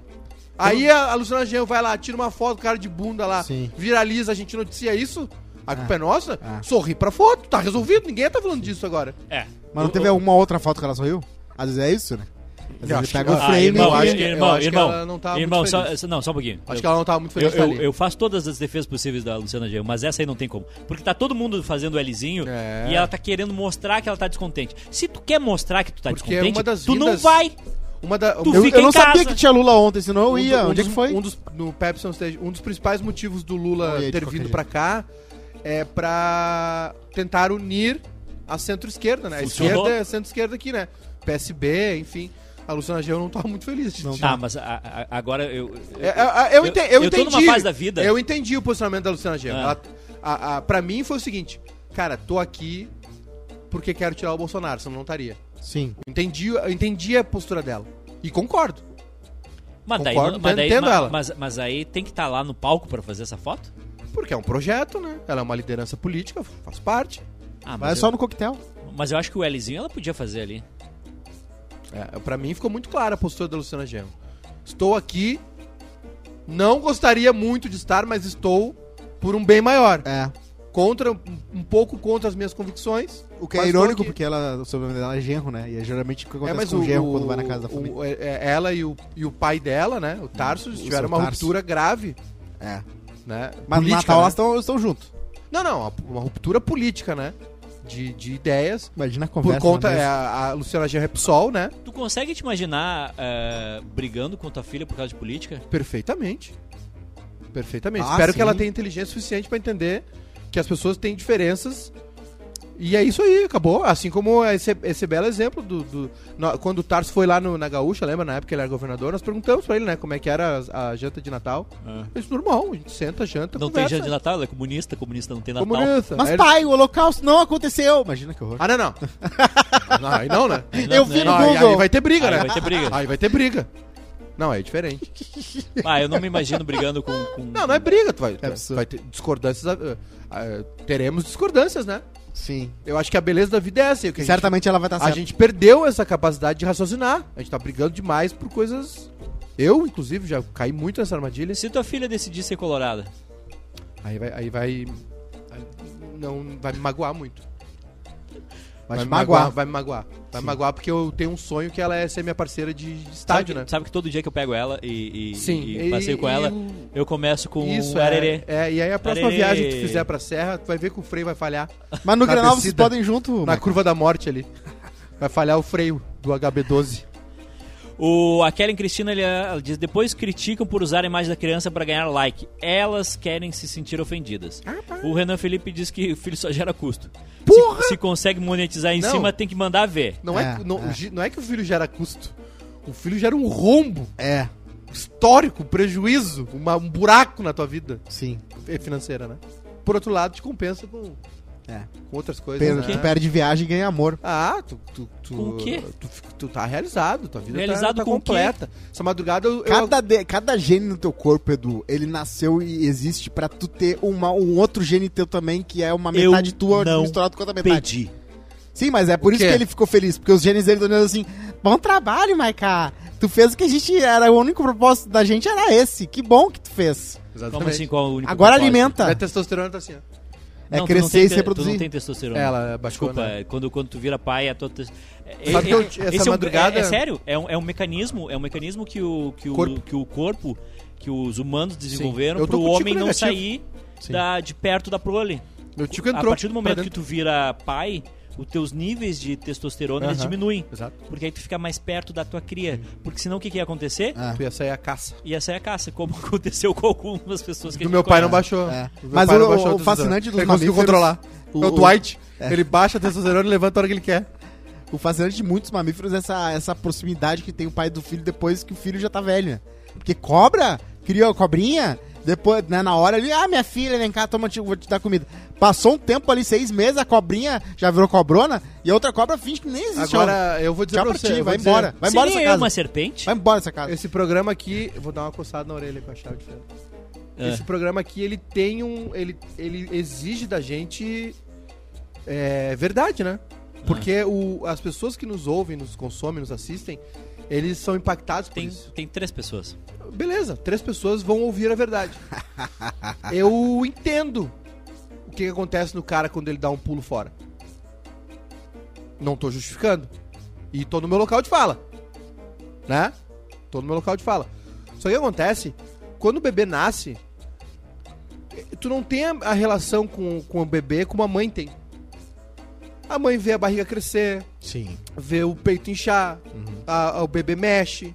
[SPEAKER 2] Aí a, a Luciana Genro vai lá, tira uma foto do cara de bunda lá,
[SPEAKER 3] Sim.
[SPEAKER 2] viraliza, a gente noticia isso. A culpa é, nossa?
[SPEAKER 3] É.
[SPEAKER 2] Sorri pra foto, tá resolvido, ninguém tá falando disso agora.
[SPEAKER 1] É.
[SPEAKER 3] Mas não teve alguma outra foto que ela sorriu? Às vezes é isso, né? Às
[SPEAKER 2] Eu
[SPEAKER 3] vezes
[SPEAKER 2] acho
[SPEAKER 3] pega o
[SPEAKER 2] que- Ah,
[SPEAKER 3] frame
[SPEAKER 1] irmão,
[SPEAKER 2] eu acho que- eu
[SPEAKER 1] irmão,
[SPEAKER 2] acho que
[SPEAKER 1] irmão,
[SPEAKER 2] ela não tá
[SPEAKER 1] irmão,
[SPEAKER 2] muito
[SPEAKER 1] só,
[SPEAKER 2] feliz.
[SPEAKER 1] não, só um pouquinho.
[SPEAKER 2] Acho
[SPEAKER 1] Eu-
[SPEAKER 2] que ela não tava muito
[SPEAKER 1] Eu,
[SPEAKER 2] feliz com
[SPEAKER 1] eu- eu faço todas as defesas possíveis da Luciana Genro, mas essa aí não tem como. Porque tá todo mundo fazendo Lzinho
[SPEAKER 2] É.
[SPEAKER 1] e ela tá querendo mostrar que ela tá descontente. Se tu quer mostrar que tu tá
[SPEAKER 2] Porque é
[SPEAKER 1] descontente,
[SPEAKER 2] uma das
[SPEAKER 1] tu não
[SPEAKER 2] vindas-
[SPEAKER 1] vai. Tá,
[SPEAKER 2] Uma da,
[SPEAKER 1] Tu
[SPEAKER 2] um-
[SPEAKER 3] Eu,
[SPEAKER 1] fica
[SPEAKER 3] eu
[SPEAKER 1] em
[SPEAKER 3] não sabia
[SPEAKER 1] casa.
[SPEAKER 3] que tinha Lula ontem, senão eu
[SPEAKER 2] um
[SPEAKER 3] ia.
[SPEAKER 2] do- um
[SPEAKER 3] Onde é que
[SPEAKER 2] dos-
[SPEAKER 3] foi?
[SPEAKER 2] Um dos, no Pepsi on Stage, um dos principais motivos do Lula
[SPEAKER 3] Não ia de
[SPEAKER 2] ter
[SPEAKER 3] qualquer
[SPEAKER 2] vindo
[SPEAKER 3] jeito.
[SPEAKER 2] pra cá é pra tentar unir a centro-esquerda, né? A
[SPEAKER 1] Funcionou.
[SPEAKER 2] esquerda é a centro-esquerda aqui, né? PSB, enfim. A Luciana Genro não tava muito feliz. Não
[SPEAKER 1] Tá, mas a- a- agora eu.
[SPEAKER 2] É, é, é, eu, ente- eu
[SPEAKER 1] eu tô
[SPEAKER 2] entendi.
[SPEAKER 1] numa fase da vida.
[SPEAKER 2] Eu entendi o posicionamento da Luciana Genro.
[SPEAKER 1] Ah.
[SPEAKER 2] Ela- a- a- pra mim foi o seguinte: cara, tô aqui porque quero tirar o Bolsonaro, senão não estaria.
[SPEAKER 3] Sim.
[SPEAKER 2] Entendi, eu entendi a postura dela. E concordo.
[SPEAKER 1] mas, daí,
[SPEAKER 2] concordo,
[SPEAKER 1] mas,
[SPEAKER 2] eu
[SPEAKER 1] daí,
[SPEAKER 2] entendo
[SPEAKER 1] ma-
[SPEAKER 2] ela.
[SPEAKER 1] mas, mas aí tem que estar lá no palco pra fazer essa foto?
[SPEAKER 2] Porque é um projeto, né? Ela é uma liderança política, faz parte.
[SPEAKER 1] Ah,
[SPEAKER 3] Mas é
[SPEAKER 1] mas,
[SPEAKER 3] só
[SPEAKER 1] eu,
[SPEAKER 3] no coquetel.
[SPEAKER 1] mas eu acho que o Lzinho ela podia fazer ali.
[SPEAKER 2] É, pra mim ficou muito clara a postura da Luciana Genro. Estou aqui, não gostaria muito de estar, mas estou por um bem maior.
[SPEAKER 3] É.
[SPEAKER 2] Contra, um- um pouco contra as minhas convicções.
[SPEAKER 3] O que é
[SPEAKER 2] mas estou
[SPEAKER 3] irônico,
[SPEAKER 2] aqui.
[SPEAKER 3] porque ela, o sobrenome dela é genro, né? E é geralmente o que
[SPEAKER 2] É,
[SPEAKER 3] acontece
[SPEAKER 2] mas
[SPEAKER 3] com
[SPEAKER 2] o,
[SPEAKER 3] o genro
[SPEAKER 2] o-
[SPEAKER 3] quando vai na casa da
[SPEAKER 2] o-
[SPEAKER 3] família. Hum,
[SPEAKER 2] é- é, ela e o, e o pai dela, né? O Tarso,
[SPEAKER 3] o
[SPEAKER 2] tiveram
[SPEAKER 3] seu
[SPEAKER 2] uma
[SPEAKER 3] Tarso.
[SPEAKER 2] ruptura grave.
[SPEAKER 3] É.
[SPEAKER 2] Né?
[SPEAKER 3] Mas no
[SPEAKER 2] Política,
[SPEAKER 3] Natal
[SPEAKER 2] né?
[SPEAKER 3] elas tão- elas estão juntos.
[SPEAKER 2] Não, não, uma- uma ruptura política, né? De, de ideias.
[SPEAKER 3] Imagina a conversa. né,
[SPEAKER 2] por conta,
[SPEAKER 3] na
[SPEAKER 2] é,
[SPEAKER 3] mesa.
[SPEAKER 2] a, a Luciana Genro é PSOL, né?
[SPEAKER 1] Tu consegue te imaginar eh, brigando com tua filha por causa de política?
[SPEAKER 2] Perfeitamente. Perfeitamente.
[SPEAKER 3] Ah,
[SPEAKER 2] Espero
[SPEAKER 3] sim.
[SPEAKER 2] que ela tenha inteligência suficiente pra entender que as pessoas têm diferenças. E é isso aí, acabou. Assim como esse, esse belo exemplo do. do- na- quando o Tarso foi lá no- na Gaúcha, lembra? Na época que ele era governador, nós perguntamos pra ele, né, como é que era as- a, janta de Natal. Ele disse, normal, a gente senta,
[SPEAKER 1] Ah.
[SPEAKER 2] janta,
[SPEAKER 1] Não tem
[SPEAKER 2] conversa.
[SPEAKER 1] janta de Natal, ela é comunista, comunista não tem Natal.
[SPEAKER 2] Tá Comunista. Aí
[SPEAKER 3] Mas tá.
[SPEAKER 2] ele-
[SPEAKER 3] pai, o holocausto não aconteceu. Imagina que horror.
[SPEAKER 2] Ah, não, não.
[SPEAKER 1] (laughs)
[SPEAKER 2] não aí não,
[SPEAKER 3] (laughs)
[SPEAKER 2] né?
[SPEAKER 1] Não,
[SPEAKER 3] eu vi
[SPEAKER 1] né?
[SPEAKER 3] no
[SPEAKER 2] Não, aí,
[SPEAKER 3] Google.
[SPEAKER 2] aí vai ter briga,
[SPEAKER 1] Aí
[SPEAKER 2] né?
[SPEAKER 1] vai ter briga.
[SPEAKER 2] (laughs) Aí vai ter briga. Não, aí é diferente.
[SPEAKER 1] Ah, eu não me imagino brigando com. com-
[SPEAKER 2] Não, não é briga, tu vai, tu
[SPEAKER 3] É
[SPEAKER 2] vai-
[SPEAKER 3] absurdo.
[SPEAKER 2] vai ter discordâncias. ah, ah, teremos discordâncias, né?
[SPEAKER 3] Sim.
[SPEAKER 2] Eu acho que a beleza da vida é essa. e o que a, gente,
[SPEAKER 3] Certamente ela vai estar
[SPEAKER 2] a
[SPEAKER 3] certa.
[SPEAKER 2] gente perdeu essa capacidade de raciocinar. A gente tá brigando demais por coisas. Eu, inclusive, já caí muito nessa armadilha.
[SPEAKER 1] Se tua filha decidir ser colorada,
[SPEAKER 2] Aí vai. Aí vai aí não vai me magoar muito.
[SPEAKER 3] Vai te
[SPEAKER 2] me
[SPEAKER 3] magoar.
[SPEAKER 2] Vai me magoar. Vai me magoar porque eu tenho um sonho que ela é ser minha parceira de de
[SPEAKER 1] sabe,
[SPEAKER 2] estádio,
[SPEAKER 1] que,
[SPEAKER 2] né?
[SPEAKER 1] sabe que todo dia que eu pego ela e, e-
[SPEAKER 2] Sim,
[SPEAKER 1] e passeio
[SPEAKER 2] e-
[SPEAKER 1] com ela,
[SPEAKER 2] e-
[SPEAKER 1] eu começo com
[SPEAKER 2] Isso,
[SPEAKER 1] o arerê.
[SPEAKER 2] é, é. E aí a próxima
[SPEAKER 1] Arerê.
[SPEAKER 2] viagem que tu fizer pra serra, tu vai ver que o freio vai falhar.
[SPEAKER 3] Mas no
[SPEAKER 2] Na
[SPEAKER 3] Granal vocês
[SPEAKER 2] descida.
[SPEAKER 3] podem ir junto.
[SPEAKER 2] tá Na
[SPEAKER 3] Michael.
[SPEAKER 2] curva da morte ali. Vai falhar o freio do HB12.
[SPEAKER 1] O, a Kellen Cristina ele- ela diz: depois criticam por usar a imagem da criança pra ganhar like. Elas querem se sentir ofendidas. O Renan Felipe diz que o filho só gera custo. Porra! Se, se consegue monetizar em
[SPEAKER 2] Não.
[SPEAKER 1] cima, tem que mandar ver.
[SPEAKER 2] Não é,
[SPEAKER 3] É,
[SPEAKER 2] não,
[SPEAKER 3] é.
[SPEAKER 2] gi- não é que o filho gera custo. O filho gera um rombo
[SPEAKER 3] É,
[SPEAKER 2] histórico, um prejuízo, uma- um buraco na tua vida
[SPEAKER 3] sim.
[SPEAKER 2] fi- financeira, né? Por outro lado, te compensa com,
[SPEAKER 3] É.
[SPEAKER 2] com outras coisas,
[SPEAKER 3] Per-
[SPEAKER 2] né?
[SPEAKER 3] Tu perde viagem e ganha amor.
[SPEAKER 2] Ah, tu, tu, tu,
[SPEAKER 1] Com o quê?
[SPEAKER 2] Tu, fi- tu tá realizado, tua vida tá-
[SPEAKER 1] Realizado
[SPEAKER 2] tá,
[SPEAKER 1] com o quê?
[SPEAKER 2] completa. Essa madrugada eu, eu-
[SPEAKER 3] Cada, de- cada gene no teu corpo, Edu, ele nasceu e existe pra tu ter uma, um outro gene teu também, que é uma
[SPEAKER 1] Eu
[SPEAKER 3] metade tua
[SPEAKER 1] não
[SPEAKER 3] misturado com outra metade.
[SPEAKER 1] Pedi.
[SPEAKER 3] Sim, mas é por
[SPEAKER 2] O
[SPEAKER 3] isso
[SPEAKER 2] quê?
[SPEAKER 3] que ele ficou feliz, porque os genes dele estão dizendo assim: bom trabalho, Maiká. Tu fez o que a gente era, o único propósito da gente era esse. Que bom que tu fez.
[SPEAKER 2] Exatamente.
[SPEAKER 1] Como assim, qual é o único
[SPEAKER 3] Agora
[SPEAKER 1] propósito?
[SPEAKER 2] Minha
[SPEAKER 3] alimenta.
[SPEAKER 2] testosterona tá assim, ó.
[SPEAKER 1] Não,
[SPEAKER 3] É
[SPEAKER 1] tu não
[SPEAKER 3] crescer
[SPEAKER 1] tem te-
[SPEAKER 3] e se
[SPEAKER 1] Tu não
[SPEAKER 3] reproduzir.
[SPEAKER 1] tem testosterona.
[SPEAKER 2] É, Ela baixou,
[SPEAKER 1] Desculpa,
[SPEAKER 2] né?
[SPEAKER 1] é, quando, quando tu vira pai, a tua. tes- É,
[SPEAKER 2] Sabe
[SPEAKER 1] é-
[SPEAKER 2] que eu-
[SPEAKER 1] é-
[SPEAKER 2] essa
[SPEAKER 1] esse é um-
[SPEAKER 2] madrugada-
[SPEAKER 1] É, é sério, é um, é um mecanismo, é um mecanismo que o, que o,
[SPEAKER 2] Corpo.
[SPEAKER 1] que o corpo, que os humanos desenvolveram
[SPEAKER 2] Eu tô
[SPEAKER 1] pro
[SPEAKER 2] contigo
[SPEAKER 1] homem não
[SPEAKER 2] negativo.
[SPEAKER 1] sair da, de perto da prole.
[SPEAKER 2] Meu tio que
[SPEAKER 1] é. A
[SPEAKER 2] entrou.
[SPEAKER 1] partir do momento
[SPEAKER 2] pra
[SPEAKER 1] que
[SPEAKER 2] dentro.
[SPEAKER 1] tu vira pai, os teus níveis de testosterona eles
[SPEAKER 2] Aham.
[SPEAKER 1] diminuem.
[SPEAKER 2] Exato.
[SPEAKER 1] Porque aí tu fica mais perto da tua cria. Porque senão o que, que ia acontecer?
[SPEAKER 3] Ah.
[SPEAKER 2] Tu ia sair a caça.
[SPEAKER 1] Ia sair a caça, como (laughs) aconteceu com algumas pessoas que a
[SPEAKER 2] Do
[SPEAKER 1] gente
[SPEAKER 2] meu pai não
[SPEAKER 1] conhece.
[SPEAKER 2] baixou.
[SPEAKER 3] É.
[SPEAKER 2] Meu
[SPEAKER 3] Mas
[SPEAKER 2] pai
[SPEAKER 3] o-
[SPEAKER 2] não
[SPEAKER 3] o
[SPEAKER 2] a testosterona.
[SPEAKER 3] fascinante dos
[SPEAKER 2] Ele conseguiu
[SPEAKER 3] mamíferos-
[SPEAKER 2] controlar.
[SPEAKER 3] o-
[SPEAKER 2] é o Dwight. Ele baixa a testosterona e levanta a hora que ele quer.
[SPEAKER 3] O fascinante de muitos mamíferos é essa, essa proximidade que tem o pai do filho depois que o filho já tá velho, né? Porque cobra, criou a cobrinha, depois, né, na hora ali, ah, minha filha, vem cá, toma, te- vou te dar comida. Passou um tempo ali, seis meses, a cobrinha já virou cobrona, e a outra cobra finge que nem existe. ó.
[SPEAKER 2] Agora, eu vou dizer
[SPEAKER 3] tchau
[SPEAKER 2] é pra
[SPEAKER 3] pra
[SPEAKER 2] você.
[SPEAKER 3] ti,
[SPEAKER 2] eu
[SPEAKER 3] vai
[SPEAKER 2] vou dizer,
[SPEAKER 3] embora, vai embora
[SPEAKER 1] Seria
[SPEAKER 3] essa
[SPEAKER 1] eu
[SPEAKER 3] casa.
[SPEAKER 1] é uma serpente?
[SPEAKER 3] Vai embora essa casa.
[SPEAKER 2] Esse programa aqui, eu vou dar uma coçada na orelha com a chave de fenda.
[SPEAKER 1] É.
[SPEAKER 2] Esse programa aqui, ele tem um. Ele, ele exige da gente é verdade, né?
[SPEAKER 1] É.
[SPEAKER 2] Porque o, as pessoas que nos ouvem, nos consomem, nos assistem, eles são impactados
[SPEAKER 1] Tem,
[SPEAKER 2] por isso.
[SPEAKER 1] tem três pessoas.
[SPEAKER 2] Beleza, três pessoas vão ouvir a verdade. Eu entendo o que, que acontece no cara quando ele dá um pulo fora. Não tô justificando. E tô no meu local de fala. Né? Tô no meu local de fala. Só que acontece, quando o bebê nasce, tu não tem a a relação com, com o bebê como a mãe tem. A mãe vê a barriga crescer,
[SPEAKER 3] Sim.
[SPEAKER 2] vê o peito inchar, a- a- o bebê mexe.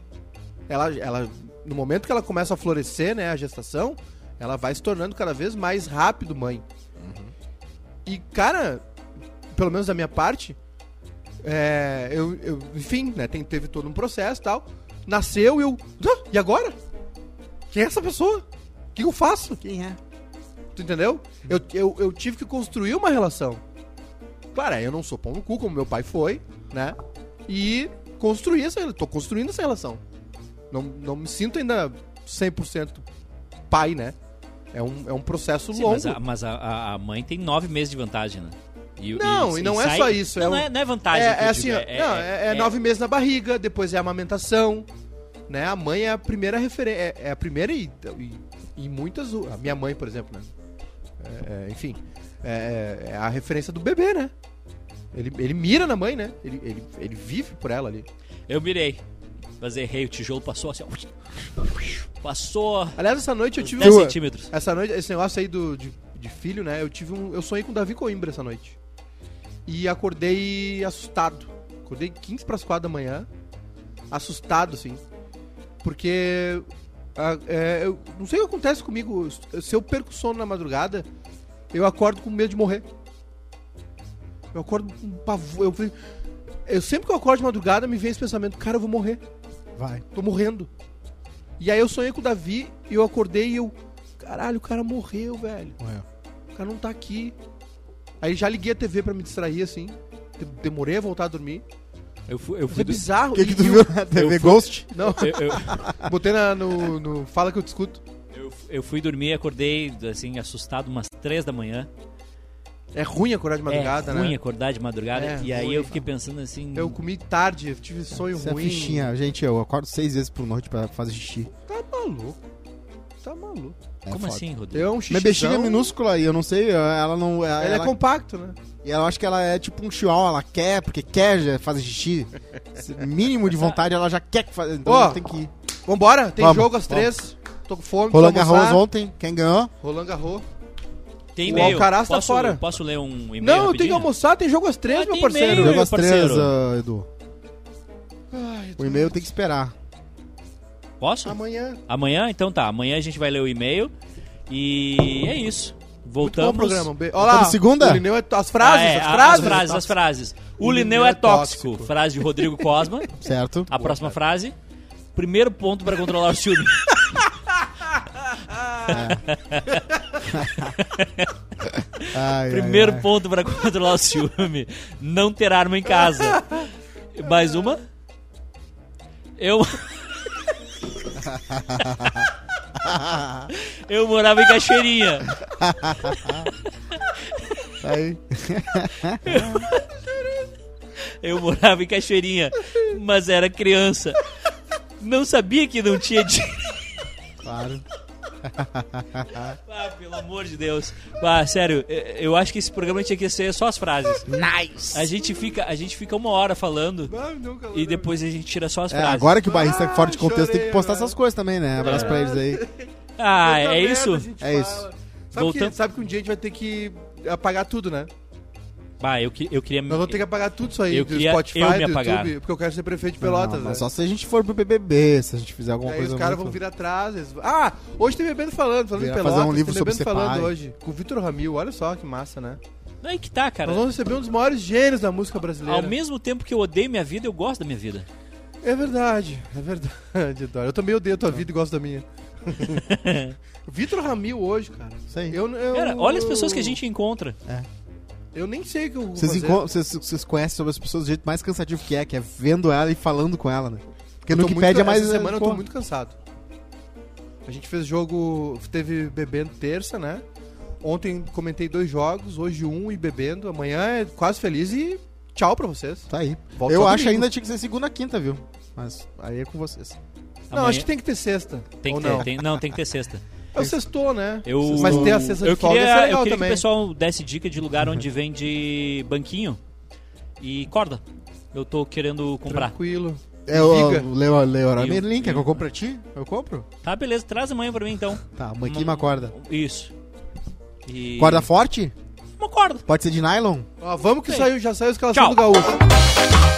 [SPEAKER 2] Ela, ela, no momento que ela começa a florescer, né, a gestação, ela vai se tornando cada vez mais rápido mãe. E, cara, pelo menos da minha parte, é, eu, eu- enfim, né, tem- teve todo um processo e tal. Nasceu e eu... "Ah, e agora? Quem é essa pessoa? O que eu faço?
[SPEAKER 8] Quem é?
[SPEAKER 2] Tu entendeu? Eu, eu, eu tive que construir uma relação. Cara, eu não sou pão no cu, como meu pai foi, né? E construí essa Tô construindo essa relação. Não, não me sinto ainda 100% pai, né? É um, é um processo
[SPEAKER 1] Sim,
[SPEAKER 2] longo.
[SPEAKER 1] mas a, mas a- a- a mãe tem nove meses de vantagem, né? E-
[SPEAKER 2] Não, e não é só isso, é
[SPEAKER 1] Não,
[SPEAKER 2] um-
[SPEAKER 1] é, não é vantagem. que
[SPEAKER 2] É, é
[SPEAKER 1] eu
[SPEAKER 2] assim,
[SPEAKER 1] digo,
[SPEAKER 2] ó, não, é, é nove meses na barriga, depois é a amamentação, né? A mãe é a primeira referência, é, é a primeira e, e, e muitas, o- a minha mãe, por exemplo, né? É, é, enfim, é, é a referência do bebê, né? Ele, ele mira na mãe, né? Ele, ele, ele vive por ela ali.
[SPEAKER 1] Eu mirei, mas errei, o tijolo passou assim, ó. Passou
[SPEAKER 2] Aliás, essa noite eu tive
[SPEAKER 1] 10
[SPEAKER 2] um-
[SPEAKER 1] centímetros.
[SPEAKER 2] Essa noite, esse negócio aí do, de, de filho, né? Eu tive um. Eu sonhei com o Davi Coimbra essa noite. E acordei assustado. Acordei 15 para as 4 da manhã. Assustado, assim. Porque. a- é, eu não sei o que acontece comigo. Se eu perco o sono na madrugada, eu acordo com medo de morrer. Eu acordo com pavor. Eu, ve- eu sempre que eu acordo de madrugada, me vem esse pensamento: cara, eu vou morrer.
[SPEAKER 3] Vai.
[SPEAKER 2] Tô morrendo. E aí eu sonhei com o Davi e eu acordei e eu. Caralho, o cara morreu, velho.
[SPEAKER 3] Morreu.
[SPEAKER 2] O cara não tá aqui. Aí já liguei a TV pra me distrair, assim. De- Demorei a voltar a dormir.
[SPEAKER 1] Eu fui, eu
[SPEAKER 2] Mas é
[SPEAKER 1] fui do-
[SPEAKER 2] bizarro.
[SPEAKER 3] O que,
[SPEAKER 2] E-
[SPEAKER 3] que tu
[SPEAKER 2] e
[SPEAKER 3] viu na TV Ghost?
[SPEAKER 2] Não,
[SPEAKER 1] eu- eu-
[SPEAKER 2] botei na- no, no Fala que eu te escuto.
[SPEAKER 1] Eu, eu fui dormir, acordei, assim, assustado umas três da manhã.
[SPEAKER 2] É ruim acordar de madrugada,
[SPEAKER 1] é ruim
[SPEAKER 2] né?
[SPEAKER 1] acordar de madrugada.
[SPEAKER 2] É,
[SPEAKER 1] e aí
[SPEAKER 2] ruim,
[SPEAKER 1] eu fiquei pensando assim...
[SPEAKER 2] Eu comi tarde, eu tive sonho
[SPEAKER 3] Essa é a
[SPEAKER 2] ruim.
[SPEAKER 3] fichinha. Gente, eu acordo seis vezes por noite pra fazer xixi.
[SPEAKER 2] Tá maluco. Tá maluco.
[SPEAKER 3] É
[SPEAKER 1] como
[SPEAKER 3] foda.
[SPEAKER 1] assim, Rodrigo?
[SPEAKER 2] Eu é um xixi.
[SPEAKER 3] Minha bexiga é minúscula e eu não sei, ela não. Ela,
[SPEAKER 2] Ela é
[SPEAKER 3] ela,
[SPEAKER 2] compacto, né?
[SPEAKER 3] E ela acha que ela é tipo um chihuahua, ela quer, porque quer já fazer xixi. Esse mínimo de vontade ela já quer que faça. Então
[SPEAKER 2] Ó,
[SPEAKER 3] tem que ir.
[SPEAKER 2] Vambora, tem
[SPEAKER 3] Vamos,
[SPEAKER 2] jogo às
[SPEAKER 3] vamos.
[SPEAKER 2] três. Tô com fome.
[SPEAKER 3] Roland
[SPEAKER 2] preciso almoçar.
[SPEAKER 3] Garros ontem, quem ganhou?
[SPEAKER 2] Roland Garros.
[SPEAKER 1] Tem
[SPEAKER 2] o
[SPEAKER 1] e-mail.
[SPEAKER 2] Alcaraz tá
[SPEAKER 1] posso,
[SPEAKER 2] fora.
[SPEAKER 1] Posso ler um e-mail
[SPEAKER 2] Não, eu
[SPEAKER 1] rapidinho?
[SPEAKER 2] tenho que almoçar, tem jogo às três,
[SPEAKER 1] Ah,
[SPEAKER 2] meu
[SPEAKER 1] tem
[SPEAKER 2] parceiro.
[SPEAKER 1] e-mail.
[SPEAKER 3] Jogo às três,
[SPEAKER 1] parceiro.
[SPEAKER 3] ah, Edu. O tá e-mail tem que esperar.
[SPEAKER 1] Posso?
[SPEAKER 2] Amanhã.
[SPEAKER 1] Amanhã? Então tá. Amanhã a gente vai ler o e-mail. E é isso. Voltamos...
[SPEAKER 2] Bom programa. Be- Olha lá.
[SPEAKER 3] Voltamos segunda?
[SPEAKER 2] o Lineu é to- As frases,
[SPEAKER 1] Ah, é,
[SPEAKER 2] as
[SPEAKER 1] a-
[SPEAKER 2] frases.
[SPEAKER 1] As
[SPEAKER 3] Tá.
[SPEAKER 1] frases, as frases. O, Lineu, é tóxico. Frase de Rodrigo Cosma.
[SPEAKER 3] Certo?
[SPEAKER 1] A próxima frase. Primeiro ponto pra controlar o ciúme.
[SPEAKER 3] Ai, ai,
[SPEAKER 1] Primeiro
[SPEAKER 3] ai.
[SPEAKER 1] ponto pra controlar o ciúme: não ter arma em casa. Mais uma? Eu. Eu morava em Cachoeirinha.
[SPEAKER 3] Aí.
[SPEAKER 1] Eu morava em Cachoeirinha, mas era criança. Não sabia que não tinha dinheiro.
[SPEAKER 3] Claro.
[SPEAKER 1] Ah, pelo amor de Deus. Ah, sério, eh, eu acho que esse programa tinha que ser só as frases. Nice! A gente fica, a gente fica uma hora falando e depois a gente tira só as
[SPEAKER 3] É,
[SPEAKER 1] frases.
[SPEAKER 3] agora que o barrista é fora de
[SPEAKER 2] Ah,
[SPEAKER 3] contexto, tem
[SPEAKER 2] chorei, É.
[SPEAKER 3] que postar
[SPEAKER 2] mano.
[SPEAKER 3] essas coisas também, né? Abraço pra eles aí.
[SPEAKER 1] Ah, é isso?
[SPEAKER 3] É isso.
[SPEAKER 2] Sabe que,
[SPEAKER 1] Voltando-
[SPEAKER 2] sabe que um dia a gente vai ter que apagar tudo, né?
[SPEAKER 1] Ah, eu, que- eu queria.
[SPEAKER 2] Nós vamos ter que apagar tudo isso aí
[SPEAKER 1] Eu
[SPEAKER 2] do
[SPEAKER 1] queria-
[SPEAKER 2] Spotify,
[SPEAKER 1] eu me
[SPEAKER 2] do
[SPEAKER 1] apagar.
[SPEAKER 2] YouTube, porque eu quero ser prefeito de
[SPEAKER 3] Não,
[SPEAKER 2] Pelotas,
[SPEAKER 3] mas
[SPEAKER 2] né?
[SPEAKER 3] só se a gente for pro BBB, se a gente fizer alguma
[SPEAKER 2] Aí
[SPEAKER 3] coisa
[SPEAKER 2] os caras vão
[SPEAKER 3] muito-
[SPEAKER 2] vir atrás. eles- Ah, hoje tem Bebendo Falando, falando de
[SPEAKER 3] Virar fazer
[SPEAKER 2] Pelotas.
[SPEAKER 3] um livro
[SPEAKER 2] tem
[SPEAKER 3] sobre
[SPEAKER 2] Bebendo
[SPEAKER 3] ser
[SPEAKER 2] Falando
[SPEAKER 3] pai.
[SPEAKER 2] hoje, com o Vitor Ramil. Olha só que massa, né?
[SPEAKER 1] Aí que tá, cara.
[SPEAKER 2] Nós vamos receber um dos maiores gênios da música brasileira.
[SPEAKER 1] Ao mesmo tempo que eu odeio minha vida, eu gosto da minha vida.
[SPEAKER 2] É verdade, é verdade, Eduardo. Eu também odeio a tua vida e gosto da
[SPEAKER 1] (laughs)
[SPEAKER 2] minha. Vitor Ramil hoje, cara.
[SPEAKER 3] Isso aí.
[SPEAKER 2] Eu, eu-
[SPEAKER 1] Cara, olha as pessoas que a gente encontra.
[SPEAKER 2] Eu nem sei o que eu vou
[SPEAKER 3] Vocês,
[SPEAKER 2] fazer.
[SPEAKER 3] enco- vocês, vocês conhecem sobre as pessoas do jeito mais cansativo que é, que é vendo ela e falando com ela, né? Porque
[SPEAKER 2] Eu
[SPEAKER 3] no
[SPEAKER 2] tô
[SPEAKER 3] que
[SPEAKER 2] muito-
[SPEAKER 3] pede é mais.
[SPEAKER 2] Essa semana eu
[SPEAKER 3] pô,
[SPEAKER 2] tô muito cansado. A gente fez jogo... Teve bebendo terça, né? Ontem comentei dois jogos, hoje um e bebendo. Amanhã é quase feliz e tchau pra vocês.
[SPEAKER 3] Tá aí.
[SPEAKER 2] Volta
[SPEAKER 3] eu
[SPEAKER 2] só
[SPEAKER 3] acho
[SPEAKER 2] domingo.
[SPEAKER 3] ainda tinha que ser segunda, quinta, viu? Mas aí é com vocês.
[SPEAKER 2] Não, acho que tem que ter sexta.
[SPEAKER 1] tem
[SPEAKER 2] ou
[SPEAKER 1] que
[SPEAKER 2] não?
[SPEAKER 1] ter, tem- não, tem que ter sexta.
[SPEAKER 2] É o sextou, né?
[SPEAKER 1] Eu,
[SPEAKER 2] Mas ter a sexta
[SPEAKER 1] eu
[SPEAKER 2] de folga
[SPEAKER 1] queria,
[SPEAKER 2] isso é
[SPEAKER 1] eu
[SPEAKER 2] legal
[SPEAKER 1] queria
[SPEAKER 2] também.
[SPEAKER 1] que o pessoal desse dica de lugar onde vende banquinho e corda. Eu tô querendo comprar.
[SPEAKER 2] Tranquilo.
[SPEAKER 3] Eu,
[SPEAKER 2] Liga.
[SPEAKER 3] eu leio, leio a
[SPEAKER 1] E o-
[SPEAKER 3] Merlin, quer
[SPEAKER 1] e
[SPEAKER 3] que
[SPEAKER 1] o-
[SPEAKER 3] eu compro pra ti? Eu compro?
[SPEAKER 1] Tá, beleza. Traz amanhã pra mim, então.
[SPEAKER 3] Tá, manquinho uma corda.
[SPEAKER 1] Isso. E...
[SPEAKER 3] Corda forte?
[SPEAKER 1] Uma corda.
[SPEAKER 3] Pode ser de nylon?
[SPEAKER 2] Ó, vamos que
[SPEAKER 1] Sim.
[SPEAKER 2] saiu, já saiu a escalação
[SPEAKER 1] Tchau.
[SPEAKER 2] do Gaúcho.